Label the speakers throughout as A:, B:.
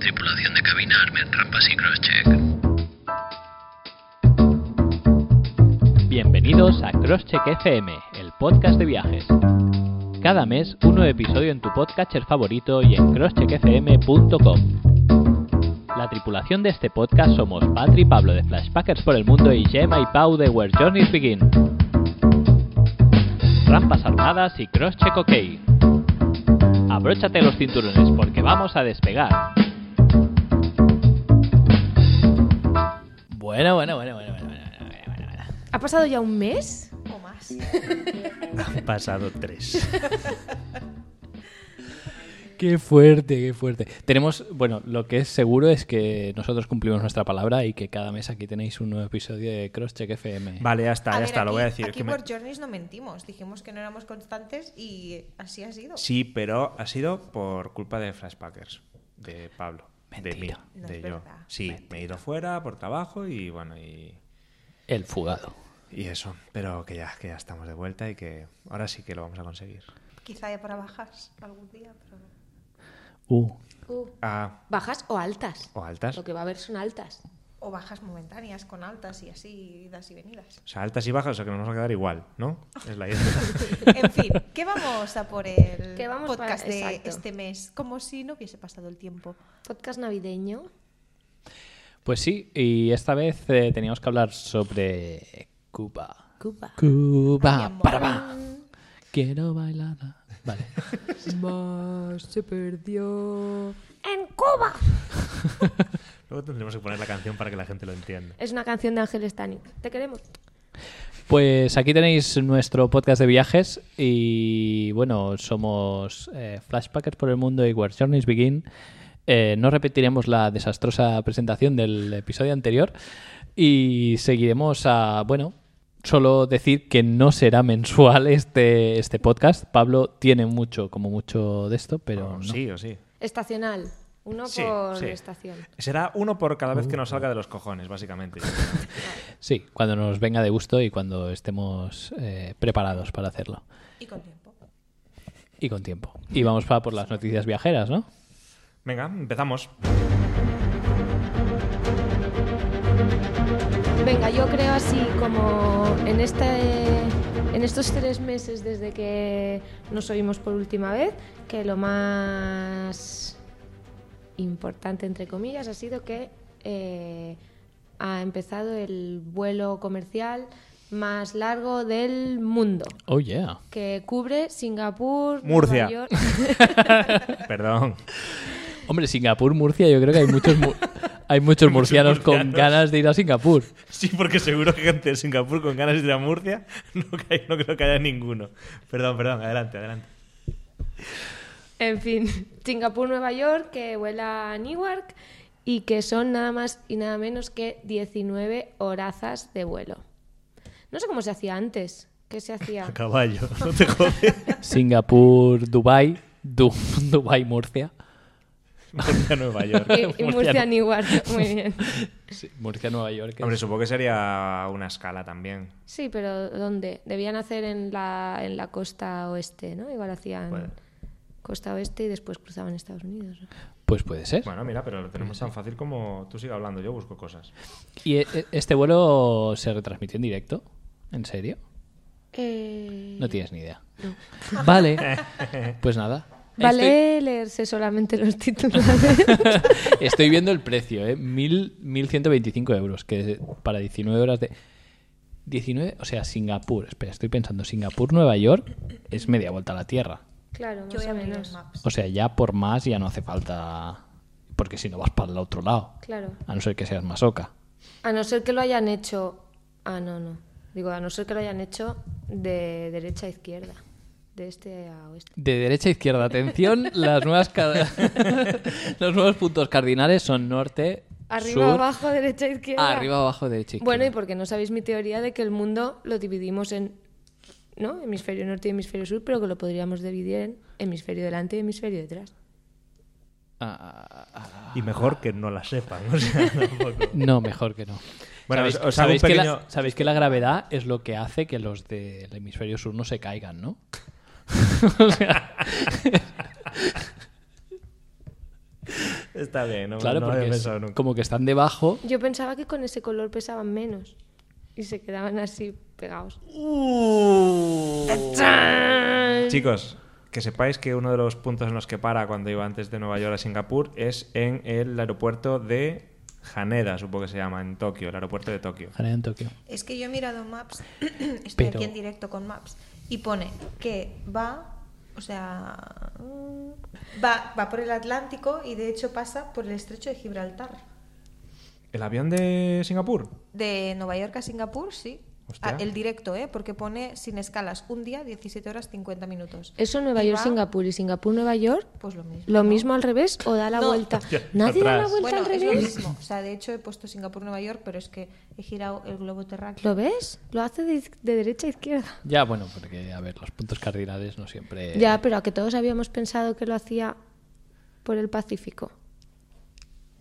A: tripulación de cabina armen rampas y crosscheck.
B: Bienvenidos a Crosscheck FM, el podcast de viajes. Cada mes un nuevo episodio en tu podcatcher favorito y en crosscheckfm.com. La tripulación de este podcast somos Patri y Pablo de Flashpackers por el Mundo y Gemma y Pau de Where Journeys Begin. Rampas armadas y crosscheck ok. Abróchate los cinturones porque vamos a despegar. Bueno, bueno, bueno, bueno, bueno, bueno, bueno, bueno. bueno.
C: ¿Ha pasado ya un mes?
D: o más.
E: Han pasado tres. Qué fuerte, qué fuerte.
B: Tenemos, bueno, lo que es seguro es que nosotros cumplimos nuestra palabra y que cada mes aquí tenéis un nuevo episodio de Crosscheck FM.
E: Vale, ya está,
D: A
E: ya
D: ver,
E: está, lo
D: aquí-
E: voy a decir.
D: Aquí
E: que me-
D: por Journeys no mentimos, dijimos que no éramos constantes y así ha sido.
E: Sí, pero ha sido por culpa de Flashpackers, de Pablo, de mí,
B: Mentira.
D: No
E: de
D: es
E: yo.
D: verdad.
E: Sí, me he ido fuera por trabajo y bueno, y,
B: El fugado.
E: y eso. Pero que ya, que ya estamos de vuelta y que ahora sí que lo vamos a conseguir.
D: Quizá ya para bajas algún día, pero
B: Uh.
E: Ah,
C: ¿Bajas o altas?
E: o altas.
C: Lo que va a haber son altas.
D: o bajas momentáneas con altas y así idas y venidas.
E: O sea, altas y bajas, o sea que nos vamos a quedar igual, ¿no? Es la idea.
D: En fin, ¿qué vamos a por el
C: ¿Qué vamos
D: podcast
C: para-
D: de
C: exacto.
D: este mes? Como si no hubiese pasado el tiempo.
C: Podcast navideño.
B: Pues sí, y esta vez eh, teníamos que hablar sobre Cuba.
C: Cuba.
D: Ay,
B: Cuba,
D: amor.
B: para pa. Quiero bailar. Vale.
C: Más se perdió. ¡En Cuba!
E: Luego tendremos que poner la canción para que la gente lo entienda.
C: Es una canción de Ángel Stanic. Te queremos.
B: Pues aquí tenéis nuestro podcast de viajes y bueno, somos eh, Flashpackers por el mundo y Where Journeys Begin. Eh, no repetiremos la desastrosa presentación del episodio anterior y seguiremos a, bueno, solo decir que no será mensual este, este podcast. Pablo tiene mucho, como mucho de esto, pero
E: O
B: no.
E: Sí, o sí.
C: Estacional. Uno
E: Sí,
C: por
E: sí.
C: estación.
E: Será uno por cada vez que nos salga de los cojones, básicamente.
B: Sí, cuando nos venga de gusto y cuando estemos eh, preparados para hacerlo.
D: Y con tiempo.
B: Y con tiempo. Y vamos para por las noticias viajeras, ¿no?
E: Venga, empezamos.
C: Venga, yo creo así como en este en estos tres meses desde que nos oímos por última vez, que lo más importante entre comillas ha sido que eh, ha empezado el vuelo comercial más largo del mundo,
B: Oh, yeah.
C: que cubre Singapur,
E: Murcia.
C: Nueva York.
E: Perdón.
B: Hombre, Singapur, Murcia, yo creo que hay muchos, mu- hay muchos murcianos con
E: murcianos.
B: ganas de ir a Singapur.
E: Sí, porque seguro que gente de Singapur con ganas de ir a Murcia no, cae- no creo que haya ninguno. Perdón, perdón, adelante, adelante.
C: En fin, Singapur, Nueva York, que vuela a Newark y que son nada más y nada menos que 19 horazas de vuelo. No sé cómo se hacía antes. ¿Qué se hacía?
E: A caballo, no te jodes.
B: Singapur, Dubai, Du- Dubai, Murcia.
E: Murcia, Nueva York.
C: Y, y Murcia, Newark. Muy bien.
B: Sí, Murcia, Nueva York.
E: Hombre, supongo que sería una escala también.
C: Sí, pero ¿dónde? Debían hacer en la, en la costa oeste, ¿no? Igual hacían
E: Puede.
C: costa oeste y después cruzaban Estados Unidos. ¿no?
B: Pues puede ser.
E: Bueno, mira, pero lo tenemos tan fácil como tú sigue hablando, yo busco cosas.
B: ¿Y e- e- este vuelo se retransmitió en directo? ¿En serio?
C: Eh,
B: No tienes ni idea. Vale. Pues nada.
C: Vale leerse solamente los titulares.
B: Estoy, estoy viendo el precio, ¿eh? Mil- 1.125 euros, que para 19 horas de... 19, o sea, Singapur. Espera, estoy pensando. Singapur, Nueva York es media vuelta a la Tierra.
C: claro,
D: Yo
C: más
D: voy a
C: o
D: abrir el
C: menos.
D: Maps.
B: O sea, ya por más ya no hace falta. Porque si no vas para el otro lado.
C: Claro.
B: A no ser que seas masoca.
C: A no ser que lo hayan hecho. Ah, no, no. Digo, a no ser que lo hayan hecho de derecha a izquierda. De este a oeste.
B: De derecha a izquierda, atención, las nuevas ca- los nuevos puntos cardinales son norte,
C: Arriba,
B: sur, ah,
C: abajo, derecha, izquierda.
B: arriba, abajo, derecha, izquierda.
C: Bueno, y porque no sabéis mi teoría de que el mundo lo dividimos en. ¿No? Hemisferio norte y hemisferio sur, pero que lo podríamos dividir en hemisferio delante y hemisferio detrás.
B: Ah, ah, ah.
E: Y mejor que no la sepan, o sea, tampoco.
B: No, mejor que no.
E: Bueno,
B: ¿Sabéis,
E: os- os hago un
B: sabéis que
E: pequeño...
B: la, sabéis que la gravedad es lo que hace que los del hemisferio sur no se caigan, ¿no? o sea,
E: está bien, no,
B: claro,
E: no lo
B: porque
E: había
B: es
E: pensado nunca.
B: como que están debajo.
C: Yo pensaba que con ese color pesaban menos y se quedaban así pegados.
E: Chicos, que sepáis que uno de los puntos en los que para cuando iba antes de Nueva York a Singapur es en el aeropuerto de Haneda, supongo que se llama, en Tokio, el aeropuerto de Tokio.
B: Ahora en Tokio.
D: Es que yo he mirado Maps, estoy
B: Pero-
D: aquí en directo con Maps, y pone que va, o sea, mm, va, va por el Atlántico y de hecho pasa por el estrecho de Gibraltar.
E: ¿El avión de Singapur?
D: De Nueva York a Singapur, sí. Ah,
E: Hostia.
D: el directo, ¿eh? Porque pone sin escalas un día, 17 horas 50 minutos.
C: Eso Nueva
D: Y
C: York,
D: va,
C: Singapur y Singapur, Nueva York.
D: Pues lo mismo.
C: ¿Lo mismo al revés o da la
D: No.
C: vuelta?
E: Hostia,
C: Nadie da la
E: atrás.
C: vuelta
D: Bueno,
C: al
D: es lo
C: revés.
D: mismo. O sea, de hecho he puesto Singapur-Nueva York, pero es que he girado el globo terráqueo.
C: ¿Lo ves? Lo hace de, iz- de derecha a izquierda.
B: Ya, bueno, porque, a ver, los puntos cardinales no siempre.
C: Ya, pero a que todos habíamos pensado que lo hacía por el Pacífico.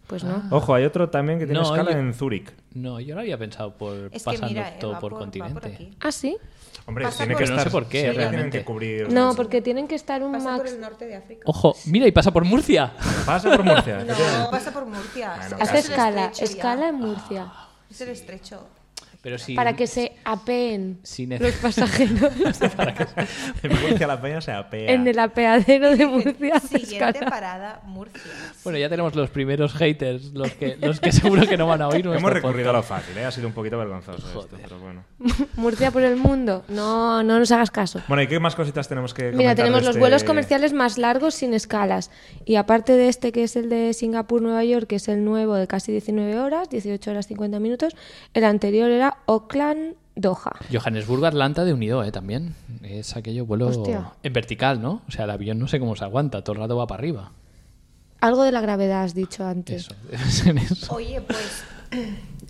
C: Pues no.
E: Ojo, hay otro también que tiene
B: No,
E: escala
B: yo-
E: en Zúrich.
B: No, yo no había pensado por
D: Es que
B: pasando
D: mira, eh,
B: todo
D: va
B: por,
D: va
B: continente.
D: aquí.
C: ¿Ah, sí?
E: Hombre,
D: Pasa
E: tiene
D: por-
E: que
D: Pero
E: estar...
D: no sé
B: por qué,
E: sí, Tienen
B: realmente.
E: que cubrir...
C: No, porque tienen que estar un
D: Pasa por
C: max.
D: el norte de África.
B: Ojo, mira, y pasa por Murcia.
E: Pasa por Murcia. que tiene-
D: No, pasa por Murcia.
E: Bueno,
C: Hace
E: Es el
C: escala,
D: estrecho ya.
C: escala en Murcia.
D: Es el estrecho.
B: Pero si,
C: Para que se apeen
B: si
C: los
B: neces-
C: pasajeros.
E: En Murcia la peña se apea.
C: en el apeadero de Murcia. hace
D: Siguiente
C: escala.
D: parada, Murcia.
B: Bueno, ya tenemos los primeros haters, los que, los que seguro que no van a oír nuestro
E: Hemos recurrido a lo
B: podcast.
E: fácil, ¿eh? ha sido un poquito vergonzoso esto, pero bueno.
C: Murcia por el mundo. No, no nos hagas caso.
E: Bueno, ¿y qué más cositas tenemos que
C: Mira,
E: comentar de
C: tenemos los
E: este-
C: vuelos comerciales más largos sin escalas. Y aparte de este, que es el de Singapur-Nueva York, que es el nuevo de casi 19 horas, 18 horas 50 minutos, el anterior era Auckland-Doha.
B: Johannesburgo-Atlanta de unido, ¿eh? También. Es aquello vuelo
C: Hostia.
B: en vertical, ¿no? O sea, el avión no sé cómo se aguanta, todo el rato va para arriba.
C: Algo de la gravedad has dicho antes.
B: Eso, es en eso.
D: Oye, pues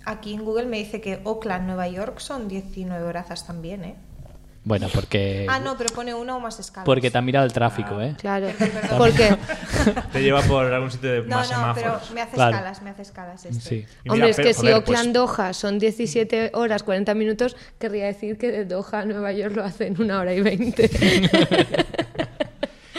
D: aquí en Google me dice que Oakland, Nueva York son 19 horazas también, ¿eh?
B: Bueno,
E: Eh,
B: porque,
D: Ah, no, pero pone una o más escalas.
B: porque te han mirado el tráfico, ¿eh?
C: Claro, porque
E: Te lleva por algún sitio de
D: No,
E: más
D: no, pero
E: semáforos.
D: me hace
B: Claro.
D: escalas, me hace escalas este.
B: Sí.
E: Y mira,
C: Hombre, es
E: pero,
C: que si
E: joder, pues,
C: Oakland-Doha son 17 horas 40 minutos, querría decir que de Doha a Nueva York lo hacen una hora y 20.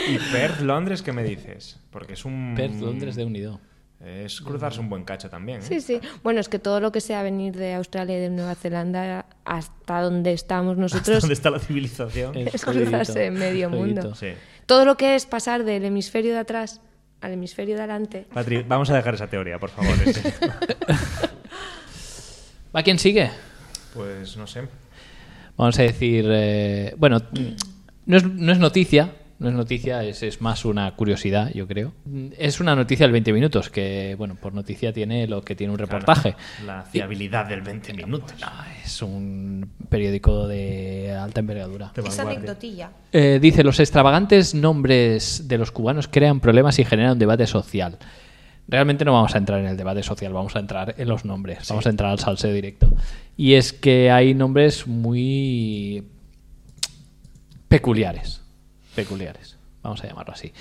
E: Y Perth, Londres, ¿qué me dices? Porque es un...
B: Perth, Londres de unido.
E: Es cruzarse un buen cacho también, ¿eh?
C: Sí, sí. Bueno, es que todo lo que sea venir de Australia y de Nueva Zelanda hasta donde estamos nosotros
E: ¿Dónde está la civilización?
C: Es cruzarse
B: jodidito,
C: medio
B: jodidito.
C: mundo.
E: Sí.
C: Todo lo que es pasar del hemisferio de atrás al hemisferio de adelante.
E: Patri, vamos a dejar esa teoría, por favor. en serio.
B: ¿Va quién sigue?
E: pues no sé.
B: Vamos a decir, eh, bueno, no es, no es noticia, no es noticia, es, es más una curiosidad, yo creo. Es una noticia del 20 minutos, que, bueno, por noticia tiene lo que tiene un reportaje.
E: La fiabilidad del 20 minutos.
B: Ah, Es un periódico de alta envergadura.
E: De
D: Es
E: vanguardia.
D: anecdotilla.
B: Eh, dice, los extravagantes nombres de los cubanos crean problemas y generan un debate social. Realmente no vamos a entrar en el debate social, vamos a entrar en los nombres, vamos a entrar al salseo directo. Y es que hay nombres muy peculiares, peculiares, vamos a llamarlo así.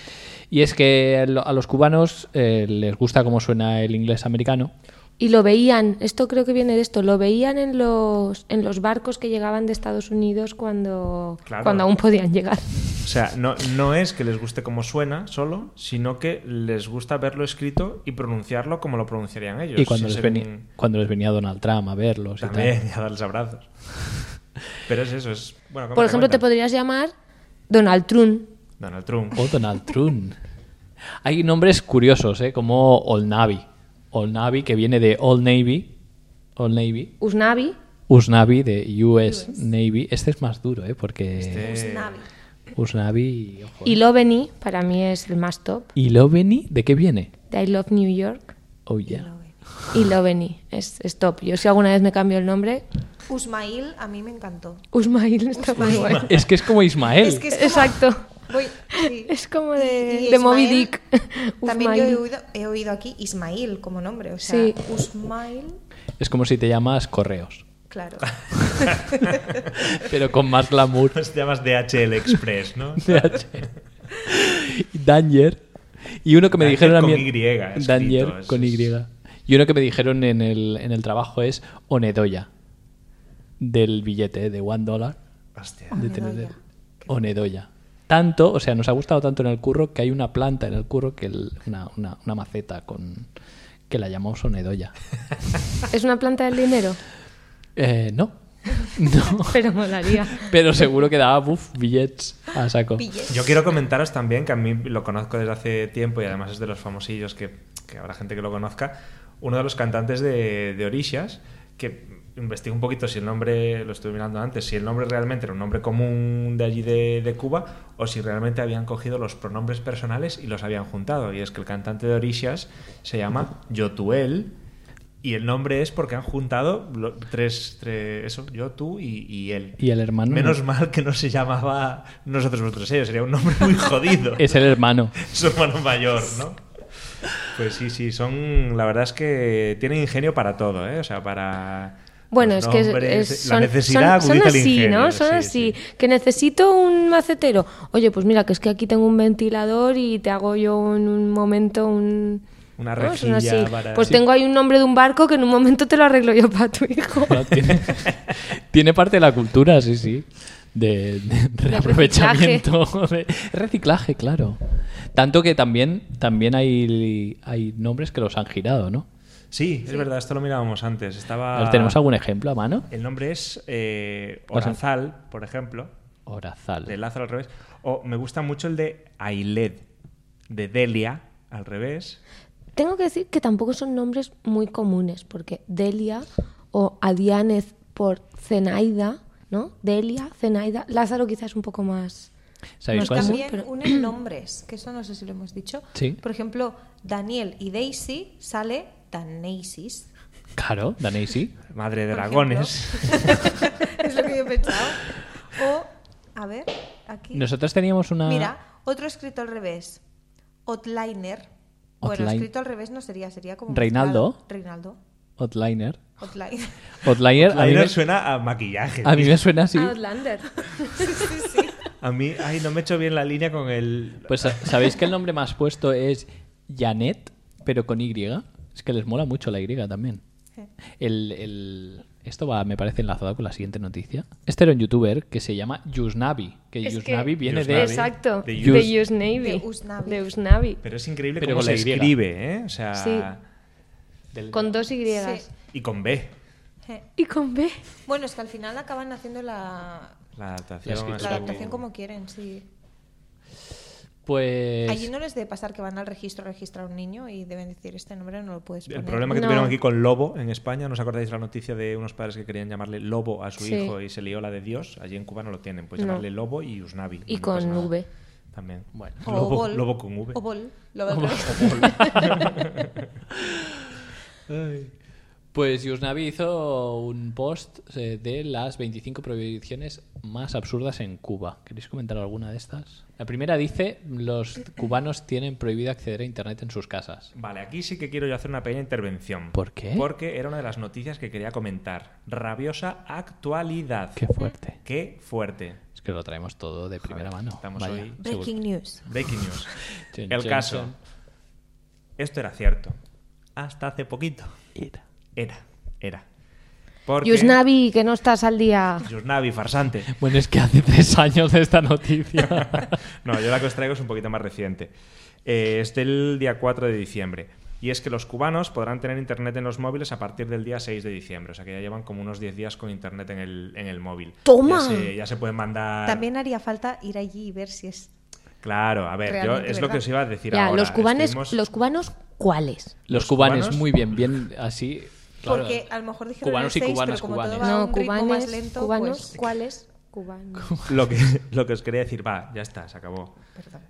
B: Y es que lo- a los cubanos eh, les gusta cómo suena el inglés americano.
C: Y lo veían, esto creo que viene de esto, lo veían en los, en los barcos que llegaban de Estados Unidos cuando,
E: Claro.
C: cuando aún podían llegar.
E: O sea, no, no es que les guste como suena solo, sino que les gusta verlo escrito y pronunciarlo como lo pronunciarían ellos.
B: Y cuando,
E: sin
B: les
E: ser
B: venía,
E: un-
B: cuando les venía Donald Trump a verlos. y tal.
E: También, y pues a darles abrazos. Pero es eso, es... Bueno,
C: Por ejemplo, te
E: comenta, comenta.
C: podrías llamar Donald Trump.
E: Donald Trump.
B: O Donald Trump. Hay nombres curiosos, ¿eh? como Old Navy. Old Navy, que viene de Old Navy. Old Navy.
C: Usnavi,
B: Usnavi, de US, Navy. Este es más duro, ¿eh? porque
E: Este-
D: Usnavi.
B: Usnavi... ojo, ¿eh?
C: y Loveni, para mí es el más top,
B: ¿Y Loveni? ¿De qué viene?
C: de I Love New York,
B: Oh, yeah.
C: y Loveni, es, es top. Yo si alguna vez me cambio el nombre,
D: Usmail a mí me encantó.
C: Usmail está muy bueno.
B: Es que es como Ismael.
D: Es que como-
C: Exacto.
D: Voy- sí.
C: Es como de,
D: Y- y
C: de Moby
D: Ismael,
C: Dick.
D: También
C: Usmail.
D: yo he oído, he oído aquí Ismail como nombre. O sea,
C: Sí.
D: Usmail,
B: Es como si te llamas Correos,
D: claro.
B: pero con más glamour.
E: Te llamas DHL Express, ¿no?
B: Danger. Y uno que me
E: Danger
B: dijeron a
E: con
B: mí.
E: Y, escrito,
B: Danger
E: es-
B: con Y.
E: es-
B: Y uno que me dijeron en el, en el trabajo es Onedoya. Del billete de one dollar.
E: Hostia.
B: De
D: Onedoya.
B: tener- Onedoya. tanto, o sea, nos ha gustado tanto en el curro que hay una planta en el curro que el- una, una- una maceta con que la llamamos Onedoya.
C: ¿Es una planta del dinero?
B: Eh, no, no,
C: Pero molaría.
B: pero seguro que daba buf, billets a saco.
D: Pille.
E: Yo quiero comentaros también que a mí lo conozco desde hace tiempo y además es de los famosillos que, que habrá gente que lo conozca. Uno de los cantantes de, de Orishas, que investigo un poquito si el nombre, lo estuve mirando antes, si el nombre realmente era un nombre común de allí de, de Cuba o si realmente habían cogido los pronombres personales y los habían juntado. Y es que el cantante de Orishas se llama Yotuel. Y el nombre es porque han juntado lo- tres, tres- eso, yo, tú y, y él.
B: Y el hermano
E: Menos
B: Ah, no.
E: mal que no se llamaba nosotros vosotros ellos, sería un nombre muy jodido.
B: Es el hermano.
E: Su hermano mayor, ¿no? Pues sí, sí, son. La verdad es que tienen ingenio para todo, ¿eh? O sea, para.
C: Bueno,
E: los
C: es que es-
E: nombres,
C: es-
E: la
C: son,
E: necesidad
C: son- son
E: agudiza el
C: así,
E: ingenio,
C: ¿no? Son
E: sí,
C: así.
E: sí.
C: Que necesito un macetero. Oye, pues mira, que es que aquí tengo un ventilador y te hago yo en un momento un...
E: Una
C: ¿no? Son
E: rejilla
C: así.
E: para-
C: Pues
E: Sí.
C: tengo ahí un nombre de un barco que en un momento te lo arreglo yo para tu hijo.
B: Claro, tiene, tiene parte de la cultura, sí, sí. De, de reaprovechamiento. de- reciclaje, claro. Tanto que también, también hay, hay nombres que los han girado, ¿no?
E: Sí, es verdad, esto lo mirábamos antes. Estaba.
B: ¿Tenemos algún ejemplo a mano?
E: El nombre es eh,
B: O sea-
E: Orazal, por ejemplo, de
B: Orazal.
E: Lázaro al revés. O me gusta mucho el de Ailed, de Delia al revés.
C: Tengo que decir que tampoco son nombres muy comunes, porque Delia o Adianez por Zenaida, ¿no? Delia, Zenaida, Lázaro quizás un poco más.
B: ¿Sabéis
C: Nos
B: cuál es?
C: cambia-
D: También
C: Pero-
D: unen nombres, que eso no sé si lo hemos dicho.
B: Sí.
D: Por ejemplo, Daniel y Daisy sale Danaisis.
B: Claro, Daneisi.
E: Madre de
D: por
E: dragones.
D: ejemplo. es lo que yo he pensado. O, a ver, aquí.
B: Nosotros teníamos una.
D: Mira, otro escrito al revés. Outliner. Bueno,
B: Outline-
D: escrito al revés no sería, sería como.
B: Reinaldo.
D: mezclado. Reinaldo.
B: Outliner.
D: Outliner.
B: Outliner, a mí,
E: Liner
B: me,
E: suena a maquillaje.
B: a mí me suena así.
C: Outlander.
E: A mí, ay, no me he hecho bien la línea con el.
B: Pues sa- sabéis que el nombre más puesto es Janet, pero con Y. Es que les mola mucho la Y también. El, el- esto va, me parece, enlazado con la siguiente noticia. Este era un youtuber que se llama Yusnavi, que
C: Es que-
B: Yusnavi viene
E: Yusnavi.
B: de...
C: Exacto,
E: De
C: de
B: Yus-
C: Yus Navy.
D: De Usnavi.
C: De Usnavi.
E: Pero es increíble
B: Pero
E: cómo
B: con la
E: se
B: Y.
E: escribe, ¿eh? O sea.
C: Sí.
E: del-
C: Con dos Y.
D: Sí.
E: Y con B,
D: Je.
C: Y con B.
D: Bueno, es que al final acaban haciendo la,
E: la
B: La
E: adaptación.
B: escritura.
E: así
D: la
B: que-
D: adaptación como quieren, sí.
B: Pues...
D: Allí no les debe pasar que van al registro a registrar a un niño y deben decir este nombre no lo puedes poner.
E: El problema que
C: No.
E: tuvieron aquí con Lobo en España, ¿no os acordáis la noticia de unos padres que querían llamarle Lobo a su
C: Sí.
E: hijo y se lió la de Dios? Allí en Cuba no lo tienen, pues
C: No.
E: llamarle Lobo y Usnavi.
C: Y
E: no pasa
C: con
E: nada.
C: V.
E: También.
B: Bueno.
D: O
E: Lobo,
D: Obol.
E: Lobo con V.
D: Obol. Lo veo al revés.
B: Pues Yusnavi hizo un post eh, de las 25 prohibiciones más absurdas en Cuba. ¿Queréis comentar alguna de estas? La primera dice, los cubanos tienen prohibido acceder a Internet en sus casas.
E: Vale, aquí sí que quiero yo hacer una pequeña intervención.
B: ¿Por qué?
E: Porque era una de las noticias que quería comentar. Rabiosa actualidad.
B: Qué fuerte.
E: Qué fuerte.
B: Es que lo traemos todo de primera mano.
E: estamos
B: Vaya,
E: hoy-
B: seguro.
D: Breaking news.
E: Breaking news.
B: Chin,
E: El
B: chin,
E: caso. Esto era cierto. Hasta hace poquito.
B: chin. Ira.
E: Era. Era. Porque
C: Yusnavi, que no estás al día.
E: Yusnavi, farsante.
B: Bueno, es que hace tres años de esta noticia.
E: no, yo la que os traigo es un poquito más reciente. Eh, es del día 4 de diciembre. Y es que los cubanos podrán tener internet en los móviles a partir del día 6 de diciembre. O sea que ya llevan como unos 10 días con internet en el, en el móvil.
C: ¡Toma!
E: Ya se, ya se pueden mandar.
D: También haría falta ir allí y ver si es.
E: Claro, a ver, yo,
D: Realmente,
E: es lo que
D: ¿verdad?
E: os iba a decir
C: Ya,
E: ahora.
C: los cubanos,
E: Estuvimos-
C: los cubanos, ¿cuáles?
B: Los
E: cubanos?
B: cubanos, muy bien, bien así. claro.
D: Porque a lo mejor dijeron
B: Cubanos
D: el
B: y
D: seis,
B: cubanas,
D: pero como todo
B: cubanes.
D: va- a
C: No,
D: un ritmo
C: cubanos,
D: más lento,
C: cubanos,
D: pues-
C: ¿cuáles? Cubanos.
E: lo que, lo que os quería decir, va, ya está, se acabó.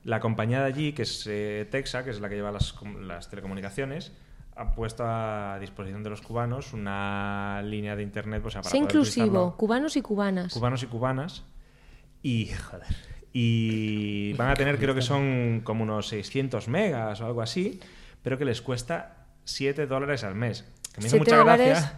E: La compañía de allí, que es eh, Texa, que es la que lleva las, com- las telecomunicaciones, ha puesto a disposición de los cubanos una línea de internet o sea, para
C: Sé
E: poder
C: inclusivo,
E: utilizarlo.
C: cubanos y cubanas.
E: cubanos y cubanas. Y, joder, y van a tener, creo que son como unos 600 megas o algo así, pero que les cuesta 7 dólares al mes. Que me hizo
C: 7
E: mucha gracia.
C: dólares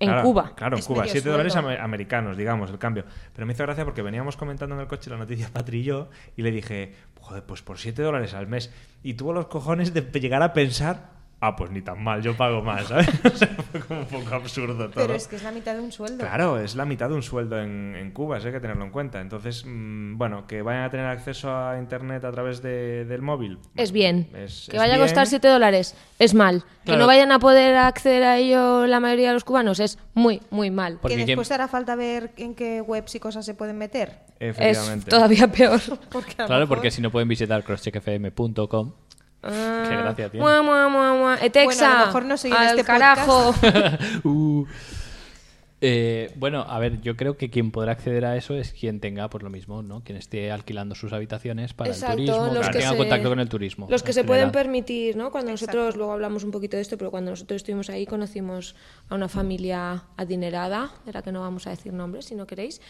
C: en
E: Claro,
C: Cuba.
E: Claro, en
D: Es
E: Cuba.
D: medio
E: 7 dólares
D: sueldo.
E: ame- americanos, digamos, el cambio. Pero me hizo gracia porque veníamos comentando en el coche la noticia Patri y yo, y le dije, joder, pues por 7 dólares al mes. Y tuvo los cojones de llegar a pensar, ah, pues ni tan mal, yo pago más, ¿sabes? O sea, fue como un poco absurdo todo.
D: Pero es que es la mitad de un sueldo.
E: Claro, es la mitad de un sueldo en, en Cuba, eso hay que tenerlo en cuenta. Entonces, mm, bueno, que vayan a tener acceso a Internet a través de- del móvil.
C: Es bien.
E: Es-
C: que
E: es
C: vaya a costar
E: bien.
C: 7 dólares. Es mal. Que
B: Claro.
C: no vayan a poder acceder a ello la mayoría de los cubanos. Es muy, muy mal.
E: Pues,
B: Porque
D: que
B: quién-
D: después hará falta ver en qué webs y cosas se pueden meter.
C: Es
E: Efectivamente.
C: todavía peor.
D: Porque a lo
B: Claro,
D: mejor-
B: porque si no pueden visitar crosscheckfm.com. Qué gracia tiene.
C: Ah, Mua, mua, mua, mua. Etexa,
D: Bueno, a lo mejor no soy en
C: al
D: este
C: carajo.
B: Uh. Eh, bueno, a ver, yo creo que quien podrá acceder a eso es quien tenga, pues lo mismo, ¿no? Quien esté alquilando sus habitaciones para
C: Exacto,
B: el turismo,
C: los
B: que
C: que
B: tenga
C: se-
B: contacto con el turismo.
C: Los que
B: en
C: se pueden
B: general.
C: permitir, ¿no? Cuando nosotros, luego hablamos un poquito de esto, pero cuando nosotros estuvimos ahí conocimos a una familia adinerada, de la que no vamos a decir nombres si no queréis,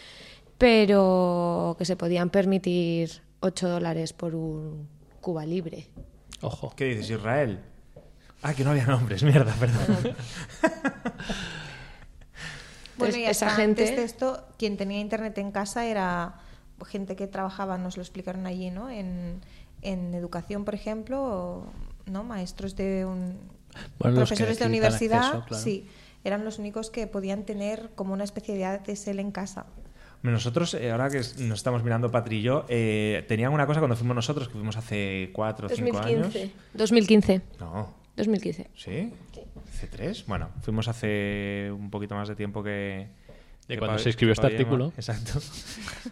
C: pero que se podían permitir 8 dólares por un Cuba libre.
B: Ojo.
E: ¿Qué dices, Israel? Ah, que no había nombres, mierda, perdón.
D: Bueno, y
C: Entonces,
D: hasta
C: esa gente-
D: antes de esto, quien tenía internet en casa era gente que trabajaba, nos lo explicaron allí, ¿no? En, en educación, por ejemplo, o, ¿no? Maestros de un...
B: Bueno, los que
D: profesores de
B: facilitan
D: universidad,
B: acceso, claro.
D: sí. Eran los únicos que podían tener como una especialidad de SEL en casa.
E: Nosotros, eh, ahora que es- nos estamos mirando Patri y yo, eh, tenían una cosa cuando fuimos nosotros, que fuimos hace cuatro o cinco años.
C: 2015. 2015.
E: No,
C: 2015.
E: ¿sí? ¿Hace tres? Bueno, fuimos hace un poquito más de tiempo que...
B: De
E: que
B: cuando
E: Pabi-
B: se escribió
E: que
B: este
E: Pabi llama.
B: artículo.
E: Exacto.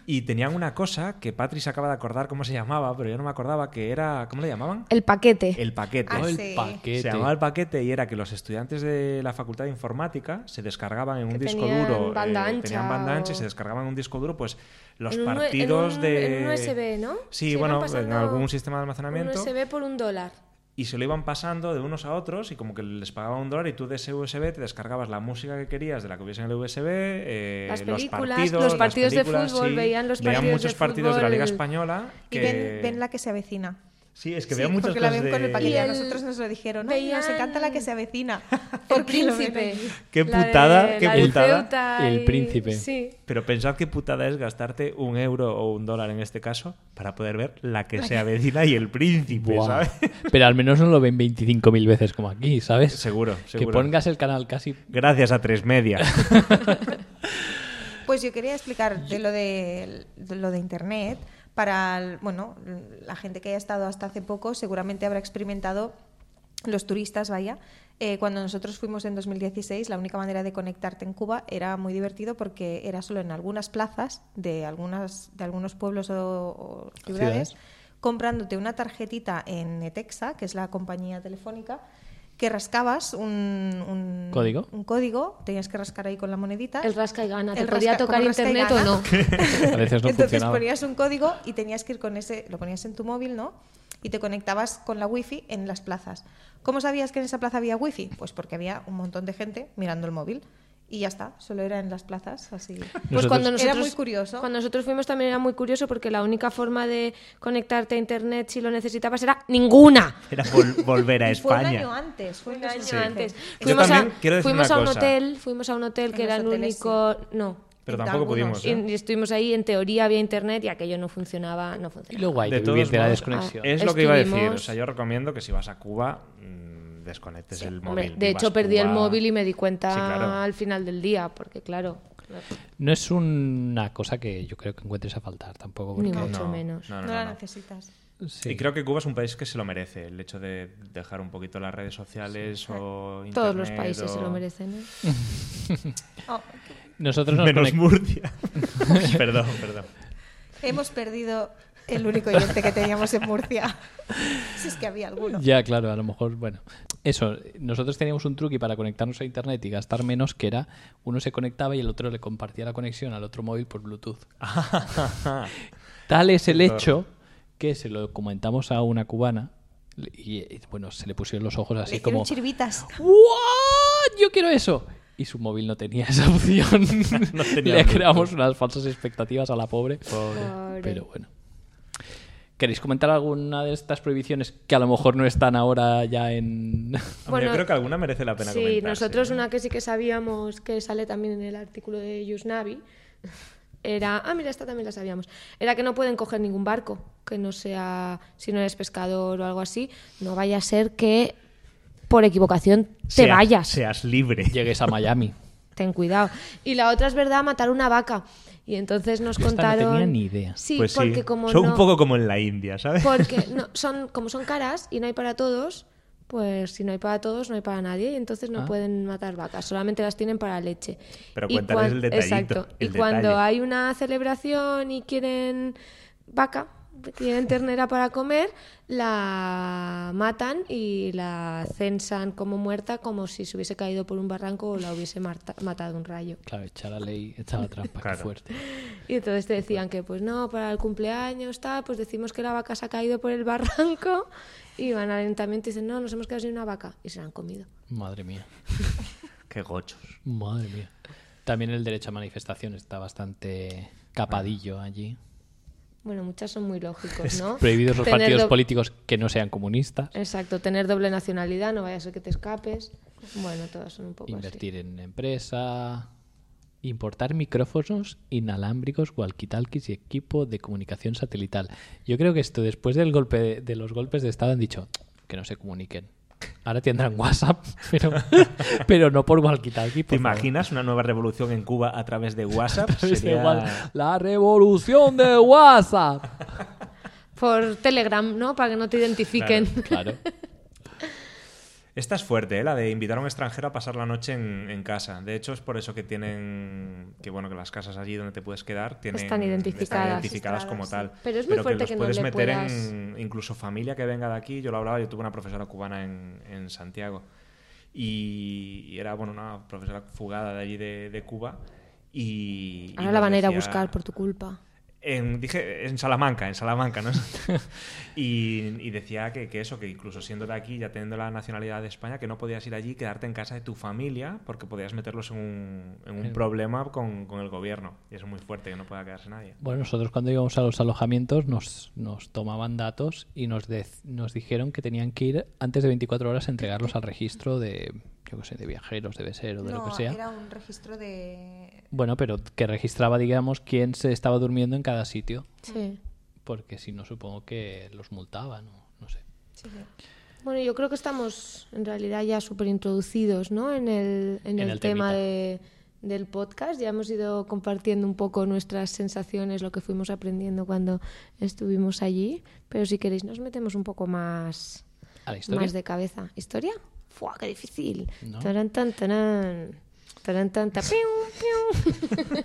E: Y tenían una cosa que Patri se acaba de acordar cómo se llamaba, pero yo no me acordaba, que era... ¿Cómo le llamaban?
C: El paquete.
E: El paquete.
D: Ah,
B: Oh, el
D: sí.
B: paquete.
E: Se llamaba el paquete y era que los estudiantes de la Facultad de Informática se descargaban en un
C: Que
E: disco
C: tenían
E: duro, eh,
C: banda ancha
E: tenían banda ancha y
C: o-
E: se descargaban en un disco duro, pues los
C: En un- en
E: partidos
C: un-
E: de
C: en un USB, ¿no? Se
E: Sí,
C: iban
E: bueno, en
C: pasando
E: algún sistema de
C: Un
E: almacenamiento
C: USB por un dólar.
E: y se lo iban pasando de unos a otros y como que les pagaba un dólar y tú de ese USB te descargabas la música que querías de la que hubiese en el USB, eh,
C: Las
E: los
C: películas,
E: partidos,
C: los
E: las
C: partidos de
E: películas,
C: fútbol,
E: sí.
C: veían los
E: veían
C: partidos de
E: muchos partidos de la Liga
C: fútbol.
E: Española
D: Y
E: que
D: ven, ven la que se avecina.
E: Sí, es que
D: Sí,
E: veían muchas
D: porque la
E: cosas
D: ven con el
E: de-
D: paquete.
C: Y
D: A
C: el-
D: nosotros nos lo dijeron. Ay, nos
C: veían-
D: encanta la que se avecina.
C: El
D: Porque lo ven
C: príncipe.
D: ahí.
E: Qué
C: La de-
E: putada, qué
C: la de
E: putada.
C: Ceuta
B: El
C: y-
B: príncipe.
C: Sí.
E: Pero pensad qué putada es gastarte un euro o un dólar en este caso para poder ver la que sea vecina y el príncipe,
B: Buah.
E: ¿sabes?
B: Pero al menos no lo ven 25.000 veces como aquí, ¿sabes?
E: Seguro,
B: Que
E: seguro.
B: pongas el canal casi.
E: Gracias a tres media.
D: Pues yo quería explicar de lo de, de lo de internet para el- bueno la gente que haya estado hasta hace poco seguramente habrá experimentado los turistas vaya eh, cuando nosotros fuimos en 2016 la única manera de conectarte en Cuba era muy divertido porque era solo en algunas plazas de algunas de algunos pueblos o, o ciudades,
B: Ciudades.
D: comprándote una tarjetita en Etexa que es la compañía telefónica que rascabas un, un-
B: ¿Código?
D: un código tenías que rascar ahí con la monedita
C: El rasca y gana. ¿Te
D: ¿Ah? el
C: podía
D: rasca-
C: tocar
D: como rasca y
C: internet o
D: gana.
C: no?
B: A veces no
D: Entonces
B: funcionaba.
D: ponías un código y tenías que ir con ese, lo ponías en tu móvil, ¿no? Y te conectabas con la wifi en las plazas. ¿Cómo sabías que en esa plaza había wifi? Pues porque había un montón de gente mirando el móvil y ya está, solo era en las plazas, así.
C: Pues
B: Nosotros-
C: cuando
D: Era
C: nosotros,
D: muy curioso.
C: Cuando nosotros fuimos también era muy curioso porque la única forma de conectarte a internet si lo necesitabas era ninguna.
E: Era vol- volver a
D: Y fue un
E: España.
D: año antes, fue un año
E: Sí.
D: antes.
E: Yo
C: Fuimos, a,
E: también quiero decir
C: fuimos
E: una
C: a un
E: cosa.
C: hotel, fuimos a un hotel que
D: En
C: era
D: los
C: el
D: hoteles,
C: único, no.
E: Pero
D: En
E: tampoco
D: algunos,
E: pudimos.
C: Y,
E: ¿eh?
C: y estuvimos ahí, en teoría había internet y aquello no funcionaba, no
B: Y
C: funcionaba.
B: lo guay
E: De
B: de,
E: todos
B: vivir de la
E: modos,
B: desconexión.
E: Es lo que iba a decir.
C: Escribimos-
E: O sea, yo recomiendo que si vas a Cuba, mm, desconectes el móvil.
C: Hombre, de
E: Vivas
C: hecho perdí el
E: Cuba.
C: móvil y me di cuenta
E: Sí, claro.
C: al final del día, porque claro,
B: ah. No es una cosa que yo creo que encuentres a faltar tampoco.
C: Ni
B: porque-
C: mucho. menos.
D: No,
E: No, no, no,
D: la
E: no.
D: necesitas.
B: Sí.
E: Y creo que Cuba es un país que se lo merece, el hecho de dejar un poquito las redes sociales o internet
C: todos los países se
E: o-
C: lo merecen. ¿eh?
D: Oh,
B: Nosotros nos
E: Menos
B: conect-
E: Murcia. perdón, perdón.
D: hemos perdido el único oyente que teníamos en Murcia. si es que había alguno.
B: Ya, claro, a lo mejor, bueno. Eso, nosotros teníamos un truqui para conectarnos a internet y gastar menos, que era uno se conectaba y el otro le compartía la conexión al otro móvil por Bluetooth. Tal es el hecho que se lo comentamos a una cubana y, y, bueno, se le pusieron los ojos
D: Le
B: así
D: hicieron
B: como
D: chirvitas.
B: "¿What? Yo quiero eso. Y su móvil no tenía esa opción.
E: No tenía
B: le
E: Bluetooth.
B: creamos unas falsas expectativas a la pobre.
C: Pobre.
B: Pero bueno. ¿Queréis comentar alguna de estas prohibiciones que a lo mejor no están ahora ya en...
E: Hombre,
C: Bueno,
E: yo creo que alguna merece la pena
C: Sí,
E: comentar, ¿eh?
C: nosotros
E: sí.
C: una que sí que sabíamos que sale también en el artículo de Yusnavi era, ah mira, esta también la sabíamos, era que no pueden coger ningún barco, que no sea, si no eres pescador o algo así, no vaya a ser que por equivocación te
F: Sea-
C: vayas.
F: Seas libre.
B: Llegues a Miami.
C: Ten cuidado. Y la otra es verdad, matar una vaca. Y entonces nos
B: Yo esta no
C: contaron.
B: tenía ni idea.
C: Sí,
F: Pues sí.
C: porque como
F: Son
C: no-
F: un poco como en la India, ¿sabes?
C: porque no- son como son caras y no hay para todos, pues si no hay para todos no hay para nadie y entonces no
B: Ah.
C: pueden matar vacas, solamente las tienen para leche.
F: Pero
C: Y
F: cuéntales
C: cuan-
F: el detallito,
C: Exacto.
F: el
C: y cuando
F: detalle.
C: hay una celebración y quieren vaca, quieren ternera para comer, la matan y la censan como muerta como si se hubiese caído por un barranco o la hubiese marta- matado un rayo.
B: Claro, echa la ley, echa la trampa, qué
E: Claro.
B: fuerte.
C: Y entonces te decían que, pues no, para el cumpleaños, tal, pues decimos que la vaca se ha caído por el barranco. Y van al ayuntamiento y dicen, no, nos hemos quedado sin una vaca. Y se la han comido.
B: Madre mía,
F: Qué gochos.
B: madre mía. También el derecho a manifestación está bastante capadillo allí.
C: Bueno, muchas son muy lógicos, ¿no?
B: Prohibidos los
C: Tener
B: partidos
C: do-
B: políticos que no sean comunistas.
C: Exacto, tener doble nacionalidad, no vaya a ser que te escapes. Bueno, todas son un poco
B: Invertir en empresa. Importar micrófonos inalámbricos, walkie-talkies y equipo de comunicación satelital. Yo creo que esto, después del golpe de, de los golpes de Estado, han dicho que no se comuniquen. Ahora tendrán WhatsApp, pero, pero no por walkie-talkie.
F: ¿Te
B: por favor.
F: imaginas una nueva revolución en Cuba a través de WhatsApp?
B: Es
F: Sería-
B: igual, La revolución de WhatsApp.
C: así. Por Telegram, ¿no? Para que no te identifiquen.
B: Claro.
E: Esta es fuerte, ¿eh? la de invitar a un extranjero a pasar la noche en, en casa. De hecho, es por eso que tienen. Que bueno, que las casas allí donde te puedes quedar tienen,
C: Están identificadas.
E: identificadas como tal.
C: Pero es muy fuerte
E: los
C: que no
E: puedes
C: le
E: meter en.
C: puedas-
E: Incluso familia que venga de aquí. Yo lo hablaba, yo tuve una profesora cubana en, en Santiago. Y, y era, bueno, una profesora fugada de allí de, de Cuba. Y. y
C: Ahora la
E: nos
C: van a ir a
E: decía-
C: buscar por tu culpa.
E: en, dije en Salamanca, en Salamanca, ¿no? y, y decía que, que eso, que incluso siendo de aquí, ya teniendo la nacionalidad de España, que no podías ir allí y quedarte en casa de tu familia porque podías meterlos en un, en un problema con, con el gobierno. Y eso es muy fuerte, que no pueda quedarse nadie.
B: Bueno, nosotros cuando íbamos a los alojamientos nos, nos tomaban datos y nos, dec- nos dijeron que tenían que ir antes de 24 horas a entregarlos al registro de, yo qué sé, de viajeros, de beseros, de lo
D: No,
B: que sea.
D: era un registro de...
B: Bueno, pero que registraba, digamos, quién se estaba durmiendo en cada sitio,
C: Sí.
B: porque si no supongo que los multaban o no sé.
D: sí, sí.
C: Bueno, yo creo que estamos en realidad ya súper introducidos ¿no? en el, en
B: En
C: el
B: el
C: tema
B: temita.
C: de- del podcast. Ya hemos ido compartiendo un poco nuestras sensaciones, lo que fuimos aprendiendo cuando estuvimos allí. Pero si queréis, nos metemos un poco más,
B: ¿A la historia?
C: más de cabeza. ¿Historia? ¡Fua, qué difícil!
B: No.
C: Tarán, tan, tarán. Tarán, tan, ta- pium, pium.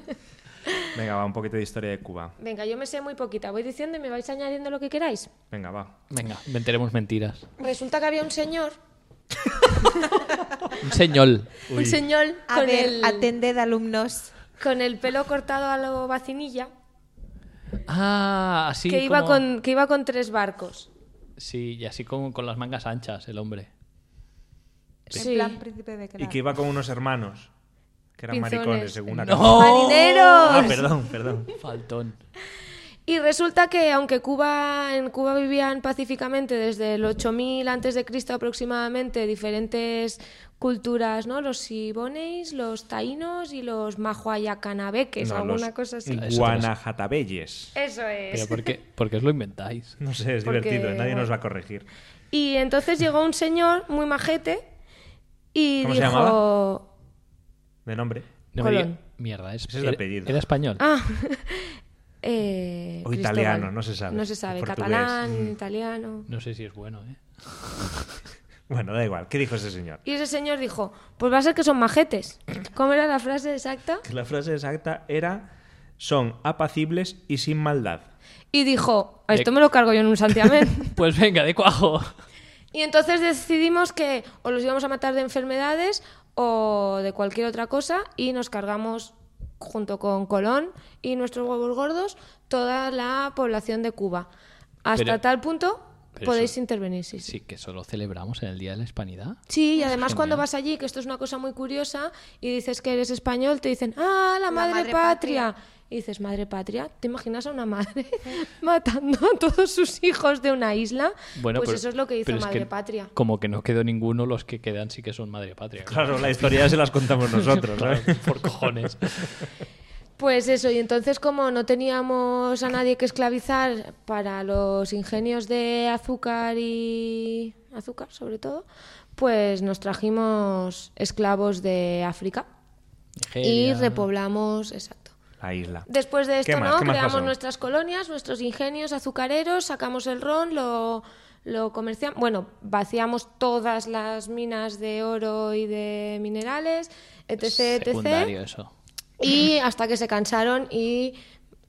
E: Venga, va, un poquito de historia de Cuba.
C: Venga, yo me sé muy poquita. Voy diciendo y me vais añadiendo lo que queráis.
E: Venga, va.
B: Venga, inventaremos mentiras.
C: Resulta que había un señor,
B: Un señor.
C: un señor
D: A
C: con
D: ver,
C: el...
D: atended alumnos.
C: con el pelo cortado a lo vacinilla,
B: Ah, así
C: que, iba
B: como-
C: con, que iba con tres barcos.
B: Sí, y así como con las mangas anchas, el hombre.
C: Sí.
D: En plan príncipe de
E: Y que iba con unos hermanos, que eran
C: Pinzones.
E: maricones, según la canción.
B: ¡No!
C: ¡Marineros!
F: Ah, perdón, perdón.
B: Faltón.
C: Y resulta que aunque Cuba en Cuba vivían pacíficamente desde el 8000 antes de Cristo aproximadamente diferentes culturas, ¿no? Los siboneis, los taínos y los mahuayacanabeques,
E: No,
C: alguna
E: los
C: cosa así.
E: Guanajatabelles.
C: Eso
B: ¿Pero
C: es.
B: por qué, por qué os lo inventáis?
E: No sé, es
C: Porque,
E: divertido, nadie
C: bueno.
E: nos va a corregir.
C: Y entonces llegó un señor muy majete y
E: ¿Cómo se
C: dijo
E: De nombre.
B: No me
C: Colón.
B: diga- Mierda, es,
E: Ese es el
B: era-
E: apellido.
B: Era español.
C: Ah. Eh,
E: O
C: Cristóbal.
E: italiano, no se sabe.
C: No se sabe,
E: O portugués.
C: catalán,
E: Mm.
C: italiano.
B: No sé si es bueno, ¿eh?
E: Bueno, da igual. ¿Qué dijo ese señor?
C: Y ese señor dijo, pues va a ser que son majetes. ¿Cómo era la frase exacta?
E: que la frase exacta era son apacibles y sin maldad.
C: Y dijo, "A esto me lo cargo yo en un santiamén.
B: Pues venga, de cuajo.
C: y entonces decidimos que o los íbamos a matar de enfermedades o de cualquier otra cosa y nos cargamos junto con Colón y nuestros huevos gordos toda la población de Cuba. Hasta
B: Pero-
C: tal punto
B: pero
C: podéis
B: eso-
C: intervenir, sí, sí.
B: Sí, que solo celebramos en el Día de la Hispanidad.
C: Sí, y además cuando
B: genial.
C: vas allí, que esto es una cosa muy curiosa, y dices que eres español, te dicen, ¡ah, la, madre,
D: madre
C: patria! Y dices, ¿madre patria? ¿Te imaginas a una madre matando a todos sus hijos de una isla? pues
B: pero-
C: eso es lo que hizo
B: pero es
C: madre patria.
B: Como que no quedó ninguno, los que quedan sí que son madre patria.
E: Claro, la historia se las contamos nosotros, ¿no?
B: Claro, por cojones.
C: Pues eso, y entonces como no teníamos a nadie que esclavizar para los ingenios de azúcar y azúcar sobre todo, pues nos trajimos esclavos de África y
B: Nigeria.
C: repoblamos, exacto.
F: La isla.
C: Después de
E: ¿Qué
C: esto,
E: más?
C: ¿no?
E: ¿Qué más
C: Creamos
E: pasó?
C: nuestras colonias, nuestros ingenios azucareros, sacamos el ron, lo, lo comerciamos. Bueno, vaciamos todas las minas de oro y de minerales, etc.
B: Secundario
C: etc.
B: eso.
C: Y hasta que se cansaron y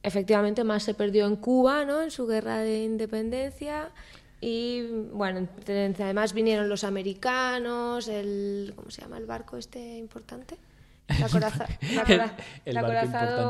C: efectivamente más se perdió en Cuba, ¿no? En su guerra de independencia. Y bueno, entre- además vinieron los americanos, el. ¿Cómo se llama el barco este importante? La coraza, la cora-
B: el
C: la
B: barco
C: acorazado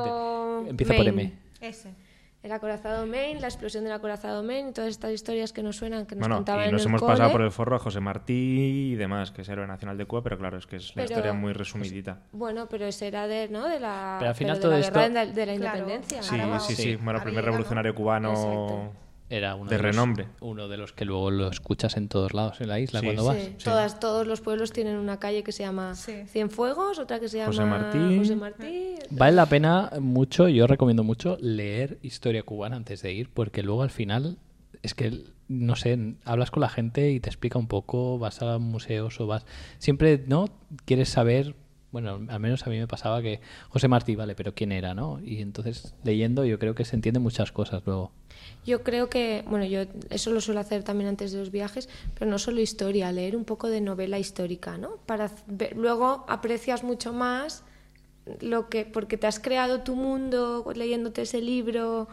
B: importante. Empieza por
C: Maine.
B: M.
D: Ese.
C: El acorazado Maine, la explosión del acorazado Maine, y todas estas historias que nos suenan, que nos
E: Bueno,
C: contaban
E: y
C: en
E: nos
C: el
E: hemos pasado
C: cole.
E: por el forro a José Martí y demás, que es héroe nacional de Cuba, pero claro, es que es una
C: Pero-
E: historia muy resumidita.
C: Bueno, pero ese era de, ¿no? de la,
B: Pero al final
C: de
B: todo
C: la
B: esto-
C: guerra de la- de la
D: Claro.
C: independencia.
E: Sí,
D: Ahora
E: sí,
D: vamos.
E: sí. Bueno,
D: Ahora
E: primer
D: llega, ¿no?
E: revolucionario cubano.
C: Exacto.
B: Era uno
E: De
B: los-
E: renombre.
B: uno de los que luego lo escuchas en todos lados en la isla
E: Sí.
B: cuando
E: Sí.
B: vas.
C: Sí, Todas, todos los pueblos tienen una calle que se llama
D: Sí.
C: Cienfuegos, otra que se llama
E: José Martí.
C: José Martí.
B: Vale la pena mucho, yo recomiendo mucho leer historia cubana antes de ir, porque luego al final es que, no sé, hablas con la gente y te explica un poco, vas a museos o vas... Siempre, ¿no? Quieres saber, bueno, al menos a mí me pasaba que José Martí, vale, pero ¿quién era, no? Y entonces leyendo yo creo que se entienden muchas cosas luego.
C: Yo creo que, bueno, yo eso lo suelo hacer también antes de los viajes, pero no solo historia, leer un poco de novela histórica, ¿no? Para c- ver- luego aprecias mucho más lo que porque te has creado tu mundo leyéndote ese libro,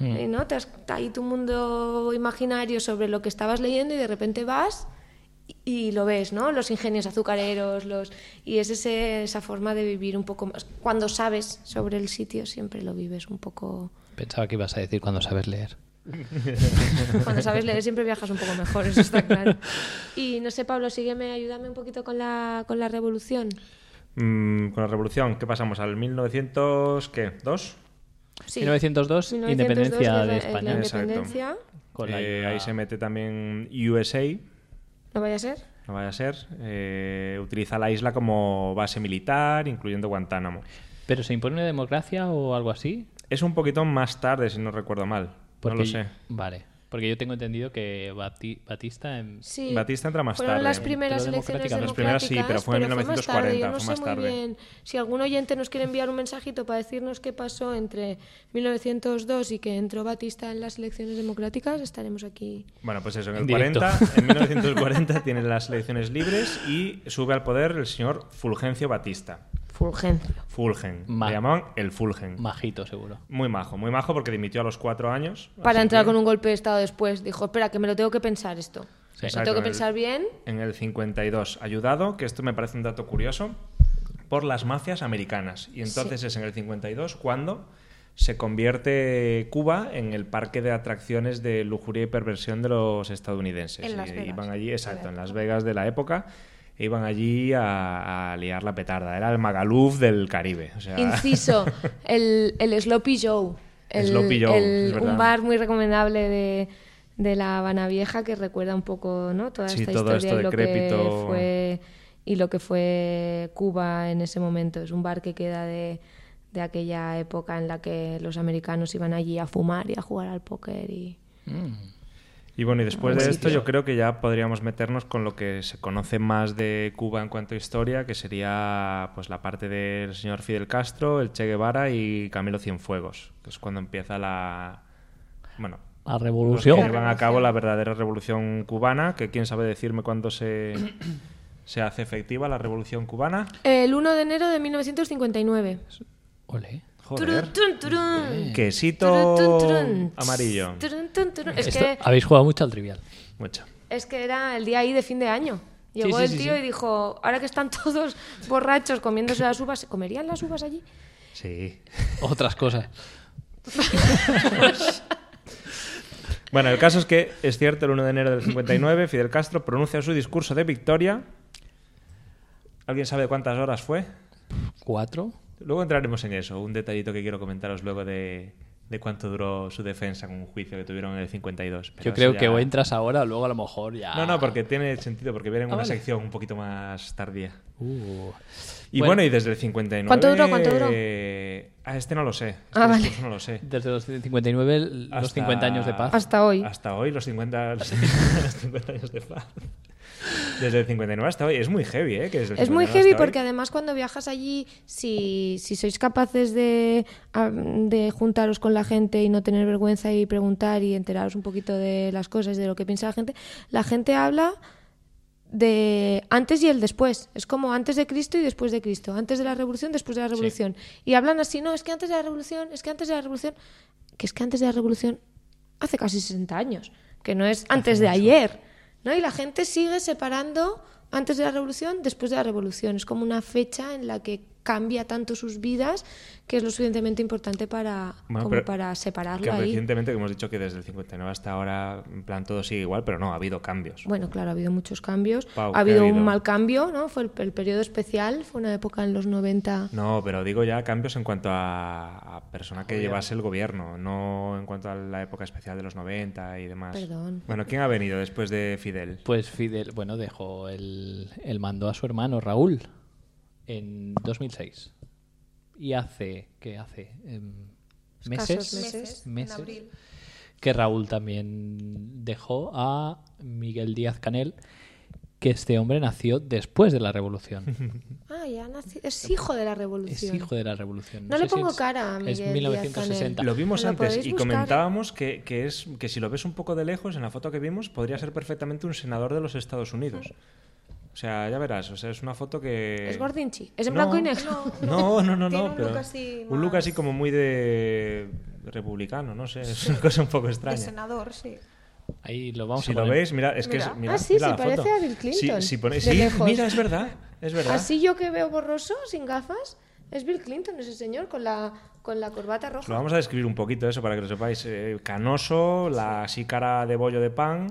C: eh, ¿no? Te has ahí tu mundo imaginario sobre lo que estabas leyendo y de repente vas y- y lo ves, ¿no? Los ingenios azucareros, los y es ese- esa forma de vivir un poco más. Cuando sabes sobre el sitio siempre lo vives un poco
B: Pensaba que ibas a decir cuando sabes leer.
C: cuando sabes leer siempre viajas un poco mejor, eso está claro. Y no sé, Pablo, sígueme, ayúdame un poquito con la, con la revolución.
E: Mm, con la revolución, ¿qué pasamos? ¿Al 1900 qué? ¿Dos?
C: Sí.
B: 1902,
C: 1902,
B: independencia de
C: guerra- eh, La
B: España.
E: Exacto.
C: independencia,
B: Con la
E: Eh,
B: ayuda-
E: Ahí se mete también USA,
C: no vaya a ser.
E: no vaya a ser. eh, utiliza la isla como base militar, incluyendo Guantánamo.
B: ¿Pero se impone una democracia o algo así?
E: Es un poquito más tarde, si no recuerdo mal.
B: Porque
E: no lo sé.
B: Vale. Porque yo tengo entendido que Bati- Batista en...
C: Sí.
E: Batista entra más
C: Fueron
E: tarde.
C: las primeras
B: Entró
C: elecciones
B: democrática.
C: democráticas.
B: Las
E: primeras sí, pero fue en
C: más tarde,
E: 1940,
C: Yo no
E: fue
C: sé
E: más
C: muy
E: tarde.
C: bien. Si algún oyente nos quiere enviar un mensajito para decirnos qué pasó entre 1902 y que entró Batista en las elecciones democráticas, estaremos aquí.
E: Bueno, pues eso, en el
B: En directo.
E: 40, en 1940 tiene las elecciones libres y sube al poder el señor Fulgencio Batista.
C: Fulgencio.
E: Fulgen.
B: Ma-
E: Le llamaban el Fulgen.
B: Majito, seguro.
E: Muy majo, muy majo porque dimitió a los cuatro años.
C: Para
E: así
C: entrar
E: que
C: con un golpe de Estado después, dijo, espera, que me lo tengo que pensar esto.
B: Sí.
C: O sea,
E: Exacto,
C: tengo
E: en
C: que
E: el-
C: pensar bien.
E: En el 52, ayudado, que esto me parece un dato curioso, por las mafias americanas. Y entonces es en el 52 cuando se convierte Cuba en el parque de atracciones de lujuria y perversión de los estadounidenses.
D: En Las
E: Y
D: Vegas.
E: Iban allí, exacto, en Las Vegas de la época. e Iban allí a, a liar la petarda. Era el Magaluf del Caribe. o sea-
C: Inciso, el, el Sloppy Joe. El,
E: Sloppy Joe,
C: el-
E: es verdad.
C: un bar muy recomendable de, de la Habana Vieja que recuerda un poco ¿no? toda
E: Sí,
C: esta
E: todo
C: historia
E: esto
C: y lo
E: decrépito.
C: que fue y lo que fue Cuba en ese momento. Es un bar que queda de, de aquella época en la que los americanos iban allí a fumar y a jugar al póker y
E: Y bueno, y después de
C: Buen
E: esto
C: sitio.
E: yo creo que ya podríamos meternos con lo que se conoce más de Cuba en cuanto a historia, que sería pues la parte del señor Fidel Castro, el Che Guevara y Camilo Cienfuegos, que es cuando empieza la bueno,
B: La
E: los que
B: revolución.
E: llevan a cabo la verdadera revolución cubana, que quién sabe decirme cuándo se se hace efectiva la revolución cubana.
C: El 1 de enero de 1959.
B: Ole.
E: Joder.
C: Turun, turun, turun. Turun,
E: Quesito
C: turun.
E: amarillo.
C: Turun, turun, turun. Es
B: Esto-
C: que
B: Habéis jugado mucho al trivial.
E: Mucho.
C: Es que era el día ahí de fin de año. Llegó
B: sí,
C: el
B: sí,
C: tío
B: sí.
C: y dijo, ahora que están todos borrachos comiéndose las uvas, ¿se comerían las uvas allí?
E: Sí.
B: Otras cosas.
E: Bueno, el caso es que es cierto, el 1 de enero del 59, Fidel Castro pronuncia su discurso de victoria. ¿Alguien sabe cuántas horas fue?
B: Cuatro.
E: Luego entraremos en eso, un detallito que quiero comentaros luego de, de cuánto duró su defensa con un juicio que tuvieron en el 52. pero
B: Yo creo
E: eso
B: que
E: ya-
B: o entras ahora o luego a lo mejor ya.
E: No, no, porque tiene sentido, porque viene en
B: Ah,
E: una
B: vale.
E: sección un poquito más tardía.
B: Uh.
E: Y
B: Bueno.
E: bueno, y desde el 59...
C: ¿Cuánto duró? ¿Cuánto duró?
E: eh, Ah, este no lo sé. Este
C: Ah, vale.
E: discurso no lo sé.
B: Desde los 59, l- los
E: Hasta-
B: 50 años de paz.
C: Hasta hoy.
E: Hasta hoy, los 50, los 50 años de paz. Desde el 59 hasta hoy. Es muy heavy, ¿eh? Que desde el
C: Es muy
E: 59
C: heavy
E: hasta hoy-
C: porque además cuando viajas allí, si, si sois capaces de, a- de juntaros con la gente y no tener vergüenza y preguntar y enteraros un poquito de las cosas, de lo que piensa la gente, la gente habla de antes y el después. Es como antes de Cristo y después de Cristo, antes de la revolución, después de la revolución. Y hablan así, no, es que antes de la revolución, es que antes de la revolución, que es que antes de la revolución hace casi 60 años, que no es antes de ayer, ¿no? Y la gente sigue separando antes de la revolución, después de la revolución. Es como una fecha en la que cambia tanto sus vidas que es lo suficientemente importante para,
E: Bueno,
C: como
E: pero-
C: para
E: Que
C: separarlo ahí.
E: recientemente que hemos dicho que desde el 59 hasta ahora, en plan, todo sigue igual, pero no, ha habido cambios.
C: Bueno, claro, ha habido muchos cambios.
E: Pau,
C: ha,
E: ¿qué ha
C: habido un
E: habido?
C: mal cambio, ¿no? Fue el, el periodo especial, fue una época en los 90.
E: No, pero digo ya cambios en cuanto a, a persona que llevase el gobierno, no en cuanto a la época especial de los 90 y demás.
C: Perdón.
E: Bueno, ¿quién ha venido después de Fidel?
B: Pues Fidel, bueno, dejó el, el mando a su hermano Raúl en 2006. Y hace, ¿qué hace? Em, meses,
C: Escasos meses,
B: meses
D: en abril.
B: que Raúl también dejó a Miguel Díaz Canel, que este hombre nació después de la revolución.
C: Ah, ya nació. Es hijo de la
B: es
C: revolución.
B: hijo de la revolución.
C: No le pongo
B: es-
C: cara a Miguel
B: Es 1960.
E: Lo vimos
C: Lo
E: antes
C: podéis
E: y
C: buscar.
E: comentábamos que, que es, que si lo ves un poco de lejos en la foto que vimos, podría ser perfectamente un senador de los Estados Unidos. O sea, ya verás, o sea, es una foto que...
C: Es gordinchi. Es en blanco y negro.
E: No, no, no, no.
D: Tiene un
E: pero
D: look así
E: un look
D: más-
E: así como muy de republicano, no sé, es una cosa un poco
D: De
E: extraña.
D: senador, sí.
B: Ahí lo vamos
E: si
B: a
E: lo
B: poner.
E: veis, mira, es que
D: Mira.
E: es- mira,
C: Ah, sí,
E: mira
C: se
E: la
C: parece
E: foto.
C: a Bill Clinton,
E: Sí, si ponéis-
C: de
E: sí,
C: lejos. Ah,
E: mira, es verdad, es verdad.
C: Así yo que veo borroso, sin gafas, es Bill Clinton ese señor con la, con la corbata
E: Lo
C: roja.
E: vamos a describir un poquito eso para que lo sepáis. Eh, canoso, la así cara de bollo de pan,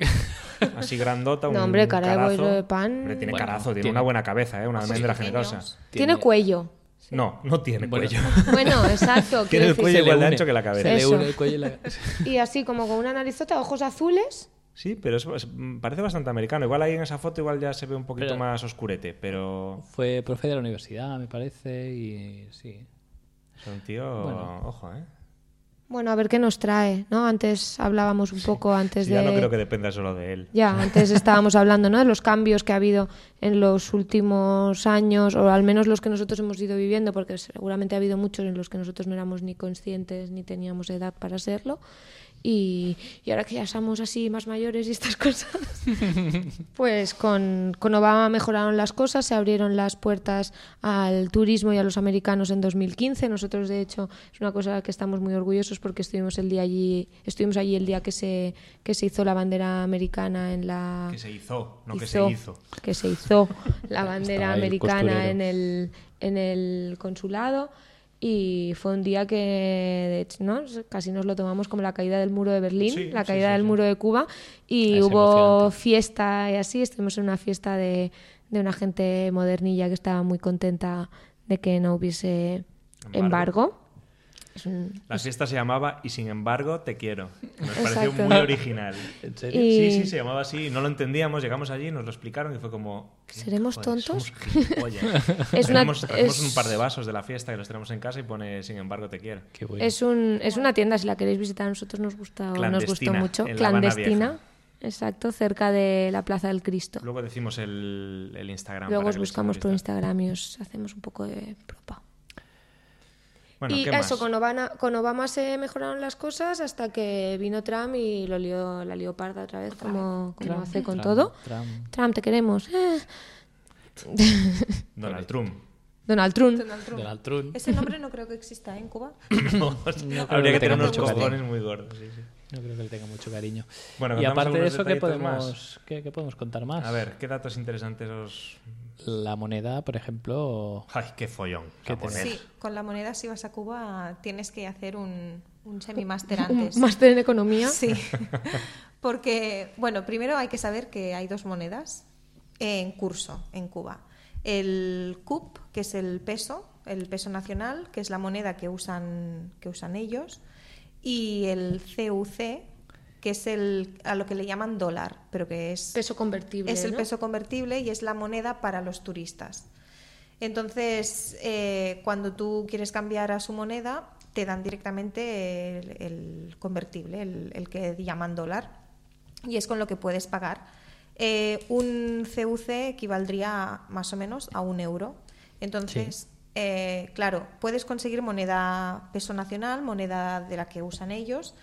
E: así grandota.
C: No,
E: un
C: hombre, cara de
E: carazo.
C: bollo de pan.
E: Hombre, tiene
B: Bueno,
E: carazo, tiene,
B: tiene-
E: una buena cabeza, ¿eh? una
D: Ojos
E: almendra
D: pequeños.
E: generosa.
C: Tiene cuello.
E: No, no tiene
B: Bueno,
E: cuello.
C: Bueno, exacto.
E: Tiene
C: quiero
E: el
C: decir-
E: cuello
B: Se le
E: igual de
B: une.
E: ancho que la cabeza.
B: Se le
C: Eso.
B: une el cuello y la-
C: Y así como con una narizota, ojos azules.
E: Sí, pero es- es- parece bastante americano. Igual ahí en esa foto igual ya se ve un poquito
B: Pero-
E: más oscurete, pero
B: Fue profe de la universidad, me parece, y sí.
E: es un tío...
B: Bueno.
E: Ojo, ¿eh?
C: Bueno, a ver qué nos trae, ¿no? Antes hablábamos un poco antes
E: Sí,
C: de...
E: Ya no creo que dependa solo de él.
C: Ya, antes estábamos hablando ¿no? de los cambios que ha habido en los últimos años, o al menos los que nosotros hemos ido viviendo, porque seguramente ha habido muchos en los que nosotros no éramos ni conscientes ni teníamos edad para serlo. Y, y ahora que ya somos así más mayores y estas cosas, pues con, con Obama mejoraron las cosas, se abrieron las puertas al turismo y a los americanos en 2015. Nosotros, de hecho, es una cosa que estamos muy orgullosos porque estuvimos el día allí, estuvimos allí el día que se, que se hizo la bandera americana en la
E: Que se hizo, no que
C: hizo-
E: se hizo.
C: que se hizo la bandera
B: ahí el
C: americana
B: costurero.
C: en el, en el consulado y fue un día que de hecho, ¿no? casi nos lo tomamos como la caída del muro de Berlín,
E: Sí,
C: la
E: sí,
C: caída
E: sí,
C: del
E: sí.
C: muro de Cuba y
B: Es
C: hubo
B: emocionante.
C: fiesta y así, estuvimos en una fiesta de, de una gente modernilla que estaba muy contenta de que no hubiese
E: Embargo.
C: embargo. Es un-
E: La fiesta se llamaba Y sin embargo te quiero. que Nos pareció
C: Exacto.
E: muy original.
B: ¿En
C: serio? Y-
E: Sí, sí, se llamaba así. No lo entendíamos, llegamos allí, nos lo explicaron y fue como... ¿qué?
C: ¿Seremos tontos?
E: somos gilipollas.
C: Es una-
E: Trajimos- trajimos
C: es-
E: un par de vasos de la fiesta que los tenemos en casa y pone Sin embargo te quiero.
B: Qué bueno.
C: Es, un, es una tienda, si la queréis visitar, a nosotros nos, gusta, nos gustó
E: Clandestina,
C: mucho.
E: en La Habana
C: Clandestina,
E: Vieja.
C: exacto, cerca de la Plaza del Cristo. Luego,
E: Luego decimos el, el Instagram. para
C: os
E: que lo
C: buscamos por
E: visitéis.
C: Instagram y os hacemos un poco de propa.
E: Bueno,
C: y
E: ¿qué
C: eso,
E: más?
C: con Obama, con Obama se mejoraron las cosas hasta que vino Trump y lo lió, la lió parda otra vez, como, como
B: Trump,
C: hace con
B: Trump,
C: todo.
B: Trump.
C: Trump, te queremos. Eh.
E: Donald Trump.
C: Donald Trump.
D: Donald Trump.
B: Donald Trump.
D: Ese nombre no creo que exista ¿eh? en Cuba.
E: No,
B: creo
E: habría
B: que
E: que tener
B: tenga
E: unos
B: mucho cariño.
E: cojones muy gordos. sí, sí.
B: No creo que le tenga mucho cariño.
E: Bueno,
B: y
E: contamos
B: aparte de
E: algunos
B: eso, ¿qué
E: detallitos
B: podemos, ¿qué, qué podemos contar más?
E: A ver, ¿qué datos interesantes os...?
B: La moneda, por ejemplo.
E: Ay, qué follón.
B: ¿Qué
E: la
B: tenemos?
E: moneda.
D: Sí, con la moneda si vas a Cuba tienes que hacer un, un semimáster
C: Un
D: antes.
C: máster en economía.
D: Sí, porque, bueno, primero hay que saber que hay dos monedas en curso en Cuba. El CUP, que es el peso, el peso nacional, que es la moneda que usan, que usan ellos, y el CUC, que es el, a lo que le llaman dólar, pero que es,
C: Peso convertible.
D: es el
C: ¿no?
D: peso convertible y es la moneda para los turistas. Entonces, eh, cuando tú quieres cambiar a su moneda, te dan directamente el, el convertible, el, el que llaman dólar, y es con lo que puedes pagar. Eh, un CUC equivaldría más o menos a un euro. Entonces, eh, claro, puedes conseguir moneda peso nacional, moneda de la que usan ellos,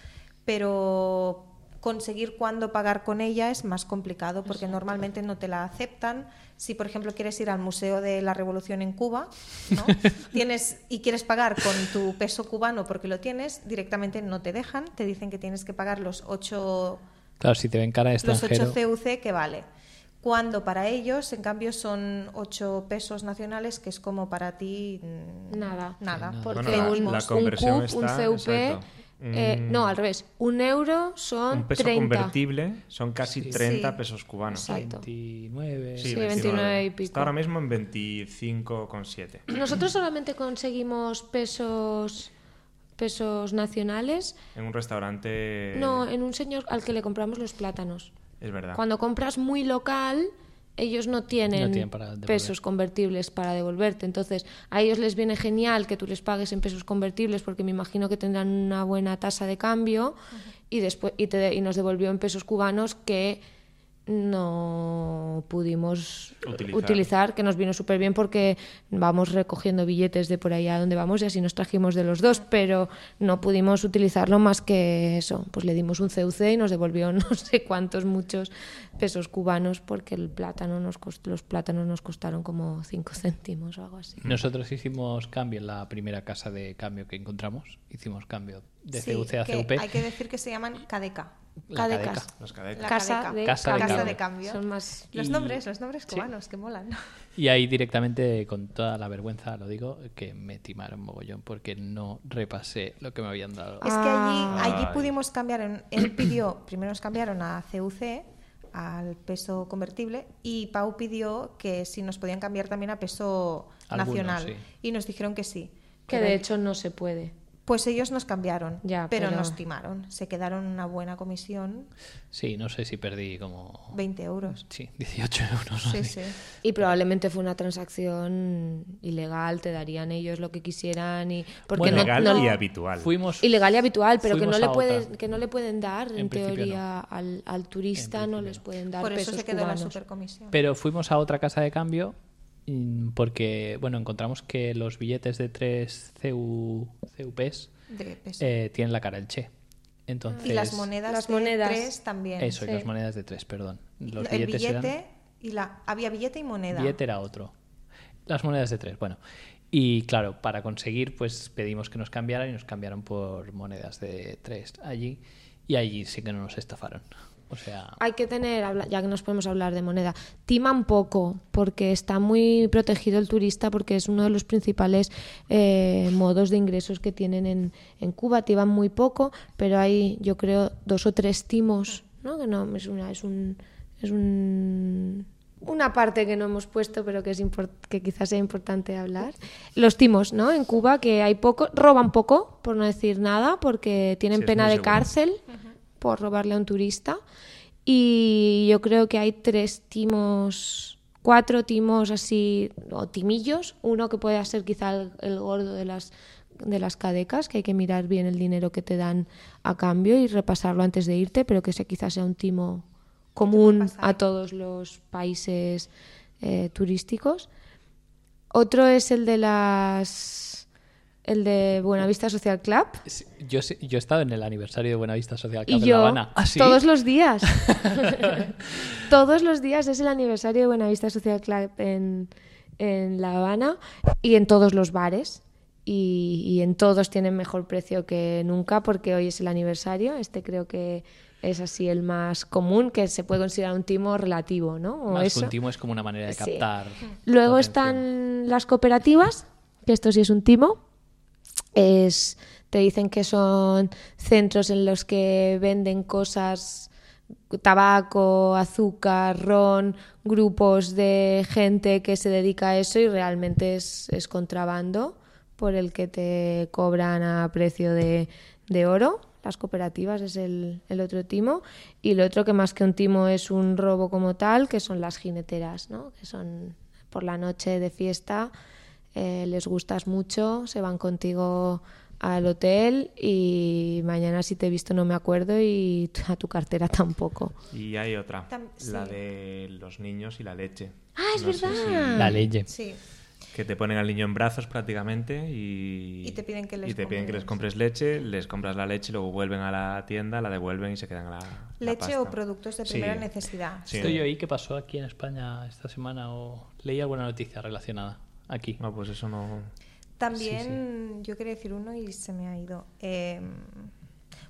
D: pero conseguir cuándo pagar con ella es más complicado porque normalmente no te la aceptan. Si, por ejemplo, quieres ir al Museo de la Revolución en Cuba ¿no? tienes, y quieres pagar con tu peso cubano porque lo tienes, directamente no te dejan, te dicen que tienes que pagar los 8
B: Claro, si te ven cara de
D: los
B: extranjero.
D: 8 CUC que vale. Cuando para ellos, en cambio, son 8 pesos nacionales, que es como para ti mm,
C: Nada.
D: Nada.
B: Sí, nada.
C: Porque
E: Bueno, la-
C: un,
E: la
C: un
E: conversión
C: CUP, un
E: está-
C: CUP.
E: exacto.
C: eh,
E: Mm.
C: no, al revés. Un euro son
E: Un peso
C: 30.
E: convertible son casi
B: Sí.
E: 30
D: Sí.
E: pesos cubanos.
C: Exacto.
B: 29.
C: Sí, 29 y pico.
E: Está ahora mismo en 25,7.
C: Nosotros solamente conseguimos pesos pesos nacionales.
E: En un restaurante.
C: No, en un señor al que le compramos los plátanos.
E: Es verdad.
C: Cuando compras muy local, ellos no tienen,
B: No tienen para devolver.
C: pesos convertibles para devolverte. Entonces, a ellos les viene genial que tú les pagues en pesos convertibles porque me imagino que tendrán una buena tasa de cambio y, después, y, te- y nos devolvió en pesos cubanos que no pudimos
E: Utilizar.
C: utilizar, que nos vino súper bien porque vamos recogiendo billetes de por allá a donde vamos y así nos trajimos de los dos, pero no pudimos utilizarlo más que eso. Pues le dimos un CUC y nos devolvió no sé cuántos muchos pesos cubanos porque el plátano nos cost- los plátanos nos costaron como 5 céntimos o algo así.
B: Nosotros hicimos cambio en la primera casa de cambio que encontramos. Hicimos cambio de
D: Sí,
B: CUC a
D: que
B: CUP.
D: Hay que decir que se llaman cadeca.
B: La
C: cadecas.
B: cadeca.
E: Los cadecas.
D: La
C: Casa
D: cadeca.
C: de
B: Casa de
D: Casa
B: cambio.
D: de cambio.
C: Son más
D: Los
B: Y-
D: nombres, los nombres
B: sí.
D: cubanos, que molan.
B: Y ahí directamente, con toda la vergüenza lo digo, que me timaron mogollón porque no repasé lo que me habían dado.
C: Ah.
D: Es que
B: Ah.
D: allí, allí
E: Ay.
D: pudimos cambiar, en- él pidió, primero nos cambiaron a CUC, al peso convertible, y Pau pidió que si nos podían cambiar también a peso
B: Alguno,
D: nacional.
B: sí.
D: Y nos dijeron que sí.
C: que
D: Pero-
C: de hecho no se puede.
D: Pues ellos nos cambiaron,
C: Ya,
D: pero,
C: pero-
D: nos timaron. Se quedaron una buena comisión,
B: Sí, no sé si perdí como...
D: 20 euros.
B: Sí, 18 euros.
D: Sí,
B: así.
D: sí.
C: Y probablemente fue una transacción ilegal, te darían ellos lo que quisieran y porque
B: Bueno,
C: no-
E: legal
C: no,
E: y habitual.
B: Fuimos...
C: ilegal y habitual, pero que
B: Fuimos
C: no, le
B: a
C: pueden,
B: OTA.
C: que no le pueden dar, en,
B: En principio
C: teoría, al, al turista
B: En
C: no
B: principio
C: les pueden dar
D: Por eso
C: pesos
D: se quedó
C: cubanos.
D: la supercomisión.
B: Pero fuimos a otra casa de cambio mm, porque, bueno, encontramos que los billetes de 3 CU, CUPs
D: de peso.
B: eh, tienen la cara del che. Entonces,
D: y las monedas,
C: Las
D: de
C: monedas.
D: tres también.
B: Eso, y
C: sí.
B: las monedas de 3, perdón. Los
D: el
B: billetes
D: billete
B: eran...
D: y la había billete y moneda.
B: Billete era otro. Las monedas de 3, bueno. Y claro, para conseguir, pues pedimos que nos cambiaran y nos cambiaron por monedas de 3 allí. Y allí sí que no nos estafaron. O sea...
D: Ah.
C: Hay que tener, habla- ya que nos podemos hablar de moneda, timan poco porque está muy protegido el turista porque es uno de los principales eh, modos de ingresos que tienen en, en Cuba. Timan muy poco, pero hay, yo creo, dos o tres timos, ¿no? Que no es una, es un, es un una parte que no hemos puesto, pero que es import- que quizás sea importante hablar. Los timos, ¿no? En Cuba que hay poco, roban poco, por no decir nada, porque tienen
E: Sí, es
C: pena
E: muy
C: de
E: seguro.
C: cárcel cárcel por robarle a un turista. Y yo creo que hay tres timos, cuatro timos así, o timillos. Uno que puede ser quizá el, el gordo de las, de las cadecas, que hay que mirar bien el dinero que te dan a cambio y repasarlo antes de irte, pero que ese quizás sea un timo común
D: pasar.
C: a todos los países eh, turísticos. Otro es el de las. El de Buenavista Social Club.
B: Sí, Yo, sé- yo he estado en el aniversario de Buenavista Social Club
C: Y
B: en La
C: yo,
B: Habana. ¿Ah, sí?
C: todos los días. todos los días es el aniversario de Buenavista Social Club en, en La Habana y en todos los bares. Y, y en todos tienen mejor precio que nunca porque hoy es el aniversario. Este creo que es así el más común, que se puede considerar un timo relativo, ¿no? O
B: Más que
C: eso.
B: un timo es como una manera de
C: Sí.
B: captar.
C: Luego
B: tu atención.
C: están las cooperativas, que esto sí es un timo. Es, te dicen que son centros en los que venden cosas, tabaco, azúcar, ron, grupos de gente que se dedica a eso y realmente es, es contrabando por el que te cobran a precio de, de oro. las cooperativas es el, el otro timo, y lo otro que más que un timo es un robo como tal, que son las jineteras, ¿no? que son por la noche de fiesta, eh, les gustas mucho, se van contigo al hotel y mañana si te he visto no me acuerdo y a tu cartera tampoco.
E: Y hay otra,
D: Tam-
E: la
D: sí.
E: de los niños y la leche.
C: Ah, es
E: No sé si-
C: verdad.
B: La ley.
D: Sí.
E: Que te ponen al niño en brazos prácticamente y,
D: Y te piden que les
E: y te piden que les compres leche, les compras la leche, luego vuelven a la tienda, la devuelven y se quedan la, la
D: Leche o
E: pasta.
D: productos de
E: Sí.
D: primera necesidad.
E: Sí.
B: Estoy ahí que pasó aquí en España esta semana o leí alguna noticia relacionada aquí.
E: No, pues eso no.
D: También yo quería decir uno y se me ha ido. Eh,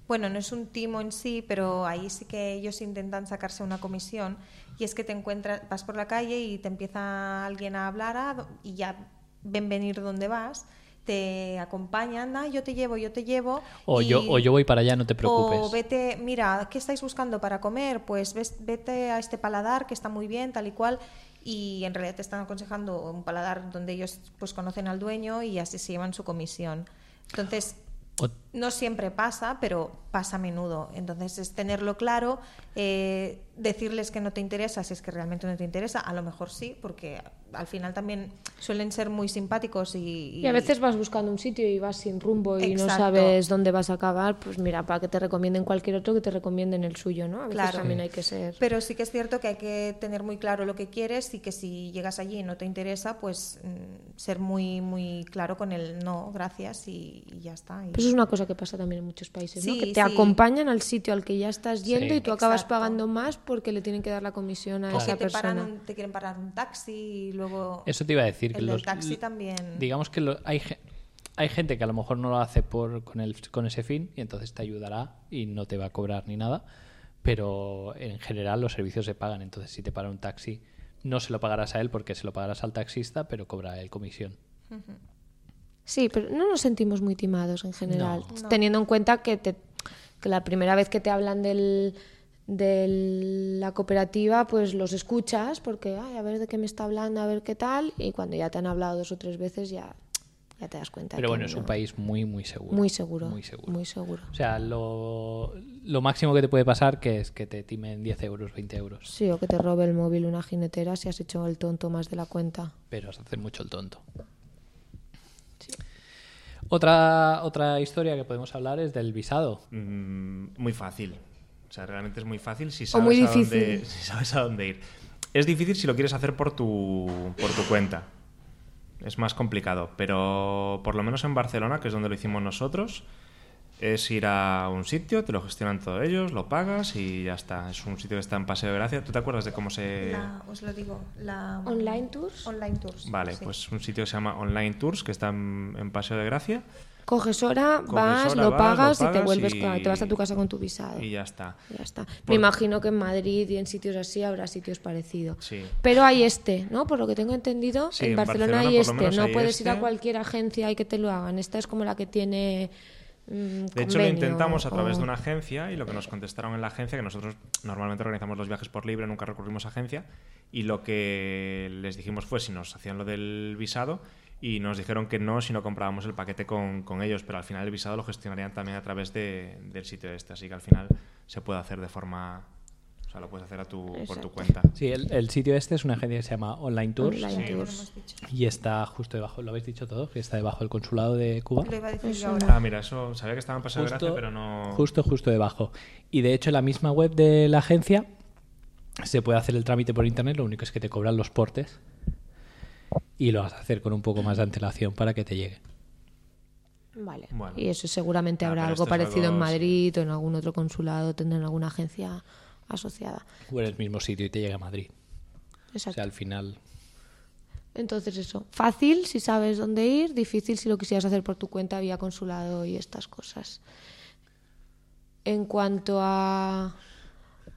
D: bueno, no es un timo en sí, pero ahí sí que ellos intentan sacarse una comisión y es que te encuentras, vas por la calle y te empieza alguien a hablar a do- y ya ven venir donde vas, te acompañan, ah, yo te llevo, yo te llevo.
B: O,
D: y-
B: yo, o yo voy para allá, no te preocupes.
D: o vete, mira, ¿qué estáis buscando para comer? Pues ves- vete a este paladar que está muy bien, tal y cual. Y en realidad te están aconsejando un paladar donde ellos pues conocen al dueño y así se llevan su comisión. Entonces,
B: O-
D: no siempre pasa, pero pasa a menudo. Entonces es tenerlo claro, eh, decirles que no te interesa, si es que realmente no te interesa, a lo mejor sí, porque al final también suelen ser muy simpáticos y,
C: Y a veces vas buscando un sitio y vas sin rumbo y no
D: Exacto.
C: sabes dónde vas a acabar, pues mira, para que te recomienden cualquier otro que te recomienden el suyo, ¿no? A veces
D: Claro.
C: también hay que ser.
D: Pero sí que es cierto que hay que tener muy claro lo que quieres y que si llegas allí y no te interesa, pues mm, ser muy muy claro con el no, gracias y, y ya está.
C: Pero
D: Y-
C: eso Pues es una cosa que pasa también en muchos países, ¿no?
D: Sí,
C: Que te
D: sí.
C: acompañan al sitio al que ya estás yendo
B: Sí.
C: y tú acabas
D: Exacto.
C: pagando más porque le tienen que dar la comisión a
D: o que
C: esa
D: te, paran
C: persona.
D: un- te quieren parar un taxi y luego
B: Eso te iba a decir. que
D: el del
B: los-
D: taxi también.
B: Digamos que lo- hay, ge- hay gente que a lo mejor no lo hace por, con, el, con ese fin y entonces te ayudará y no te va a cobrar ni nada, pero en general los servicios se pagan, entonces si te para un taxi no se lo pagarás a él porque se lo pagarás al taxista, pero cobra él comisión.
C: Sí, pero no nos sentimos muy timados en general,
D: No. No.
C: teniendo en cuenta que, te, que la primera vez que te hablan del- de la cooperativa, pues los escuchas porque, ay, a ver de qué me está hablando, a ver qué tal, y cuando ya te han hablado dos o tres veces ya, ya te das cuenta.
B: Pero
C: que
B: bueno, es un
C: no.
B: país muy, muy seguro.
C: muy seguro.
B: Muy seguro.
C: Muy seguro.
B: O sea, lo, lo máximo que te puede pasar que es que te timen 10 euros, 20 euros,
C: Sí, o que te robe el móvil una jinetera si has hecho el tonto más de la cuenta.
B: pero es hacer mucho el tonto. Otra, otra historia que podemos hablar es del visado.
E: Mm, muy fácil. O sea, realmente es muy fácil si
C: O
E: sabes,
C: muy
E: a, dónde,
C: difícil.
E: si sabes a dónde ir. Es difícil si lo quieres hacer por tu, por tu cuenta. Es más complicado, pero por lo menos en Barcelona, que es donde lo hicimos nosotros, es ir a un sitio, te lo gestionan todos ellos, lo pagas y ya está. Es un sitio que está en Paseo de Gracia. ¿Tú te acuerdas de cómo se...?
D: La- os lo digo, la mm,
C: ¿Online tours?
D: Online tours.
E: Eh. Vale,
D: sí.
E: pues un sitio que se llama Online Tours, que está en, en Paseo de Gracia.
C: Coges hora,
E: Coges
C: vas,
E: hora,
C: lo,
E: vas, lo
C: pagas y te
E: pagas
C: vuelves,
E: y-
C: te vas a tu casa con tu visado.
E: Y ya está.
C: Ya está.
E: Por-
C: Me imagino que en Madrid y en sitios así habrá sitios parecidos.
E: Sí.
C: Pero hay este, ¿no? Por lo que tengo entendido,
E: Sí,
C: en
E: en
C: Barcelona,
E: Barcelona
C: hay
E: por lo
C: este.
E: menos
C: No
E: hay
C: puedes ir a
E: este.
C: cualquier agencia y que te lo hagan. Esta es como la que tiene. mm,
E: De hecho, lo
C: convenio
E: intentamos a través
C: o-
E: de una agencia y lo que nos contestaron en la agencia, que nosotros normalmente organizamos los viajes por libre, nunca recurrimos a agencia, y lo que les dijimos fue si nos hacían lo del visado y nos dijeron que no si no comprábamos el paquete con, con ellos, pero al final el visado lo gestionarían también a través de- del sitio este, así que al final se puede hacer de forma... O sea, lo puedes hacer a tu, por
C: Exacto.
E: tu cuenta.
B: Sí, el, el sitio este es una agencia que se llama Online Tours
C: Online
D: Ya lo
C: tours.
D: hemos dicho.
B: y está justo debajo, lo habéis dicho todo, que está debajo del consulado de Cuba.
D: Lo iba a decir
C: Eso
D: yo ahora.
E: Ah, mira, eso sabía que estaba en Paseo de Gracia, pero no...
B: justo, justo debajo. Y de hecho, en la misma web de la agencia se puede hacer el trámite por internet, lo único es que te cobran los portes y lo vas a hacer con un poco más de antelación para que te llegue.
C: Vale.
E: Bueno.
C: Y eso seguramente
E: Ah,
C: habrá
E: pero
C: algo
E: esto es
C: parecido en
E: algo, sí.
C: Madrid o en algún otro consulado, tendrán alguna agencia asociada.
B: O en el mismo sitio y te llega a Madrid. O
C: Exacto.
B: sea, al final.
C: Entonces eso, fácil si sabes dónde ir, difícil si lo quisieras hacer por tu cuenta vía consulado y estas cosas. En cuanto a,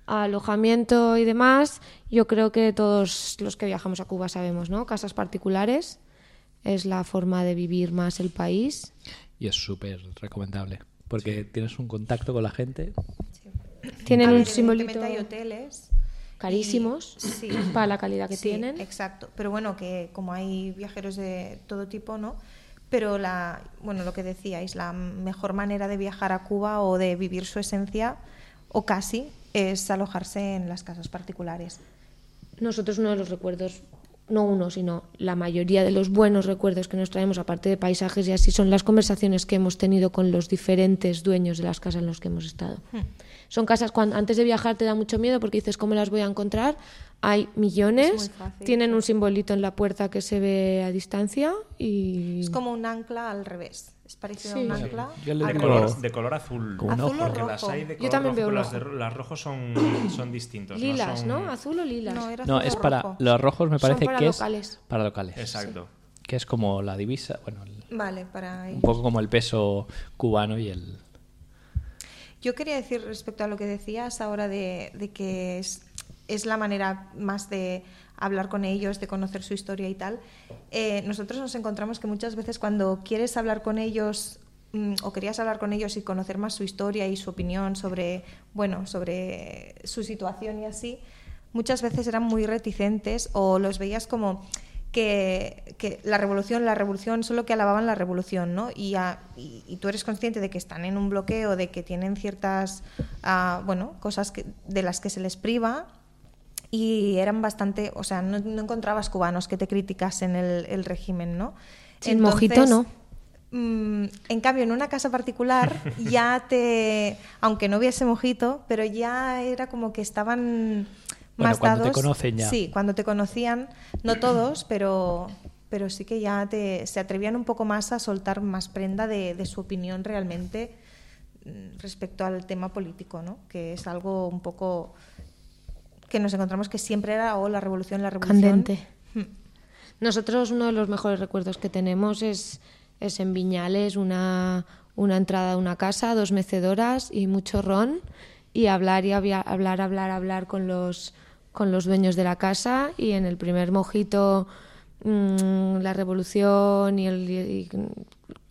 C: a alojamiento y demás, yo creo que todos los que viajamos a Cuba sabemos, ¿no? Casas particulares es la forma de vivir más el país.
B: Y es súper recomendable. Porque tienes un contacto con la gente.
C: Tienen
D: A
C: un
D: ver,
C: simbolito
D: evidentemente hay hoteles
C: carísimos
D: y- sí.
C: para la calidad que
D: Sí,
C: tienen.
D: Exacto. Pero bueno, que como hay viajeros de todo tipo, ¿no? pero la, bueno, lo que decíais, la mejor manera de viajar a Cuba o de vivir su esencia, o casi, es alojarse en las casas particulares.
C: Nosotros uno de los recuerdos, no uno, sino la mayoría de los buenos recuerdos que nos traemos, aparte de paisajes y así, son las conversaciones que hemos tenido con los diferentes dueños de las casas en las que hemos estado.
D: Hmm.
C: Son casas, cuando, antes de viajar te da mucho miedo porque dices, ¿cómo las voy a encontrar? Hay
D: Es muy
C: millones,
D: fácil,
C: tienen
D: sí.
C: un simbolito en la puerta que se ve a distancia y...
D: Es como un ancla al revés. Es parecido a
C: Sí.
D: un
C: Sí.
D: ancla. Ah,
B: Yo le
D: al
E: De
B: tengo-
D: revés.
E: color, Ah, de color azul.
B: Como un
D: Azul
B: ojo.
D: o
E: Porque las
D: rojo.
E: hay de
C: Yo
E: color
C: también
E: rojo,
C: veo
E: pero las, de,
C: rojo.
E: ro- las rojos son, son distintos.
C: Lilas,
E: son-
C: ¿no? Azul o lilas.
D: No, era
B: No,
D: azul
B: es
D: o
B: para.
D: rojo.
B: Los rojos me
C: Son
B: parece
C: para
B: que es.
C: locales.
B: Para locales.
E: Exacto.
B: Que es como la divisa. Bueno, el-
D: Vale, para
B: un poco como el peso cubano y el.
D: Yo quería decir respecto a lo que decías ahora de, de que es, es la manera más de hablar con ellos, de conocer su historia y tal. Eh, nosotros nos encontramos que muchas veces cuando quieres hablar con ellos mm, o querías hablar con ellos y conocer más su historia y su opinión sobre, bueno, sobre su situación y así, muchas veces eran muy reticentes o los veías como que, que la revolución, la revolución, solo que alababan la revolución, ¿no? Y, a- y- y tú eres consciente de que están en un bloqueo, de que tienen ciertas, ah, bueno, cosas que- de las que se les priva y eran bastante, o sea, no, no encontrabas cubanos que te criticasen el, el régimen, ¿no?
C: Sin mojito, no.
D: mm, en cambio, en una casa particular ya te, aunque no hubiese mojito, pero ya era como que estaban
B: Bueno,
D: más
B: cuando te
D: dados-
B: conocen ya.
D: Sí, cuando te conocían, no todos, pero, pero sí que ya te, se atrevían un poco más a soltar más prenda de, de su opinión realmente mm, respecto al tema político, ¿no? Que es algo un poco que nos encontramos que siempre era o la revolución, la revolución.
C: Candente.
D: Mm.
C: Hmm. Nosotros uno de los mejores recuerdos que tenemos es, es en Viñales, una, una entrada a una casa, dos mecedoras y mucho ron y hablar y habia- hablar, hablar, hablar con los, con los dueños de la casa y en el primer mojito mm, la revolución y el, y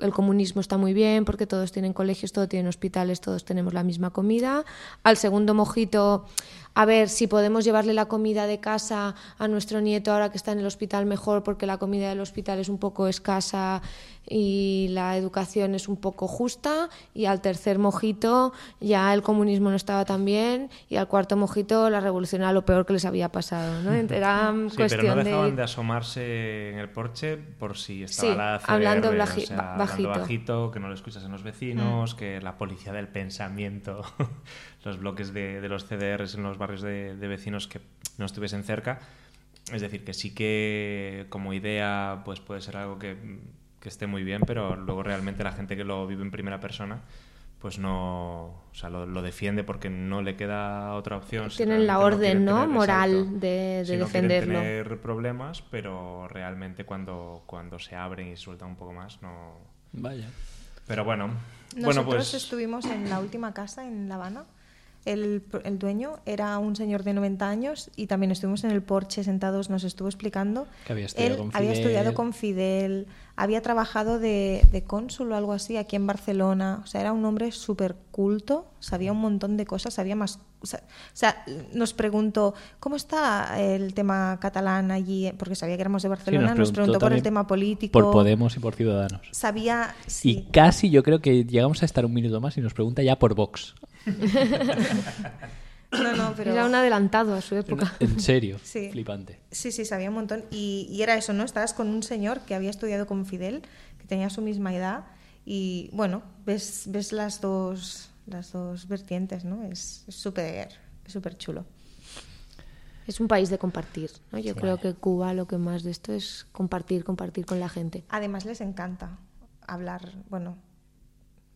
C: el comunismo está muy bien porque todos tienen colegios, todos tienen hospitales, todos tenemos la misma comida. Al segundo mojito, a ver si podemos llevarle la comida de casa a nuestro nieto ahora que está en el hospital mejor porque la comida del hospital es un poco escasa y la educación es un poco justa. Y al tercer mojito ya el comunismo no estaba tan bien y al cuarto mojito la revolución era lo peor que les había pasado. ¿no? Era
E: Sí,
C: cuestión
E: pero no
C: de
E: dejaban
C: ir-
E: de asomarse en el porche por si estaba
C: Sí,
E: la CDR,
C: hablando
E: o
C: blaji-
E: sea,
C: ba-
E: hablando
C: bajito. Mm.
E: bajito, que no lo escuchas en los vecinos, que la policía del pensamiento, los bloques de, de los CDRs en los barrios de, de vecinos que no estuviesen cerca. Es decir, que sí que como idea pues puede ser algo que, que esté muy bien, pero luego realmente la gente que lo vive en primera persona pues no, o sea, lo, lo defiende porque no le queda otra opción. si
C: Tienen la
E: realmente
C: orden,
E: quieren
C: ¿no?
E: tener-
C: moral
E: exacto.
C: de- de
E: Si no quieren
C: defenderlo.
E: tener problemas, pero realmente cuando, cuando se abren y se sueltan un poco más, no.
B: Vaya.
E: Pero bueno, bueno
D: Nosotros
E: pues.
D: estuvimos en la última casa en La Habana. El, el dueño era un señor de 90 años y también estuvimos en el porche sentados, nos estuvo explicando.
B: Que había estudiado
D: Él
B: con
D: había
B: Fidel.
D: estudiado con Fidel, había trabajado de, de cónsul o algo así aquí en Barcelona. O sea, era un hombre súper culto, sabía un montón de cosas, sabía más... O sea, o sea, nos preguntó, ¿cómo está el tema catalán allí? Porque sabía que éramos de
B: Sí,
D: Barcelona, nos preguntó, por el
B: también
D: tema político.
B: Por Podemos y por Ciudadanos.
D: Sabía... sí.
B: Y casi yo creo que llegamos a estar un minuto más y nos pregunta ya por Vox.
D: No, no, pero...
C: Era un adelantado a su época.
B: En serio.
D: Sí.
B: Flipante.
D: Sí, sí, sabía un montón. Y, y era eso, ¿no? Estabas con un señor que había estudiado con Fidel, que tenía su misma edad, y bueno, ves, ves las, dos, las dos vertientes, ¿no? Es es súper es súper chulo.
C: Es un país de compartir. ¿no? Yo
B: Sí.
C: creo que Cuba lo que más de esto es compartir, compartir con la gente.
D: Además, les encanta hablar, bueno,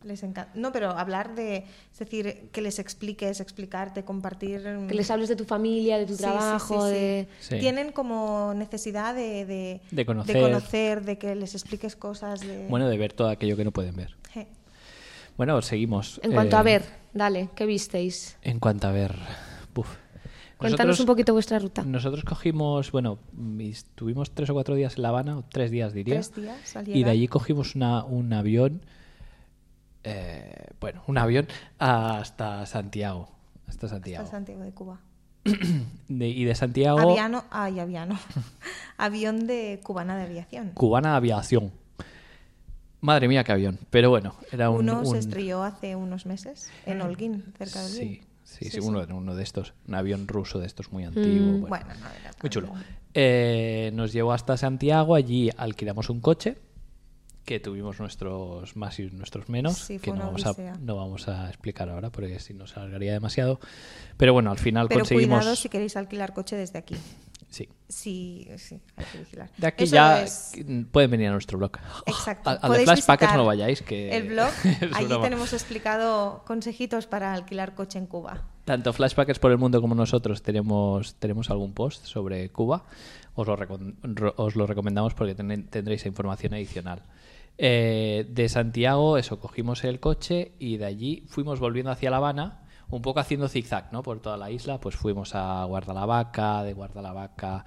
D: les encanta. No, pero hablar de, es decir, que les expliques, explicarte, compartir. mm,
C: Que les hables de tu familia, de tu
D: Sí, sí,
C: trabajo,
D: sí, sí.
C: de...
B: Sí.
D: Tienen como necesidad de, de,
B: De conocer.
D: de conocer, de que les expliques cosas. De...
B: Bueno, de ver todo aquello que no pueden ver.
D: Je.
B: Bueno, seguimos.
C: En cuanto a
B: Eh,
C: ver, dale, ¿qué visteis?
B: En cuanto a ver. Buf.
C: Cuéntanos
B: Nosotros-
C: un poquito vuestra ruta.
B: Nosotros cogimos, bueno, mm, y estuvimos tres o cuatro días en La Habana, o tres días diría.
D: Tres días al
B: Y de
D: llegar.
B: allí cogimos una- un avión, eh, bueno, un avión hasta Santiago. Hasta Santiago.
D: Hasta Santiago de Cuba.
B: De- y de Santiago,
D: Aviano, ay, aviano. Avión de cubana de aviación.
B: Cubana Aviación. Madre mía, qué avión. Pero bueno, era un.
D: uno se
B: un-
D: estrelló hace unos meses en Holguín, cerca de Holguín.
B: Sí, sí, sí, Uno, uno de estos. Un avión ruso de estos muy antiguo. bueno.
D: Mm, Bueno, no era tan-
B: Muy chulo. Eh, nos llevó hasta Santiago, allí alquilamos un coche, que tuvimos nuestros más y nuestros menos,
D: Sí, fue
B: que no
D: una
B: vamos, a,
D: odisea.
B: no vamos a explicar ahora porque si nos alargaría demasiado. Pero bueno, al final
D: Pero
B: conseguimos...
D: cuidado si queréis alquilar coche desde aquí.
B: Sí.
D: Sí, sí, hay que vigilar.
B: De aquí
D: Eso
B: ya
D: es-
B: pueden venir a nuestro blog.
D: Exacto.
B: A- Al de
D: Podéis
B: Flash Packers
D: visitar
B: no vayáis, que...
D: El blog,
B: es
D: allí
B: broma.
D: tenemos explicado consejitos para alquilar coche en Cuba.
B: Tanto Flashbackers por el mundo como nosotros tenemos, tenemos algún post sobre Cuba. Os lo, recom- ro- os lo recomendamos porque ten- tendréis información adicional. Eh, de Santiago, eso, cogimos el coche y de allí fuimos volviendo hacia La Habana, un poco haciendo zigzag, ¿no? Por toda la isla, pues fuimos a Guardalavaca, de Guardalavaca,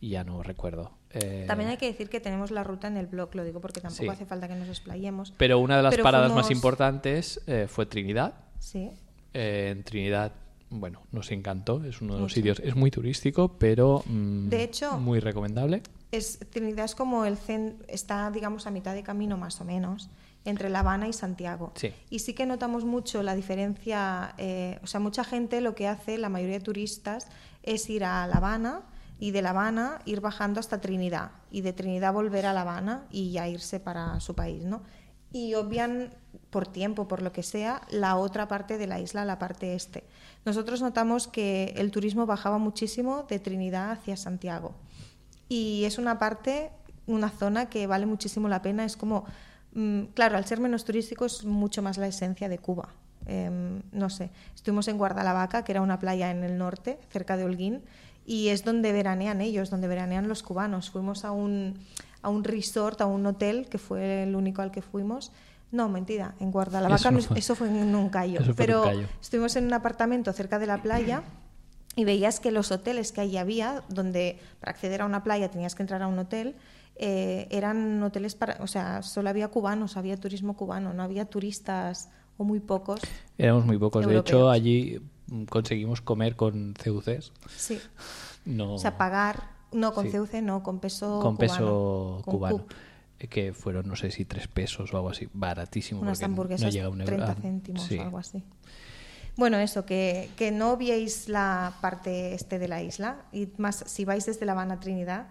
B: y ya no recuerdo. Eh,
D: También hay que decir que tenemos la ruta en el blog, lo digo porque tampoco
B: sí.
D: hace falta que nos explayemos.
B: Pero una de las
D: Pero
B: paradas más
D: fuimos-
B: importantes eh, fue Trinidad,
D: Sí,
B: Eh, en Trinidad, bueno, nos encantó. Es uno de los
D: Mucho.
B: sitios, es muy turístico, pero mm,
D: De hecho-
B: muy recomendable.
D: es, Trinidad es como el centro, está digamos a mitad de camino más o menos entre La Habana y Santiago.
B: Sí.
D: Y sí que notamos mucho la diferencia, eh, o sea, mucha gente lo que hace, la mayoría de turistas, es ir a La Habana y de La Habana ir bajando hasta Trinidad y de Trinidad volver a La Habana y ya irse para su país, ¿no? Y obvian por tiempo, por lo que sea, la otra parte de la isla, la parte este. Nosotros notamos que el turismo bajaba muchísimo de Trinidad hacia Santiago y es una parte, una zona que vale muchísimo la pena. Es como, mm, claro, al ser menos turístico es mucho más la esencia de Cuba. Em, no sé, estuvimos en Guardalavaca, que era una playa en el norte, cerca de Holguín, y es donde veranean ellos, donde veranean los cubanos. Fuimos a un, a un resort, a un hotel, que fue el único al que fuimos. No, mentira, en Guardalavaca,
B: Eso
D: no
B: no
D: es-
B: fue.
D: eso fue en un callo.
B: Eso fue en un
D: pero
B: callo.
D: estuvimos en un apartamento cerca de la playa y veías que los hoteles que allí había, donde para acceder a una playa tenías que entrar a un hotel, eh, eran hoteles para, o sea, solo había cubanos, había turismo cubano, no había turistas o muy pocos.
B: Éramos muy pocos. De hecho,
D: Europeos.
B: allí mm, conseguimos comer con CUCs.
D: Sí.
B: No,
D: O sea, pagar, no con
B: Oh. Sí.
D: CUC, no, con peso
B: con
D: cubano.
B: peso
D: con
B: cubano.
D: cup.
B: Eh, Que fueron, no sé si tres pesos o algo así, baratísimo.
D: unas
B: porque no
D: hamburguesas
B: llega a un euro.
D: 30
B: Ah,
D: céntimos
B: sí.
D: o algo así. Bueno, eso, que, que no viéis la parte este de la isla, y más si vais desde La Habana a Trinidad,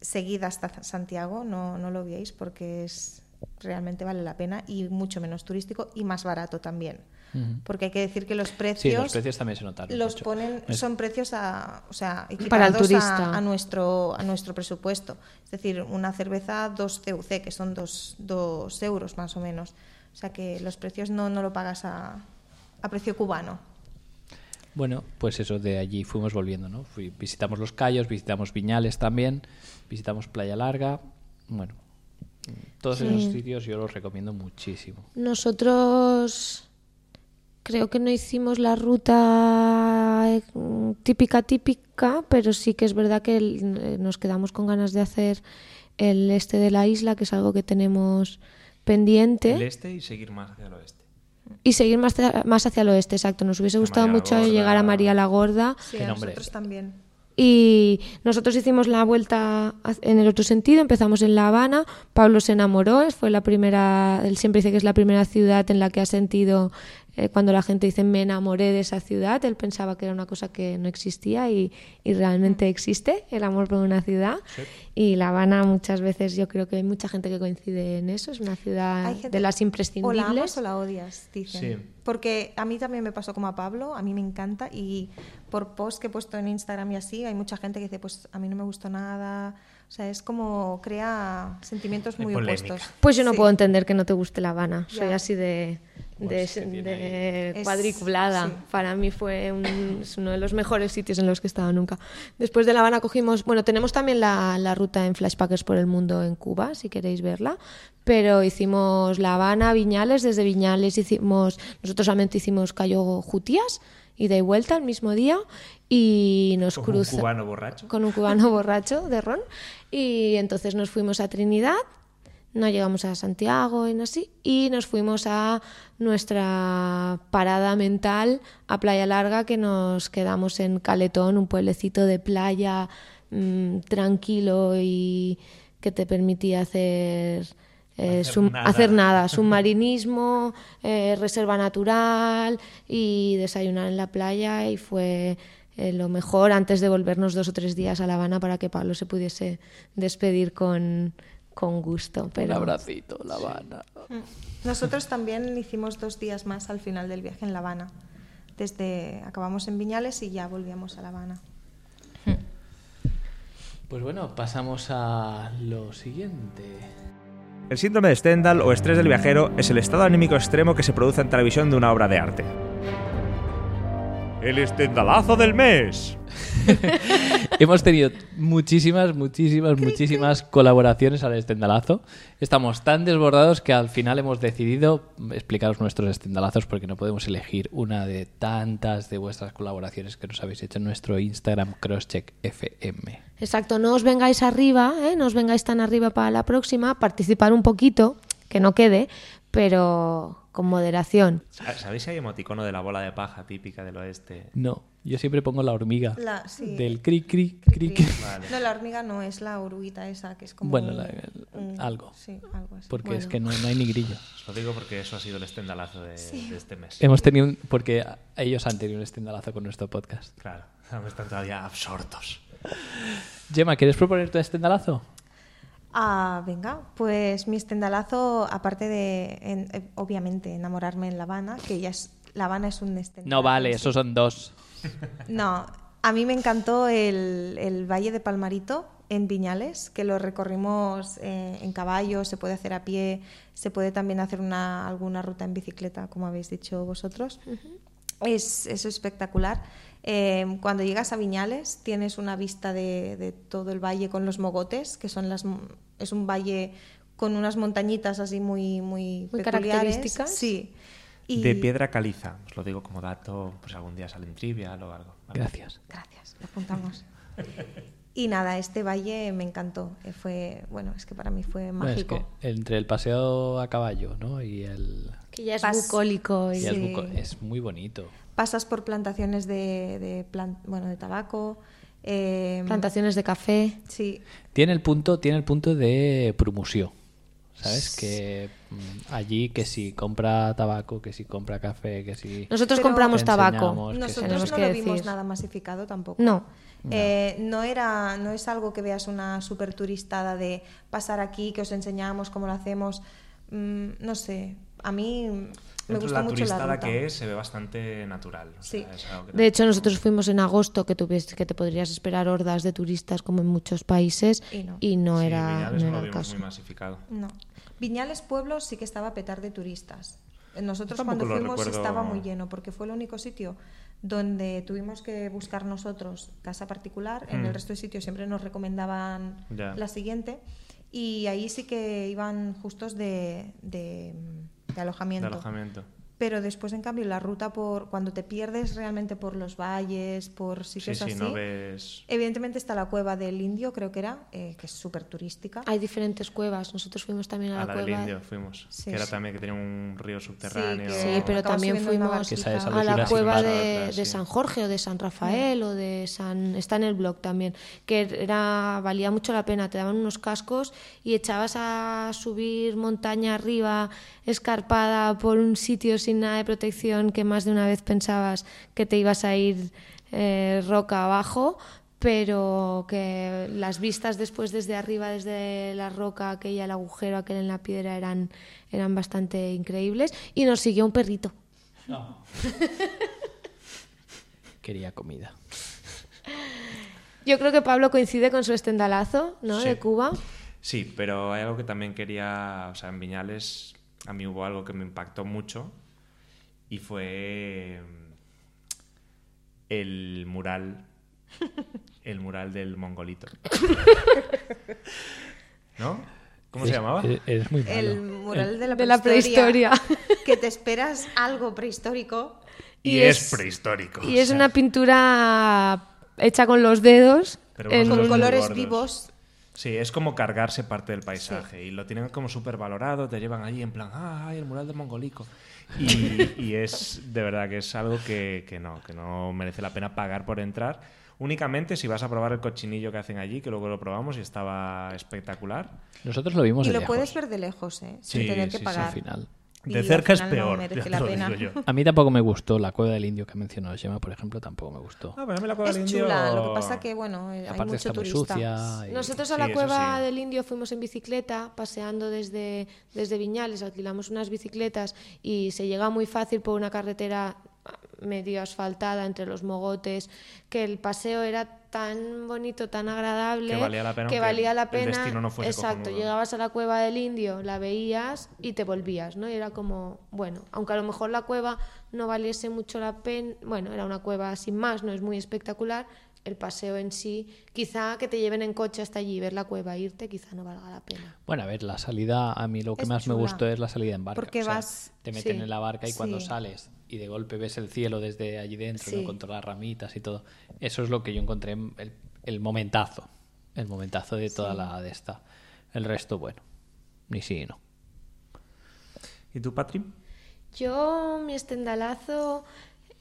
D: seguid hasta Za- Santiago, no, no lo viéis porque es realmente vale la pena y mucho menos turístico y más barato también.
B: Ujú.
D: Porque hay que decir que los precios,
B: Mm. Sí, los precios también se notaron.
D: los
B: mucho.
D: ponen,
B: Es-
D: son precios a, o sea,
C: Para el
D: equiparados a-
C: turista.
D: A, nuestro, a nuestro presupuesto. Es decir, una cerveza 2 CUC, que son 2 dos euros más o menos. O sea que los precios no, no lo pagas a, a precio cubano.
B: Bueno, pues eso, de allí fuimos volviendo, ¿no? Fui- visitamos Los Cayos, visitamos Viñales también, visitamos Playa Larga, bueno, todos esos sitios yo los recomiendo muchísimo.
C: Nosotros creo que no hicimos la ruta eh, típica típica, pero sí que es verdad que el- eh, nos quedamos con ganas de hacer el este de la isla, que es algo que tenemos
E: El
C: pendiente,
E: este y seguir más hacia el oeste.
C: y seguir más, hacia- más hacia el oeste, exacto. Nos hubiese
E: A
C: gustado
E: María la
C: mucho
E: Gorda.
C: llegar a María la Gorda.
D: Sí,
B: Qué
D: a
B: nombre.
D: nosotros también.
C: Y nosotros hicimos la vuelta ha- en el otro sentido, empezamos en La Habana, Pablo se enamoró, es- fue la primera, él siempre dice que es la primera ciudad en la que ha sentido eh, cuando la gente dice me enamoré de esa ciudad, él pensaba que era una cosa que no existía y, y realmente
D: Mm.
C: existe el amor por una ciudad. Y La Habana muchas veces yo creo que hay mucha gente que coincide en eso, es una ciudad
D: Hay gente-
C: Ah, de las imprescindibles.
D: O la amas o la odias, dicen.
E: Sí.
D: Porque a mí también me pasó como a Pablo, a mí me encanta y por post que he puesto en Instagram y así, hay mucha gente que dice, pues a mí no me gustó nada. O sea, es como crea sentimientos
E: Hay
D: muy
E: polémica.
D: opuestos.
C: Pues yo no
D: Sí.
C: puedo entender que no te guste La Habana. Soy
D: Ya.
C: así de,
E: Bueno,
C: de-
E: es que Pues tiene
C: de
D: ahí- Es-
C: cuadriculada.
D: sí.
C: Para mí fue un- es uno de los mejores sitios en los que he estado nunca. Después de La Habana cogimos, bueno, tenemos también la, la ruta en Flashpackers por el mundo en Cuba, si queréis verla. Pero hicimos La Habana, Viñales, desde Viñales hicimos, nosotros solamente hicimos Cayo Jutías, ida y vuelta el mismo día, y nos
E: Como un
C: cruzamos
E: cubano borracho.
C: con un cubano borracho de ron y entonces nos fuimos a Trinidad no llegamos a Santiago y no así y nos fuimos a nuestra parada mental a Playa Larga que nos quedamos en Caletón un pueblecito de playa mm, tranquilo y que te permitía hacer eh,
F: Hacer
C: sum-
F: nada.
C: hacer nada, submarinismo, eh, reserva natural y desayunar en la playa y fue eh, lo mejor antes de volvernos dos o tres días a La Habana para que Pablo se pudiese despedir con, con gusto. Pero...
B: Un abracito, La Habana.
D: Mm. Nosotros también hicimos dos días más al final del viaje en La Habana. Desde acabamos en Viñales y ya volvíamos a La Habana.
B: Pues bueno, pasamos a lo siguiente.
E: El síndrome de Stendhal o estrés del viajero es el estado anímico extremo que se produce ante la visión de una obra de arte. El estendalazo del mes.
B: Hemos tenido muchísimas, muchísimas, muchísimas colaboraciones al estendalazo. Estamos tan desbordados que al final hemos decidido explicaros nuestros estendalazos porque no podemos elegir una de tantas de vuestras colaboraciones que nos habéis hecho en nuestro Instagram Crosscheck FM.
C: Exacto, no os vengáis arriba, ¿eh? no os vengáis tan arriba para la próxima, participar un poquito, que no quede, pero con moderación.
E: ¿Sabéis si hay emoticono de la bola de paja típica del oeste?
B: No, yo siempre pongo la hormiga
D: La- sí.
B: del cri cri cri
D: Cri, cri.
B: cri.
D: No, la hormiga no, es la oruguita esa que es como.
B: Bueno,
D: un-
B: la- el-
D: un-
B: algo.
D: Sí, algo así.
B: Porque es
C: Bueno.
B: que no, no hay ni grillo.
E: Os lo digo porque eso ha sido el estendalazo de, de este mes.
B: Hemos tenido, un- porque a- ellos han tenido un estendalazo con nuestro podcast.
E: Claro, ahora están todavía absortos.
B: Gemma, ¿quieres proponer tu estendalazo?
D: Ah, venga, pues mi estendalazo, aparte de, en- eh, obviamente, enamorarme en La Habana, que ya es. La Habana es un estendalazo.
B: No vale, esos son dos.
D: No, a mí me encantó el, el Valle de Palmarito en Viñales, que lo recorrimos eh, en caballo, se puede hacer a pie, se puede también hacer una, alguna ruta en bicicleta, como habéis dicho vosotros. Es, es espectacular. Eh, cuando llegas a Viñales tienes una vista de, de todo el valle con los mogotes, que son las, m- es un valle con unas montañitas así muy, muy,
C: Muy
D: peculiares.
C: características.
D: Sí. Y-
E: De piedra caliza. Os lo digo como dato, pues algún día sale en trivial o algo. ¿vale?
B: Gracias.
D: Gracias, lo apuntamos. Y nada, este valle me encantó. eh, Fue, bueno, es que para mí fue
B: Bueno, es
D: mágico.
B: que entre el paseo a caballo, ¿no? Y el,
C: Que ya es
D: Pas-
C: bucólico.
B: y
C: Y...
B: el
D: Sí.
B: buco- es muy bonito.
D: Pasas por plantaciones de, de plan- bueno, de tabaco. eh,
C: Plantaciones de café.
D: Sí,
B: Tiene el punto, tiene el punto de Prumusió. ¿Sabes? Que mm, allí que si compra tabaco, que si compra café, que si
C: Nosotros
D: Pero-
C: compramos
B: Te
C: tabaco.
B: enseñamos que
D: nosotros
C: tenemos
D: no
C: que
D: lo vimos
C: decir.
D: nada masificado tampoco.
C: No.
D: Eh, no era no es algo que veas una super turistada de pasar aquí que os enseñamos cómo lo hacemos Mm, no sé a mí me
E: Dentro de
D: gusta
E: la
D: mucho la
E: turistada
D: ruta
E: que es, se ve bastante natural. O
D: Sí.
E: sea, es algo que
C: De hecho, nosotros fuimos en agosto, que, tuvies- que te podrías esperar hordas de turistas como en muchos países,
D: Y no.
E: Sí,
C: era,
E: Viñales
C: no era
E: no lo
C: el
E: vimos
C: caso.
E: muy masificado.
D: No. Viñales Pueblo sí que estaba a petar de turistas. Eh, Nosotros
E: Yo
D: cuando
E: tampoco lo
D: fuimos
E: recuerdo.
D: estaba muy lleno porque fue el único sitio donde tuvimos que buscar nosotros casa particular. En el
E: Mm.
D: resto de sitios siempre nos recomendaban
E: Ya.
D: la siguiente. Y ahí sí que iban justos de, de- de
E: De
D: alojamiento.
E: alojamiento.
D: Pero después, en cambio, la ruta por cuando te pierdes realmente por los valles, por
E: Sí,
D: sitios
E: sí,
D: así.
E: no ves.
D: Evidentemente está la cueva del Indio, creo que era, eh, que es súper turística.
C: Hay diferentes cuevas. Nosotros fuimos también a la,
E: A la del
C: cueva.
E: indio fuimos.
D: Sí,
E: que era
D: sí.
E: también que tenía un río subterráneo.
D: que-
C: Sí, pero
D: Acabas
C: también
D: subiendo una
C: fuimos
D: barquita.
B: Que esa es
C: a la
B: alucinante.
C: cueva
E: Claro,
C: de,
E: claro,
C: de
E: sí.
C: San Jorge o de San Rafael o de San... Está en el blog también, que era valía mucho la pena. Te daban unos cascos y echabas a subir montaña arriba, escarpada por un sitio sin nada de protección que más de una vez pensabas que te ibas a ir eh, roca abajo pero que las vistas después desde arriba, desde la roca, aquella, el agujero, aquel en la piedra, eran, eran bastante increíbles. Y nos siguió un perrito.
B: quería comida.
C: Yo creo que Pablo coincide con su estendalazo, ¿no?
E: Sí.
C: De Cuba.
E: Sí, pero hay algo que también quería, o sea, en Viñales a mí hubo algo que me impactó mucho y fue mm, el mural, el mural del mongolito. ¿No? ¿Cómo se
B: Es-
E: llamaba?
B: Es, es muy malo.
D: El mural de la,
C: De la prehistoria.
D: Que te esperas algo prehistórico.
C: Y,
E: prehistórico.
C: Y es una pintura hecha con los dedos.
E: Pero
C: en-
E: unos
D: Con
E: Muy
D: colores
E: gordos.
D: vivos.
E: Sí, es como cargarse parte del paisaje y lo tienen como súper valorado, te llevan allí en plan, ah, ay, el mural del mongolico. Y, y es de verdad que es algo que, que no, que no merece la pena pagar por entrar. únicamente si vas a probar el cochinillo que hacen allí, que luego lo probamos y estaba espectacular.
B: Nosotros lo vimos
D: Y
B: de
D: lo
B: lejos,
D: puedes ver de lejos, ¿eh? sin
E: Sí,
D: tener que
E: sí, sí,
D: pagar.
B: al final.
D: Y
F: De
D: al
F: cerca es
D: final no
F: peor.
D: merece
E: Ya te
D: la
E: lo
D: pena.
E: digo yo.
B: A mí tampoco me gustó la cueva del indio que mencionó Gemma, por ejemplo, tampoco me gustó.
E: Ah, pero a mí la cueva
D: Es
E: del
D: chula,
E: indio-
D: lo que pasa que, bueno, eh, hay
B: Aparte
D: mucho
B: está muy
D: turista.
B: sucia. y-
C: Nosotros a
E: Sí,
C: la
E: eso
C: cueva
E: sí.
C: del Indio fuimos en bicicleta, paseando desde, desde Viñales, alquilamos unas bicicletas y se llega muy fácil por una carretera medio asfaltada entre los mogotes, que el paseo era tan bonito, tan agradable,
E: Que valía la pena
C: que
E: aunque
C: valía la
E: el
C: pena.
E: destino no fuese
C: Exacto,
E: cojonudo.
C: llegabas a la cueva del Indio, la veías y te volvías, ¿no? Y era como, bueno, aunque a lo mejor la cueva no valiese mucho la pena, bueno, era una cueva sin más, no es muy espectacular, el paseo en sí, quizá que te lleven en coche hasta allí, ver la cueva, e irte, quizá no valga la pena.
B: Bueno, a ver, la salida, a mí lo que
D: Es
B: más me
D: chula.
B: gustó es la salida en barca.
D: Porque
B: o sea,
D: vas-
B: te meten
C: sí,
B: en la barca y cuando
D: sí.
B: sales y de golpe ves el cielo desde allí dentro, ¿no?
C: Sí.
B: con todas las ramitas y todo. Eso es lo que yo encontré, en el, el momentazo. El momentazo de toda la de esta. El resto, bueno, ni sí ni no.
E: ¿Y tú, Patri?
C: Yo, mi estendalazo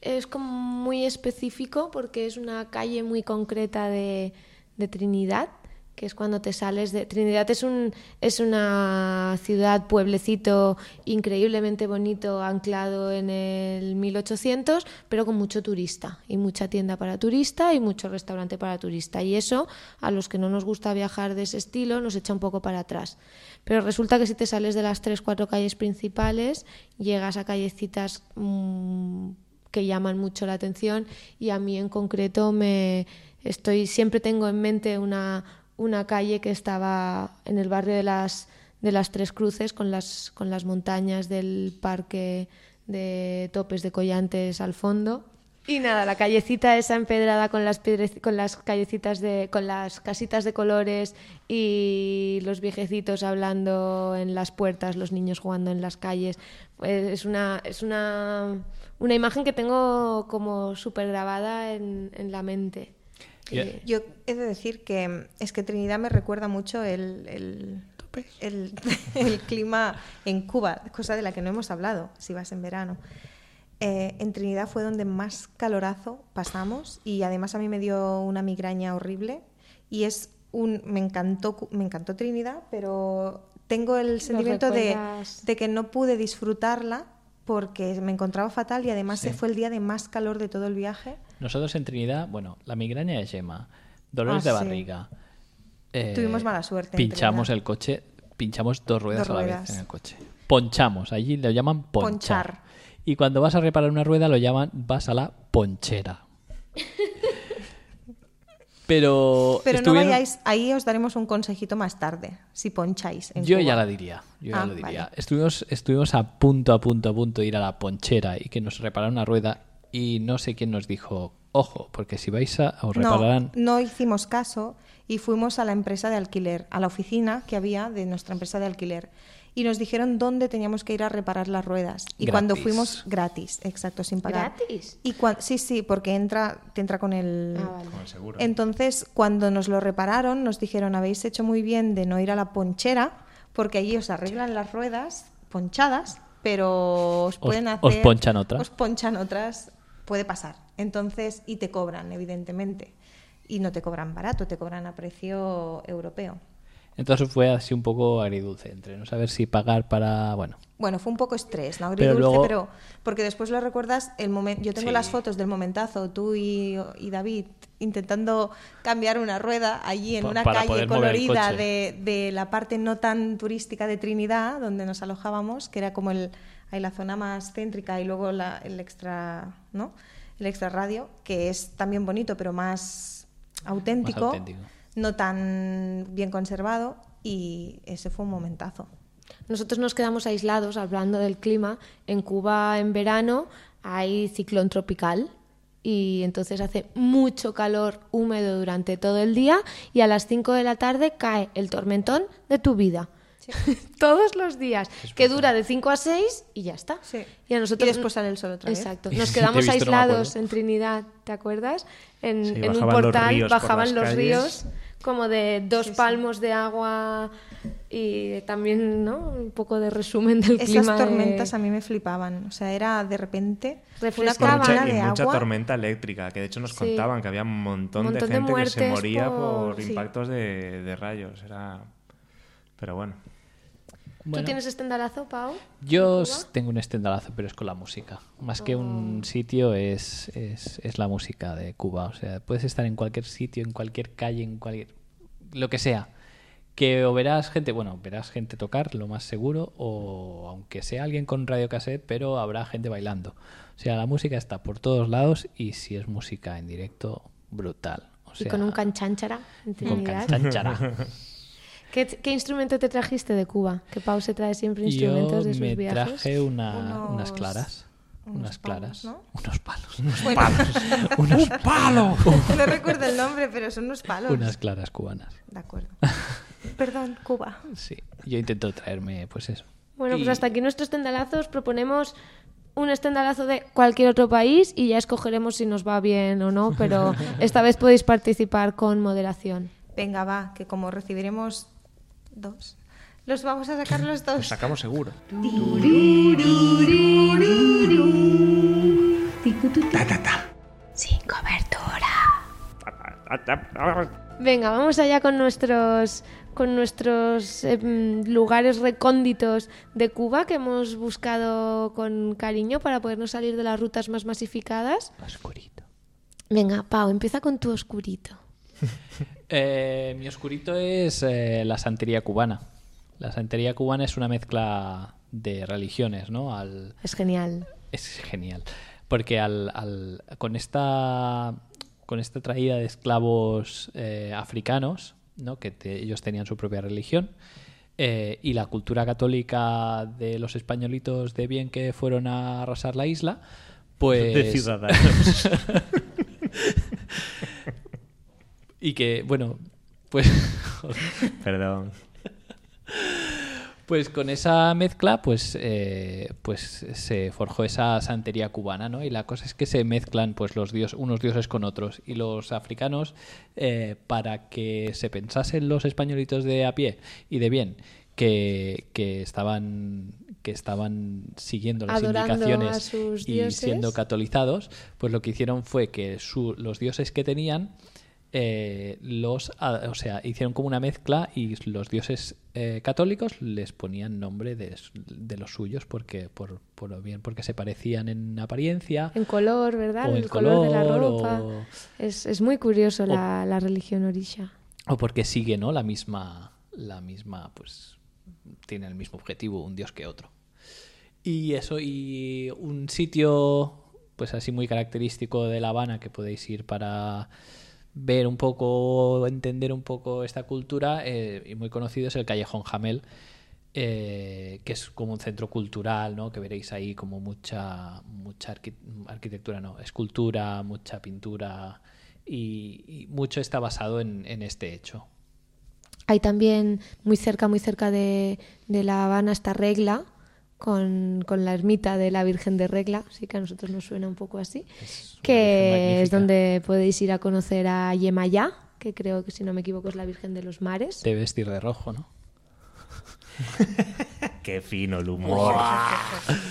C: es como muy específico porque es una calle muy concreta de, de Trinidad, que es cuando te sales de... Trinidad es, un, es una ciudad, pueblecito increíblemente bonito, anclado en el 1800, pero con mucho turista y mucha tienda para turista y mucho restaurante para turista. Y eso, a los que no nos gusta viajar de ese estilo, nos echa un poco para atrás. Pero resulta que si te sales de las tres, cuatro calles principales, llegas a callecitas mm, que llaman mucho la atención y a mí en concreto me estoy siempre tengo en mente una, una calle que estaba en el barrio de las de las Tres Cruces con las con las montañas del parque de topes de collantes al fondo y nada, la callecita esa empedrada con las piedrec- con las callecitas de con las casitas de colores y los viejecitos hablando en las puertas, los niños jugando en las calles. Eh, Es una es una una imagen que tengo como súper grabada en, en la mente.
B: Yo-
C: Eh,
D: Yo he de decir que mm, es que Trinidad me recuerda mucho el, el, el- el clima en Cuba, cosa de la que no hemos hablado, si vas en verano. Eh, en Trinidad fue donde más calorazo pasamos y además a mí me dio una migraña horrible y es un me encantó Cu- me encantó Trinidad pero tengo el sentimiento de,
C: recuerdas.
D: de que no pude disfrutarla porque me encontraba fatal y además
B: Sí.
D: se fue el día de más calor de todo el viaje
B: Nosotros en Trinidad, bueno, la migraña de Gemma, dolores
D: Ah,
B: de
D: sí.
B: barriga. eh,
D: Tuvimos mala suerte en
B: Pinchamos
D: Trinidad.
B: el coche, pinchamos dos ruedas, a la vez
D: ruedas.
B: en el coche. Ponchamos, allí lo llaman ponchar.
D: Ponchar.
B: Y cuando vas a reparar una rueda lo llaman vas a la ponchera. Pero,
D: Pero no
B: estuvieron-
D: vayáis, ahí os daremos un consejito más tarde, si poncháis. en
B: Yo
D: Cuba.
B: ya la diría. Yo ya
D: Ah,
B: lo diría.
D: vale.
B: Estuvimos, estuvimos a punto, a punto, a punto de ir a la ponchera y que nos repararon una rueda y no sé quién nos dijo, ojo, porque si vais a os repararán.
D: No, no hicimos caso y fuimos a la empresa de alquiler, a la oficina que había de nuestra empresa de alquiler. Y nos dijeron dónde teníamos que ir a reparar las ruedas. Y
B: Gratis.
D: cuando fuimos gratis, exacto, sin pagar.
C: ¿Gratis?
D: Y cuan- sí, sí, porque entra, te entra con el,
C: ah, vale.
E: Con el seguro.
D: Entonces, cuando nos lo repararon, nos dijeron, habéis hecho muy bien de no ir a la ponchera, porque allí os arreglan las ruedas ponchadas, pero os pueden
B: os
D: hacer...
B: ponchan otras.
D: Os ponchan otras, puede pasar. Entonces, y te cobran, evidentemente. Y no te cobran barato, te cobran a precio europeo.
B: Entonces fue así un poco agridulce, entre no saber si pagar para. Bueno,
D: Bueno, fue un poco estrés, ¿no?
B: Pero
D: Agridulce, pero,
B: luego-
D: porque después lo recuerdas el momento. Yo tengo
B: Sí.
D: las fotos del momentazo, tú y, y David intentando cambiar una rueda allí en
B: Pa-
D: una
B: para
D: calle
B: poder mover el
D: colorida
B: coche.
D: de, de la parte no tan turística de Trinidad, donde nos alojábamos, que era como el, hay la zona más céntrica y luego la- el extra, ¿no? El extra radio, que es también bonito, pero más auténtico,
B: auténtico.
D: no tan bien conservado. Y ese fue un momentazo.
C: Nosotros nos quedamos aislados hablando del clima. En Cuba en verano hay ciclón tropical y entonces hace mucho calor húmedo durante todo el día y a las 5 de la tarde cae el tormentón de tu vida. Todos los días, que dura de 5 a 6 y ya está.
D: Sí.
C: Y a nosotros
D: Y después sale el sol otra vez.
C: Exacto.
B: Sí, te
C: Nos
B: he
C: quedamos
B: visto, no me
C: aislados
B: acuerdo.
C: en Trinidad, ¿te acuerdas? En,
F: Sí,
C: en un
F: bajaban los
C: portal
F: ríos por
C: bajaban
F: las
C: los
F: calles.
C: ríos como de dos
D: Sí, sí.
C: palmos de agua Y también, ¿no? Un poco de resumen del clima.
D: Esas
C: de-
D: tormentas a mí me flipaban. O sea, era de repente una
C: Refrescaba.
D: cortina
E: Y mucha,
C: Cabana
E: y
D: de
E: mucha
D: agua.
E: tormenta eléctrica, que de hecho nos
C: Sí.
E: contaban que había un montón,
C: Montón de
E: de gente que se
C: muertes
E: moría por,
C: por- sí.
E: impactos de, de rayos. Era... Pero bueno.
C: ¿Tú
B: Bueno,
C: tienes estendalazo, Pau?
B: Yo
C: en
B: s-
C: Cuba?
B: tengo un estendalazo, pero es con la música. Más que
C: Oh.
B: un sitio, es, es, es la música de Cuba. O sea, puedes estar en cualquier sitio, en cualquier calle, en cualquier. lo que sea. Que o verás gente, bueno, verás gente tocar, lo más seguro, o aunque sea alguien con radio cassette, pero habrá gente bailando. O sea, la música está por todos lados y si es música en directo, brutal. O
C: Y
B: sea,
C: con un canchanchara. en
B: y con
C: Trinidad.
B: canchanchara.
C: ¿Qué, qué instrumento te trajiste de Cuba? Que Pau se trae siempre instrumentos
B: Yo
C: de sus
B: me
C: viajes.
B: traje una- unas
D: Unos-
B: claras.
D: unos
B: unas claras.
D: palos, ¿no?
B: Unos palos. Unos
D: Bueno.
B: palos. unos palos.
D: No recuerdo el nombre, pero son unos palos.
B: unas claras cubanas.
D: De acuerdo. Perdón, Cuba.
B: Sí. Yo intento traerme, pues eso.
C: Bueno, pues
B: Y-
C: hasta aquí nuestros tendalazos. Proponemos un estendalazo de cualquier otro país y ya escogeremos si nos va bien o no, pero esta vez podéis participar con moderación.
D: Venga, va, que como recibiremos dos, los vamos a sacar los
E: Lo
D: dos.
E: sacamos seguro.
C: Venga, vamos allá con nuestros con nuestros eh, mm, lugares recónditos de Cuba que hemos buscado con cariño para podernos salir de las rutas más masificadas.
B: Oscurito.
C: Venga, Pau, empieza con tu oscurito.
B: Eh, mi oscurito es eh, la santería cubana. La santería cubana es una mezcla de religiones, ¿no? Al,
C: Es genial.
B: Es genial. Porque al, al- con, esta, con esta traída de esclavos eh, africanos, ¿no? que te- ellos tenían su propia religión, eh, y la cultura católica de los españolitos de bien que fueron a arrasar la isla, pues...
F: De ciudadanos.
B: Y que, bueno, pues... joder.
F: Perdón.
B: Pues con esa mezcla, pues, eh, pues se forjó esa santería cubana, ¿no? Y la cosa es que se mezclan pues los dios, unos dioses con otros. Y los africanos, eh, para que se pensasen los españolitos de a pie y de bien, que, que estaban que estaban siguiendo las
C: Adorando
B: indicaciones
C: a sus
B: y
C: dioses.
B: siendo catolizados, pues lo que hicieron fue que su- los dioses que tenían eh, los, a- o sea, hicieron como una mezcla y los dioses eh, católicos les ponían nombre de, s- de los suyos porque por, por lo bien porque se parecían en apariencia
C: En color, ¿verdad?
B: O
C: el
B: en
C: color, de la
B: color,
C: ropa.
B: o-
C: Es, es muy curioso la, la religión orisha.
B: o porque sigue, ¿no? La misma, la misma, pues tiene el mismo objetivo un dios que otro. Y eso, y un sitio, pues así muy característico de La Habana que podéis ir para ver un poco, entender un poco esta cultura, eh, y muy conocido es el Callejón Jamel, eh, que es como un centro cultural, ¿no? Que veréis ahí como mucha, mucha arqui- arquitectura, no, escultura, mucha pintura, y, y mucho está basado en, en este hecho.
C: Hay también muy cerca, muy cerca de, de La Habana esta regla con, con la ermita de la Virgen de Regla, así que a nosotros nos suena un poco así,
B: Es una virgen
C: que es
B: magnífica.
C: donde podéis ir a conocer a Yemayá, que creo que si no me equivoco es la Virgen de los Mares.
B: De vestir de rojo, ¿no?
F: Qué fino el humor.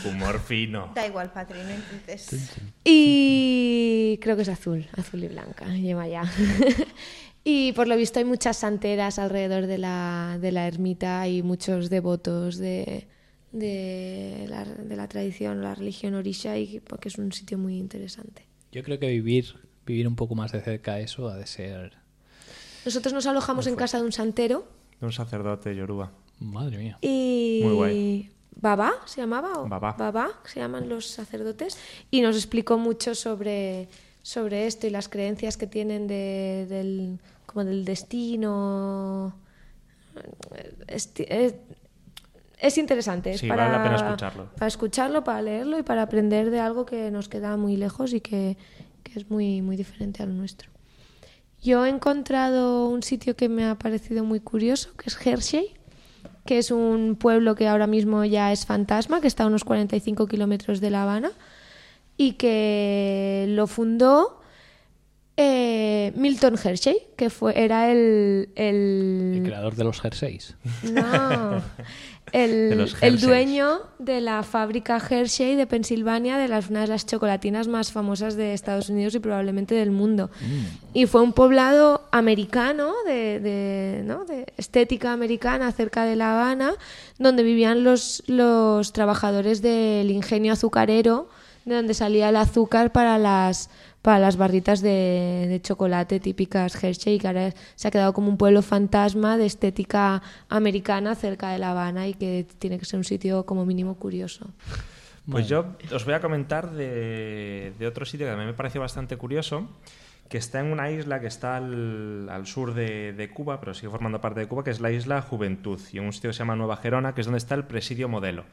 F: humor fino.
D: Da igual, Patri, no intentes.
C: Y creo que es azul, azul y blanca, lleva ya. y por lo visto hay muchas santeras alrededor de la, de la ermita y muchos devotos de, de, la, de la tradición, la religión orisha, y porque es un sitio muy interesante.
B: Yo creo que vivir, vivir un poco más de cerca eso ha de ser...
C: Nosotros nos alojamos en casa de un santero
E: De un sacerdote yoruba.
B: Madre mía.
C: y...
E: Muy guay.
C: Baba se llamaba o
E: Babá.
C: Babá, que se llaman los sacerdotes y nos explicó mucho sobre sobre esto y las creencias que tienen de- del como del destino Esti- es, es interesante es
E: Sí,
C: para,
E: vale la pena escucharlo.
C: para escucharlo para leerlo y para aprender de algo que nos queda muy lejos y que, que es muy muy diferente al nuestro yo he encontrado un sitio que me ha parecido muy curioso, que es Hershey, que es un pueblo que ahora mismo ya es fantasma, que está a unos 45 kilómetros de La Habana, y que lo fundó eh, Milton Hershey, que fue, era el, el-
D: Mm.
B: El creador de los jerseys.
C: no, el,
E: De los
C: el
E: Hershey's.
C: dueño de la fábrica Hershey de Pensilvania, de las, una de las chocolatinas más famosas de Estados Unidos y probablemente del mundo.
E: Mm.
C: Y fue un poblado americano, de, de, ¿no? de estética americana, cerca de La Habana, donde vivían los, los trabajadores del ingenio azucarero, de donde salía el azúcar para las para las barritas de, de chocolate típicas Hershey, que ahora se ha quedado como un pueblo fantasma de estética americana cerca de La Habana y que tiene que ser un sitio como mínimo curioso.
E: Pues yo os voy a comentar de, de otro sitio que a mí me pareció bastante curioso, que está en una isla que está al, al sur de, de Cuba, pero sigue formando parte de Cuba, que es la isla Juventud, y en un sitio que se llama Nueva Gerona, que es donde está el Presidio Modelo.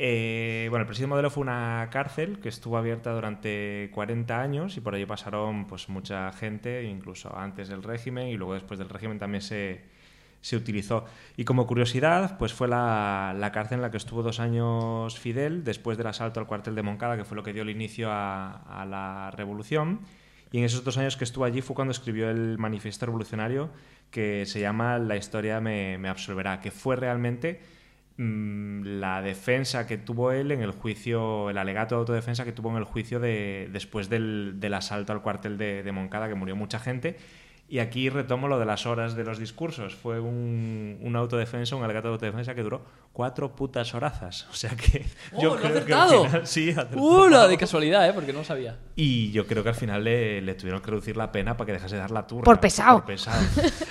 E: Eh, bueno, el Presidio Modelo fue una cárcel que estuvo abierta durante 40 años y por allí pasaron pues, mucha gente, incluso antes del régimen y luego después del régimen también se, se utilizó. Y como curiosidad, pues fue la, la cárcel en la que estuvo dos años Fidel después del asalto al cuartel de Moncada, que fue lo que dio el inicio a, a la revolución. Y en esos dos años que estuvo allí fue cuando escribió el manifiesto revolucionario que se llama La historia me, me absolverá, que fue realmente mm, la defensa que tuvo él en el juicio, el alegato de autodefensa que tuvo en el juicio de, después del, del asalto al cuartel de, de Moncada, que murió mucha gente. Y aquí retomo lo de las horas de los discursos. Fue un, un autodefensa, un alegato de autodefensa que duró cuatro putas horazas. O sea que
B: ¡Oh,
E: yo
B: lo he
E: creo que al
B: acertado!
E: final- sí, acertado.
B: ¡Uh! la de casualidad, ¿eh? Porque no sabía.
E: Y yo creo que al final le, le tuvieron que reducir la pena para que dejase de dar la turra.
C: Por pesado.
E: Por pesado.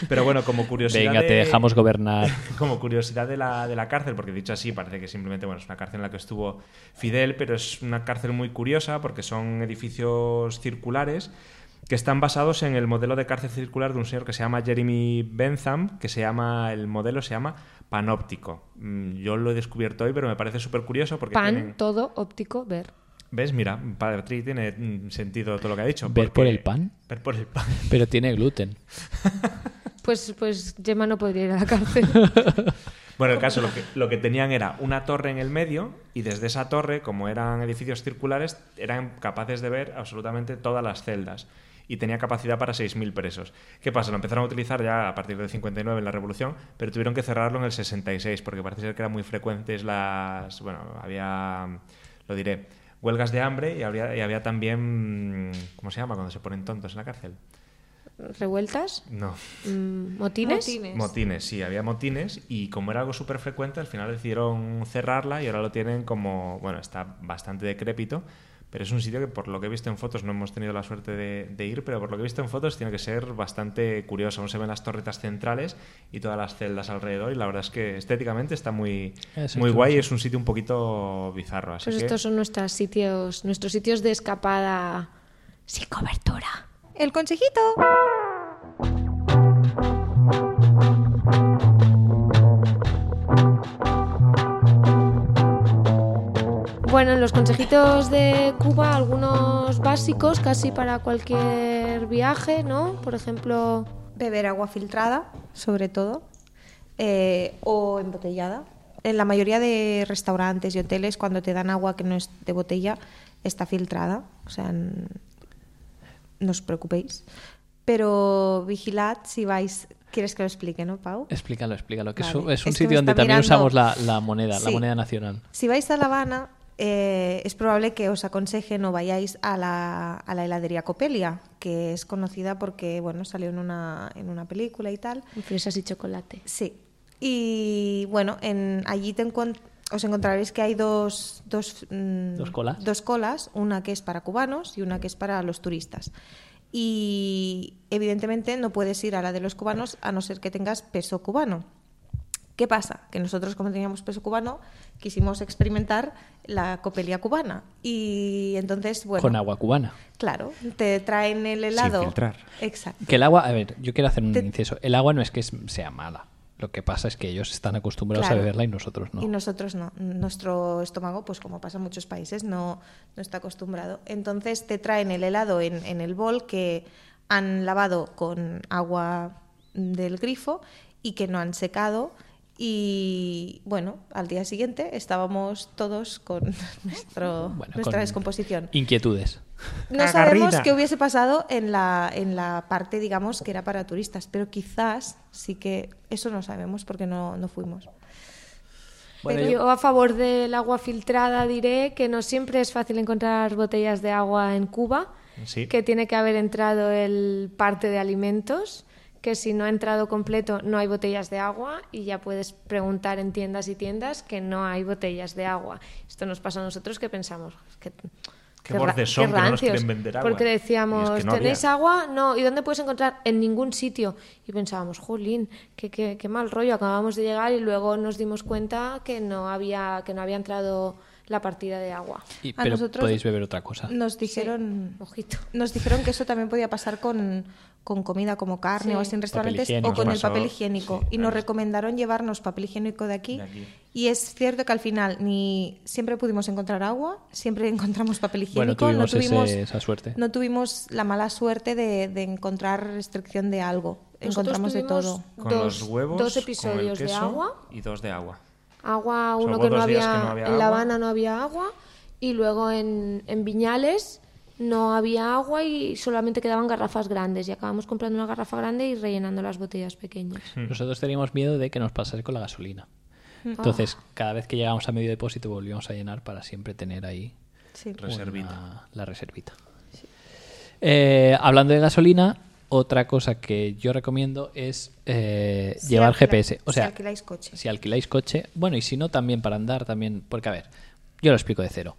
E: Pero bueno, como curiosidad.
B: Venga, te
E: de-
B: dejamos gobernar.
E: Como curiosidad de la, de la cárcel, porque dicho así, parece que simplemente bueno, es una cárcel en la que estuvo Fidel, pero es una cárcel muy curiosa porque son edificios circulares que están basados en el modelo de cárcel circular de un señor que se llama Jeremy Bentham, que se llama, el modelo se llama panóptico. Mm, Yo lo he descubierto hoy, pero me parece súper curioso porque...
C: Pan,
E: tienen-
C: todo, óptico, ver.
E: ¿Ves? Mira, Padre Tri tiene mm, sentido todo lo que ha dicho.
B: ¿Ver por
E: porque-
B: el pan?
E: Ver por el pan.
B: Pero tiene gluten.
C: Pues, pues Gemma no podría ir a la cárcel.
E: Bueno, el caso, lo que, lo que tenían era una torre en el medio y desde esa torre, como eran edificios circulares, eran capaces de ver absolutamente todas las celdas y tenía capacidad para 6.000 presos. ¿Qué pasa? Lo empezaron a utilizar ya a partir del 59 en la Revolución, pero tuvieron que cerrarlo en el 66 porque parece ser que eran muy frecuentes las... Bueno, había... lo diré. Huelgas de hambre y había, y había también... mm, ¿Cómo se llama cuando se ponen tontos en la cárcel?
C: ¿Revueltas?
E: No.
C: Mm, ¿Motines?
D: Motines.
E: Motines, sí, había motines y como era algo súper frecuente, al final decidieron cerrarla y ahora lo tienen como, bueno, está bastante decrépito, pero es un sitio que por lo que he visto en fotos, no hemos tenido la suerte de, de ir, pero por lo que he visto en fotos tiene que ser bastante curioso. Aún se ven las torretas centrales y todas las celdas alrededor y la verdad es que estéticamente está muy,
B: Es
E: muy
B: chulo,
E: guay
B: sí.
E: y es un sitio un poquito bizarro. Así
C: Pues
E: que...
C: estos son nuestros sitios, nuestros sitios de escapada sin cobertura.
D: El consejito.
C: Bueno, en los consejitos de Cuba, algunos básicos casi para cualquier viaje, ¿no? Por ejemplo,
D: Beber agua filtrada, sobre todo, eh, o embotellada. En la mayoría de restaurantes y hoteles, cuando te dan agua que no es de botella, está filtrada. O sea, n- no os preocupéis. Pero vigilad si vais. ¿Quieres que lo explique, no, Pau?
B: Explícalo, explícalo. Que es
D: Vale.
B: un- es un
D: Es que me
B: sitio donde
D: está
B: también
D: mirando.
B: usamos la, la moneda, la
D: Sí.
B: moneda nacional.
D: Si vais a La Habana, eh, es probable que os aconseje no vayáis a la, a la heladería Copelia, que es conocida porque bueno, salió en una, en una película y tal.
C: fresas y chocolate.
D: Sí. Y bueno, en, allí te encon- os encontraréis que hay dos, dos, mm,
B: Dos colas.
D: dos colas, una que es para cubanos y una que es para los turistas. Y evidentemente no puedes ir a la de los cubanos a no ser que tengas peso cubano. ¿Qué pasa? Que nosotros, como teníamos peso cubano, quisimos experimentar la copelia cubana. Y entonces, bueno.
B: Con agua cubana.
D: Claro, te traen el helado.
E: filtrar.
D: Exacto.
B: Que el agua, a ver, yo quiero hacer un
D: Te-
B: inciso. El agua no es que es- sea mala. Lo que pasa es que ellos están acostumbrados
D: Claro.
B: a beberla y nosotros no.
D: Y nosotros no. Nuestro estómago, pues como pasa en muchos países, no, no está acostumbrado. Entonces te traen el helado en, en el bol que han lavado con agua del grifo y que no han secado. Y bueno, al día siguiente estábamos todos con nuestro,
B: Bueno,
D: nuestra
B: con
D: descomposición.
B: Inquietudes.
D: No
E: Agarrina.
D: sabemos qué hubiese pasado en la, en la parte, digamos, que era para turistas, pero quizás sí que eso no sabemos porque no, no fuimos.
B: Bueno,
C: Pero yo a favor del agua filtrada diré que no siempre es fácil encontrar botellas de agua en Cuba,
E: Sí.
C: que tiene que haber entrado el parte de alimentos, que si no ha entrado completo no hay botellas de agua y ya puedes preguntar en tiendas y tiendas que no hay botellas de agua. Esto nos pasa a nosotros que pensamos que...
E: Qué
C: ra-
E: bordes son, que no nos
C: rancios,
E: quieren vender agua.
C: Porque
E: Y es que
C: decíamos,
E: no había.
C: ¿tenéis agua? No. ¿Y dónde puedes encontrar? En ningún sitio. Y pensábamos, jolín, qué, qué, qué mal rollo. Acabamos de llegar y luego nos dimos cuenta que no había, que no había entrado la partida de agua.
B: y-
D: a
B: pero
D: nosotros
B: podéis beber otra cosa.
D: Nos
C: Sí,
D: dijeron,
C: mojito.
D: nos dijeron que eso también podía pasar con, con comida como carne
C: Sí.
D: o así en restaurantes
B: higiénico.
D: o con el
E: Pasó,
D: papel higiénico.
E: sí,
D: y nos
E: claro.
D: recomendaron llevarnos papel higiénico de aquí.
E: De aquí.
D: Y es cierto que al final ni siempre pudimos encontrar agua, siempre encontramos papel
B: Bueno,
D: higiénico.
B: tuvimos,
D: no
B: ese-
D: tuvimos
B: esa suerte.
D: no tuvimos la mala suerte de, de encontrar restricción de algo.
C: Nosotros
D: Encontramos de
C: tuvimos-
D: todo.
E: Con
C: Dos-
E: los huevos,
C: dos
E: con el
C: episodios de
E: queso
C: agua.
E: y dos de agua.
C: Agua,
E: Solo
C: uno que no,
E: dos
C: había,
E: días que no había
C: en La
E: agua.
C: Habana no había agua y luego en, en Viñales no había agua y solamente quedaban garrafas grandes y acabamos comprando una garrafa grande y rellenando las botellas pequeñas.
B: Nosotros teníamos miedo de que nos pasase con la gasolina. Entonces, cada vez que llegábamos a medio depósito, volvíamos a llenar para siempre tener ahí
D: Sí.
E: Reservita.
B: una- la reservita. Eh, hablando de gasolina, otra cosa que yo recomiendo es eh,
D: Si
B: llevar
D: alquila-
B: GPS. O sea,
D: si alquiláis coche.
B: si alquiláis coche, bueno, y si no, también para andar, también, porque a ver, yo lo explico de cero.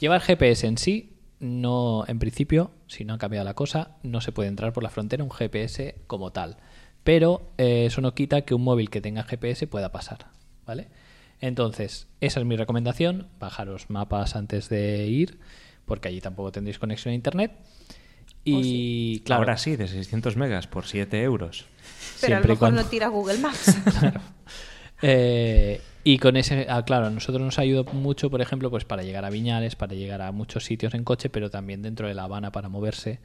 B: Llevar GPS en sí, no, en principio, si no ha cambiado la cosa, no se puede entrar por la frontera un GPS como tal. Pero eh, eso no quita que un móvil que tenga GPS pueda pasar, ¿vale? Entonces, esa es mi recomendación, bajaros mapas antes de ir, porque allí tampoco tendréis conexión a internet. Y claro,
E: Ahora sí, de 600 megas por 7 euros.
D: Pero a lo
B: siempre y
D: mejor
B: cuando-
D: no tira Google Maps.
B: Eh, y con ese, ah, claro, a nosotros nos ayudó mucho, por ejemplo, pues para llegar a Viñales, para llegar a muchos sitios en coche, pero también dentro de La Habana para moverse.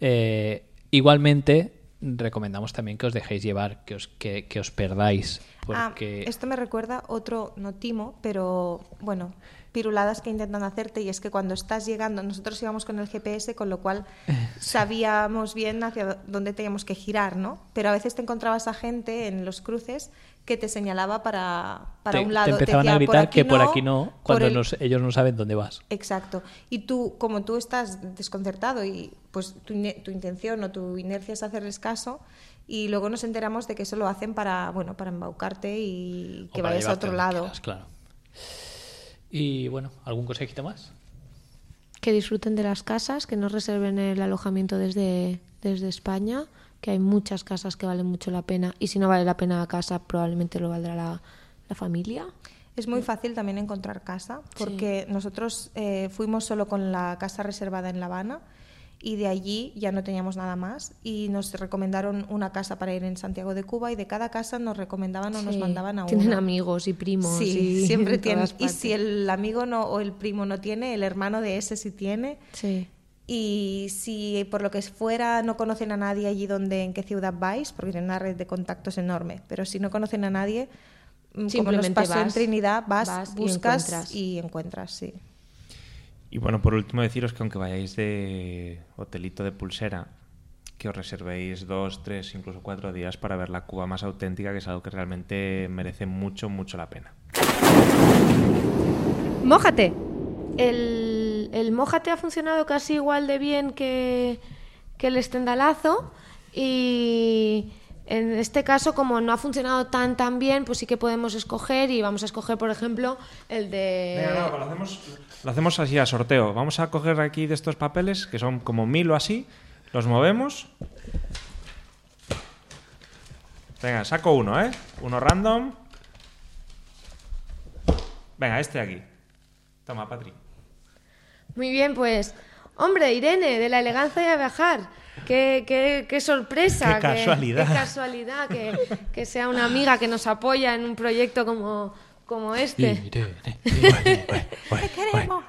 B: Eh, igualmente, recomendamos también que os dejéis llevar, que os, que, que os perdáis.
D: Ah,
B: Porque
D: esto me recuerda otro, no timo, pero bueno, piruladas que intentan hacerte y es que cuando estás llegando, nosotros íbamos con el GPS, con lo cual sabíamos bien hacia dónde teníamos que girar, ¿no? Pero a veces te encontrabas a gente en los cruces que te señalaba para, para
B: te,
D: un
B: te
D: lado.
B: empezaban
D: decía,
B: a gritar que por aquí
D: por
B: no, cuando
D: el-
B: nos- ellos no saben dónde vas.
D: Exacto. Y tú, como tú estás desconcertado y pues tu, ine- tu intención o tu inercia es hacerles caso y luego nos enteramos de que eso lo hacen para, bueno, para embaucarte y
B: O
D: que
B: para
D: vayas a
B: llevarte
D: otro
B: donde
D: lado.
B: quieras, claro. Y bueno, ¿algún consejito más?
C: que disfruten de las casas, que no reserven el alojamiento desde, desde España, que hay muchas casas que valen mucho la pena y si no vale la pena la casa probablemente lo valdrá la, la familia.
D: Es muy fácil también encontrar casa, porque nosotros eh, fuimos solo con la casa reservada en La Habana y de allí ya no teníamos nada más y nos recomendaron una casa para ir en Santiago de Cuba y de cada casa nos recomendaban o Ah, nos
C: Sí,
D: mandaban a una.
C: Tienen amigos y primos.
D: Sí,
C: y
D: siempre
C: en
D: tiene.
C: todas
D: Y
C: partes.
D: si el amigo no o el primo no tiene, el hermano de ese sí tiene.
C: Sí.
D: Y si por lo que fuera no conocen a nadie allí donde, en qué ciudad vais, porque tienen una red de contactos enorme, pero si no conocen a nadie, mm, como nos
C: Simplemente
D: pasó en
C: vas,
D: Trinidad, vas,
C: vas y
D: buscas
C: encuentras.
D: y encuentras, sí.
E: Y bueno, por último deciros que aunque vayáis de hotelito de pulsera, que os reservéis dos, tres, incluso cuatro días para ver la Cuba más auténtica, que es algo que realmente merece mucho, mucho la pena.
C: ¡Mójate! El, el mójate ha funcionado casi igual de bien que, que el estendalazo y en este caso como no ha funcionado tan tan bien pues sí que podemos escoger y vamos a escoger por ejemplo el de
D: Eh.
E: pues lo hacemos... así a sorteo. Vamos a coger aquí de estos papeles, que son como mil o así, los movemos. Venga, saco uno, ¿eh? Uno random. Venga, este de aquí. Toma, Patri.
C: Muy bien, pues. Hombre, Irene, de la elegancia y a viajar. Qué, qué- qué sorpresa.
E: Qué casualidad.
C: Qué casualidad que, que sea una amiga que nos apoya en un proyecto como, como este.
B: Irene.
D: ¡Te queremos!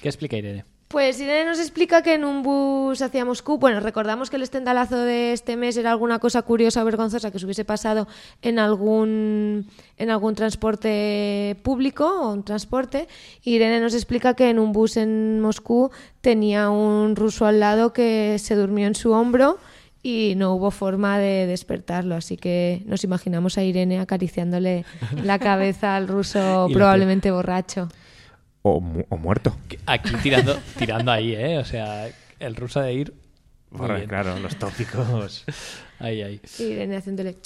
B: ¿Qué explica Irene?
C: Pues Irene nos explica que en un bus hacia Moscú, bueno, recordamos que el estendalazo de este mes era alguna cosa curiosa o vergonzosa que se hubiese pasado en algún, en algún transporte público o un transporte. Irene nos explica que en un bus en Moscú tenía un ruso al lado que se durmió en su hombro y no hubo forma de despertarlo, así que nos imaginamos a Irene acariciándole la cabeza al ruso
B: Y la-
C: probablemente borracho.
F: O, mu- o muerto.
B: Aquí tirando, tirando ahí, ¿eh? O sea, el ruso de ir. muy
E: Bueno,
B: bien.
E: claro, los tópicos.
B: Ahí, ahí.
C: Irene haciéndole...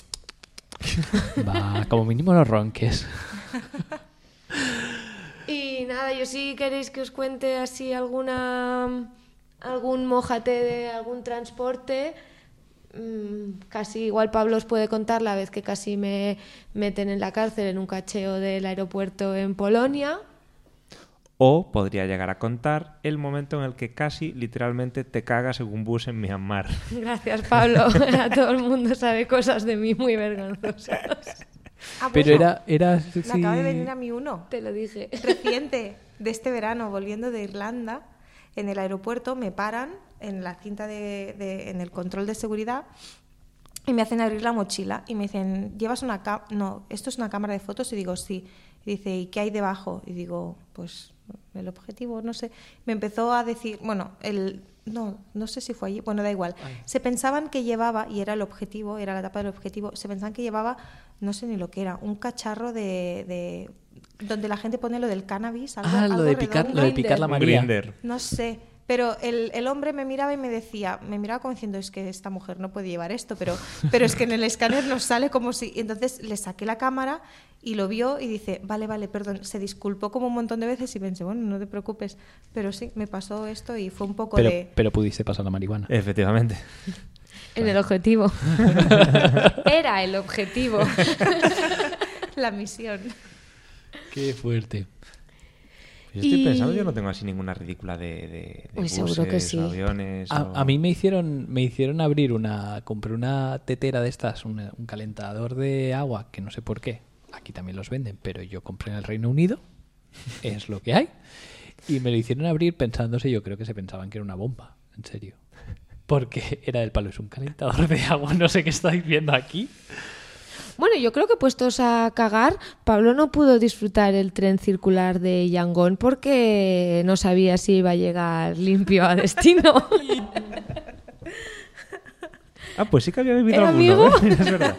B: Va, como mínimo no ronques.
C: Y nada, yo sí queréis que os cuente así alguna algún mojate de algún transporte. Mm, Casi igual Pablo os puede contar la vez que casi me meten en la cárcel en un cacheo del aeropuerto en Polonia.
E: O podría llegar a contar el momento en el que casi literalmente te cagas en un bus en Myanmar.
C: Gracias Pablo, a todo el mundo sabe cosas de mí muy vergonzosas.
D: Ah,
B: Pero
D: bueno,
B: era. era
D: Me
B: sí.
D: acaba de venir a mí uno.
C: Te lo dije.
D: reciente de este verano, volviendo de Irlanda, en el aeropuerto me paran en la cinta de, de- en el control de seguridad y me hacen abrir la mochila y me dicen, ¿llevas una cámara? No, esto es una cámara de fotos y digo, sí. Y dice, ¿y qué hay debajo? Y digo, pues el objetivo, no sé. Me empezó a decir, bueno, el... No, no sé si fue allí, bueno, da igual. Se pensaban que llevaba, y era el objetivo, era la etapa del objetivo, se pensaban que llevaba, no sé ni lo que era, un cacharro de... de- donde la gente pone lo del cannabis, algo,
B: Ah, lo
D: algo
B: de picar,
D: redondo.
B: lo de
C: Grindr.
B: picar la
E: Un
B: María.
E: grinder.
D: No sé, pero el, el hombre me miraba y me decía, me miraba como diciendo, es que esta mujer no puede llevar esto, pero, pero es que en el escáner nos sale como si... Y entonces le saqué la cámara y lo vio y dice, vale, vale, perdón, se disculpó como un montón de veces y pensé, bueno, no te preocupes, pero sí, me pasó esto y fue un poco
B: Pero,
D: de...
B: pero pudiste pasar la marihuana.
E: Eh. Efectivamente.
C: En el objetivo. Era el objetivo.
D: La misión.
B: Qué fuerte.
E: Yo estoy
C: Y-
E: pensando, yo no tengo así ninguna ridícula de, de, de
C: Uy, seguro que
E: buses,
C: sí.
E: aviones.
B: A,
E: o-
B: a mí me hicieron, me hicieron abrir una. Compré una tetera de estas, una- un calentador de agua, que no sé por qué. Aquí también los venden, pero yo compré en el Reino Unido. Es lo que hay. Y me lo hicieron abrir pensándose, yo creo que se pensaban que era una bomba, en serio. Porque era del palo, es un calentador de agua, no sé qué estáis viendo aquí.
C: Bueno, yo creo que puestos a cagar, Pablo no pudo disfrutar el tren circular de Yangon porque no sabía si iba a llegar limpio a destino.
E: Ah, pues sí que había vivido
C: ¿Era
E: alguno,
C: amigo?
E: ¿eh? Es verdad.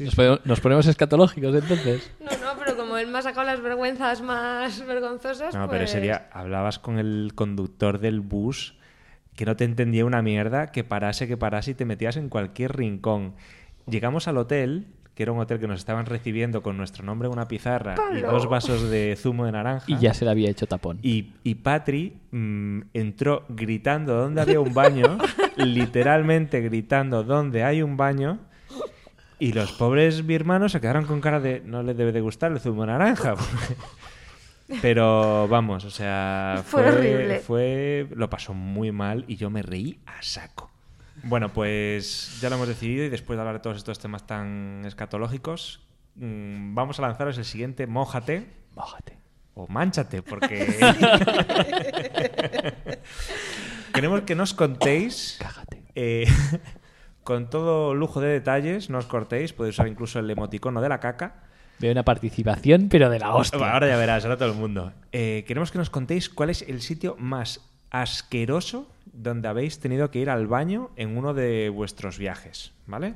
B: Nos, pone- nos ponemos escatológicos entonces.
C: no, no, pero como él me ha sacado las vergüenzas más vergonzosas,
E: No,
C: pues...
E: pero ese día hablabas con el conductor del bus que no te entendía una mierda, que parase, que parase y te metías en cualquier rincón. Llegamos al hotel, que era un hotel que nos estaban recibiendo con nuestro nombre en una pizarra y dos vasos de zumo de naranja.
B: Y ya se le había hecho tapón.
E: Y, y Patri mm, entró gritando dónde había un baño, literalmente gritando dónde hay un baño. Y los pobres birmanos se quedaron con cara de no les debe de gustar el zumo de naranja. Pero vamos, o sea,
C: Fue horrible.
E: Fue, lo pasó muy mal y yo me reí a saco. Bueno, pues ya lo hemos decidido y después de hablar de todos estos temas tan escatológicos, mm, vamos a lanzaros el siguiente Mójate
B: Mójate.
E: o manchate, porque queremos que nos contéis
B: Cágate.
E: eh, con todo lujo de detalles, no os cortéis, podéis usar incluso el emoticono de la caca.
B: Veo una participación, pero de la hostia.
E: Ahora ya verás, ahora todo el mundo. Eh, queremos que nos contéis cuál es el sitio más asqueroso donde habéis tenido que ir al baño en uno de vuestros viajes, ¿vale?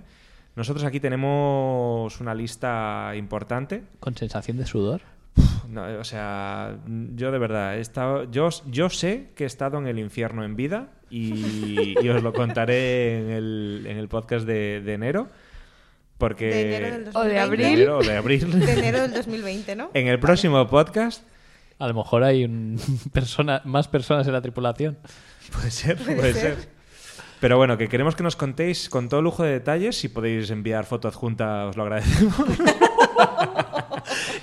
E: Nosotros aquí tenemos una lista importante
B: Con sensación de sudor.
E: No, eh, o sea, mm, yo de verdad, he estado, yo, yo sé que he estado en el infierno en vida y, y os lo contaré en el, en el podcast de, de enero. Porque,
D: De enero del
C: O de
D: 2020.
E: de
C: abril.
E: enero o de abril.
D: De enero del 2020, ¿no?
E: en el próximo podcast,
B: A lo mejor hay un persona, más personas en la tripulación.
E: puede ser, puede, ser. Pero bueno, que queremos que nos contéis con todo lujo de detalles. Si podéis enviar foto adjunta, os lo agradecemos.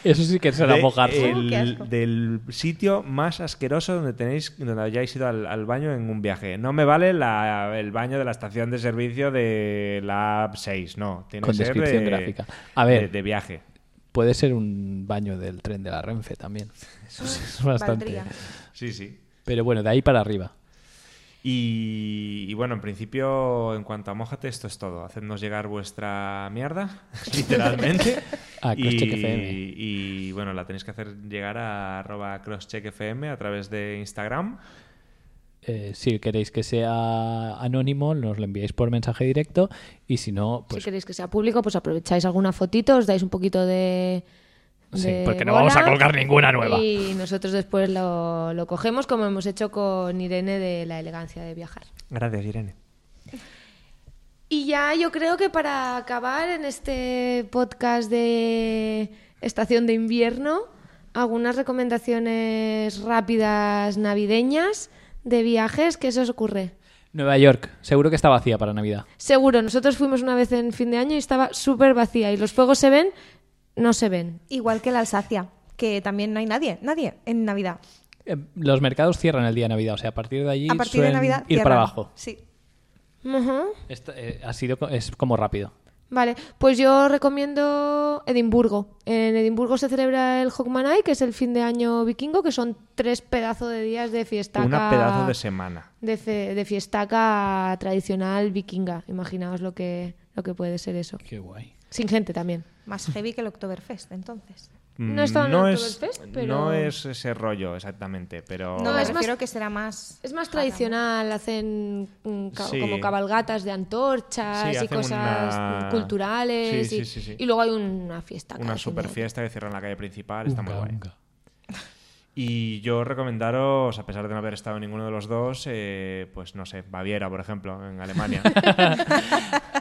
B: Eso sí que será
E: de eh,
B: mojarse.
E: el-
D: Qué asco.
E: del sitio más asqueroso donde tenéis donde hayáis ido al, al baño en un viaje. No me vale la- el baño de la estación de servicio de la app 6, no. Tiene
B: Con
E: que ser
B: descripción
E: de-
B: gráfica. A ver.
E: De, de viaje.
B: puede ser un baño del tren de la Renfe también. Eso es bastante.
D: Valdría.
E: Sí, sí.
B: Pero bueno, de ahí para arriba.
E: Y, y bueno, en principio, en cuanto a Mójate, esto es todo. Hacednos llegar vuestra mierda, literalmente.
B: A Crosscheck
E: y,
B: FM.
E: y bueno, la tenéis que hacer llegar a arroba crosscheckfm a través de Instagram.
B: Eh, si queréis que sea anónimo, nos lo enviáis por mensaje directo. Y si no, pues
C: si queréis que sea público, pues aprovecháis alguna fotito, os dais un poquito de.
B: Sí,
C: de
B: porque no vamos a colgar ninguna nueva.
C: Y nosotros después lo, lo cogemos, como hemos hecho con Irene de La elegancia de viajar.
E: Gracias, Irene.
C: Y ya yo creo que para acabar en este podcast de estación de invierno, algunas recomendaciones rápidas navideñas de viajes, ¿qué se os ocurre?
B: Nueva York, seguro que está vacía para Navidad.
C: Seguro, nosotros fuimos una vez en fin de año y estaba súper vacía y los fuegos se ven, no se ven.
D: Igual que la Alsacia, que también no hay nadie, nadie en Navidad.
B: Eh, los mercados cierran el día de Navidad, o sea, a partir de allí
D: a partir de
B: suelen
D: Navidad.
B: ir
D: cierran.
B: para abajo.
D: Sí.
C: Ujú.
B: Esta- eh, ha sido, co- es como rápido.
C: Vale, pues yo recomiendo Edimburgo. En Edimburgo se celebra el Hogmanay, que es el fin de año vikingo, que son tres pedazos de días de fiesta.
E: Una pedazo de semana.
C: de, fe- de fiestaca tradicional vikinga. Imaginaos lo que, lo que puede ser eso.
B: Qué guay.
C: Sin gente también.
D: Más heavy que el Oktoberfest, entonces.
C: No he estado en el Oktoberfest, pero-
E: no es ese rollo exactamente, pero
D: No, me
C: es más-
D: refiero que será más...
B: Ah,
C: Es más
D: jara, ¿no?
C: tradicional, hacen mm, ca-
E: Sí.
C: como cabalgatas de antorchas
E: Sí,
C: y
E: hacen
C: cosas
E: una-
C: mm, culturales.
E: Sí,
C: y,
E: sí, sí, sí.
C: y luego hay una fiesta.
E: una super fiesta que cierra en la calle principal, está muy
B: Unga,
E: guay.
B: unga.
E: Y yo recomendaros, a pesar de no haber estado en ninguno de los dos, eh, pues no sé, Baviera, por ejemplo, en Alemania.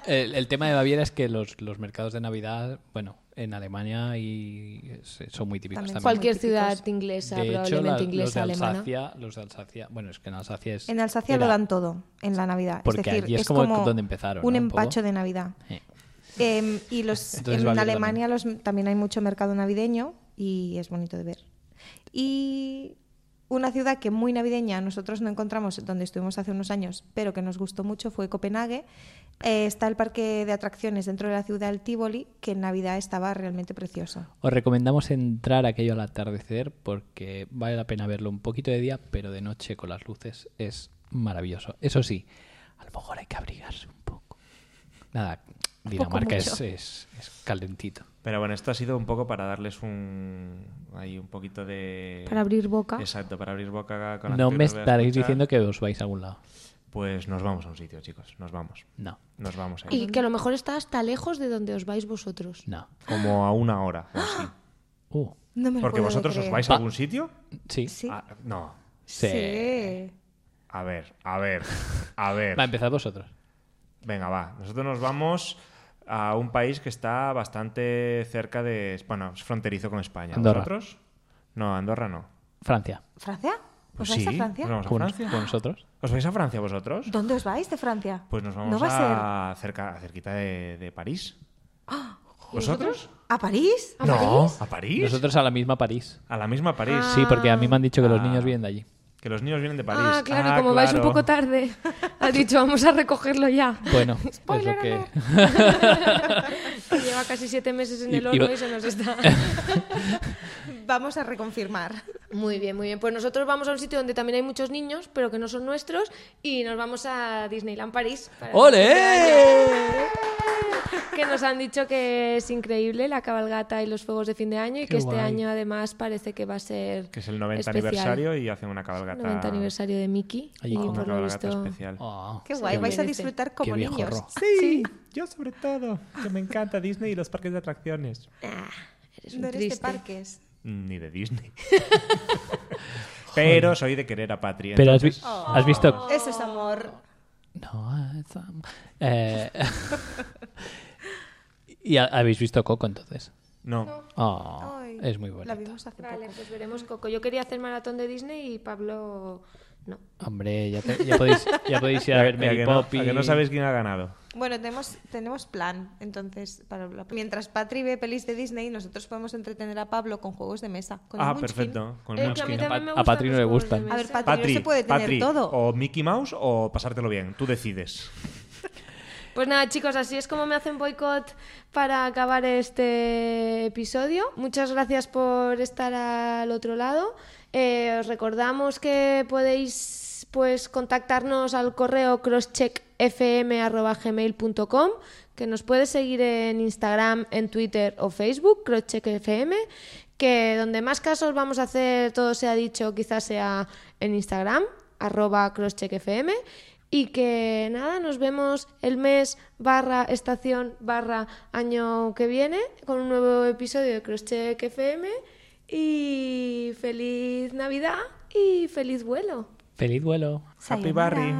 B: El, el tema de Baviera es que los, los mercados de Navidad, bueno, en Alemania y se- son muy típicos
D: También.
B: también.
C: Cualquier
D: Muy típicos.
C: ciudad inglesa,
B: de hecho,
C: probablemente
B: la-
C: inglesa,
B: los de
C: alemana.
B: Alsacia, los de Alsacia, bueno, es que en Alsacia es
D: En Alsacia
B: era-
D: lo dan todo en la Navidad.
B: Porque
D: es decir,
B: allí es como donde empezaron,
D: Un
B: ¿no? Un poco.
D: empacho de Navidad.
B: Eh.
D: Em, y los,
B: Entonces
D: en
B: Baviera
D: Alemania los, también hay mucho mercado navideño y es bonito de ver. Y una ciudad que muy navideña nosotros no encontramos donde estuvimos hace unos años, pero que nos gustó mucho fue Copenhague. Eh, está el parque de atracciones dentro de la ciudad del Tivoli, que en Navidad estaba realmente precioso.
B: Os recomendamos entrar aquello al atardecer porque vale la pena verlo un poquito de día, pero de noche con las luces es maravilloso. Eso sí, a lo mejor hay que abrigarse un poco. Nada, Dinamarca es,
D: mucho.
B: es- es calentito.
E: Pero bueno, esto ha sido un poco para darles un. ahí un poquito de.
C: Para abrir boca.
E: Exacto, para abrir boca con la
B: No me
E: gente que nos vaya a
B: estaréis
E: escuchar.
B: diciendo que os vais a algún lado.
E: Pues nos vamos a un sitio, chicos, nos vamos.
B: No,
E: Nos vamos ahí.
C: Y que a lo mejor está hasta lejos de donde os vais vosotros.
B: no.
E: Como a una hora o así.
B: Uh,
D: No me lo
E: Porque
D: puedo
E: vosotros os
D: creer.
E: vais a algún sitio.
B: sí.
D: Sí.
E: Ah, no.
B: Sí.
D: Sí.
E: A ver, a ver, a ver.
B: Va a empezar vosotros.
E: Venga, va. Nosotros nos vamos a un país que está bastante cerca de. Bueno, es fronterizo con España.
B: Andorra.
E: ¿Vosotros? No, Andorra no.
B: Francia.
D: ¿Francia? ¿Os
E: Pues
D: vais
E: sí,
D: a Francia?
E: nos vamos a
B: Con,
E: Francia.
B: con nosotros.
E: ¿Os vais a Francia vosotros?
D: ¿Dónde os vais de Francia?
E: Pues nos vamos
D: ¿No va a ser
E: a, cerca, cerquita de, de París. ¿Vosotros?
D: a París?
E: no, a París.
B: Nosotros a la misma París.
E: A la misma París.
D: Ah.
B: Sí, porque a mí me han dicho que los
E: Ah.
B: niños vienen de allí.
E: Que los niños vienen de París.
C: Ah, claro, y como vais un
E: claro.
C: poco tarde, has dicho, vamos a recogerlo ya.
B: Bueno, es
C: Spoiler
B: lo que...
C: alert. Lleva casi siete meses en
B: Y-
C: el
B: y
C: horno
B: va-
C: y se nos está.
D: Vamos a reconfirmar.
C: Muy bien, muy bien. Pues nosotros vamos a un sitio donde también hay muchos niños, pero que no son nuestros, y nos vamos a Disneyland París. para
B: ¡Ole!
C: Que nos han dicho que es increíble la cabalgata y los fuegos de fin de año, y
B: Qué
C: que este
B: guay.
C: año además parece que va a ser.
E: Que es el 90
C: especial.
E: aniversario y hacen una cabalgata.
C: 90 aniversario de Mickey.
B: Ahí
C: y
B: con
E: Una
C: por lo
E: cabalgata
C: visto.
E: especial.
B: Oh,
D: Qué guay,
C: lo
D: vais a
C: merece.
D: disfrutar como
B: Qué viejo
D: niños.
B: ro.
E: Sí, yo sobre todo. Que me encanta Disney y los parques de atracciones.
C: Eres un
D: No eres de este
C: triste.
D: parques.
E: Ni de Disney. Pero soy de querer a Patria.
B: Pero has, vi-
D: Oh.
B: has visto.
D: Eso es amor.
B: No, es- eh, y ha- habéis visto Coco entonces.
E: No.
B: Oh,
D: Ay,
B: es muy
D: La
B: bonito.
D: vimos hace
C: Vale,
D: poco.
C: pues veremos Coco. Yo quería hacer maratón de Disney y Pablo no.
B: Hombre, ya, te- ya podéis, ya podéis ir a ver
E: Mira
B: Mary
E: que no-
B: Poppins.
E: a que no sabéis quién ha ganado.
D: Bueno, tenemos, tenemos plan, entonces, para la- mientras Patri ve pelis de Disney, nosotros podemos entretener a Pablo con juegos de mesa. con
E: ah,
D: Munchkin.
E: perfecto. Con
C: Eh, que a
E: Munchkin.
C: mí también me
B: A
C: gustan
B: Patri no
C: los
B: le
C: juegos
B: gustan.
C: de
D: A ver,
C: mesa.
D: Patri, no
E: Patri,
D: se puede tener
E: Patri,
D: todo.
E: o Mickey Mouse o pasártelo bien. Tú decides.
C: Pues nada, chicos, así es como me hacen boicot para acabar este episodio. Muchas gracias por estar al otro lado. Eh, os recordamos que podéis pues contactarnos al correo crosscheckfm.gmail.com que nos puedes seguir en Instagram, en Twitter o Facebook, crosscheckfm, que donde más casos vamos a hacer, todo se ha dicho, quizás sea en Instagram, arroba crosscheckfm, y que nada, nos vemos el mes barra estación barra año que viene con un nuevo episodio de Crosscheck FM y feliz Navidad y feliz vuelo.
B: Feliz vuelo.
E: Happy Barry.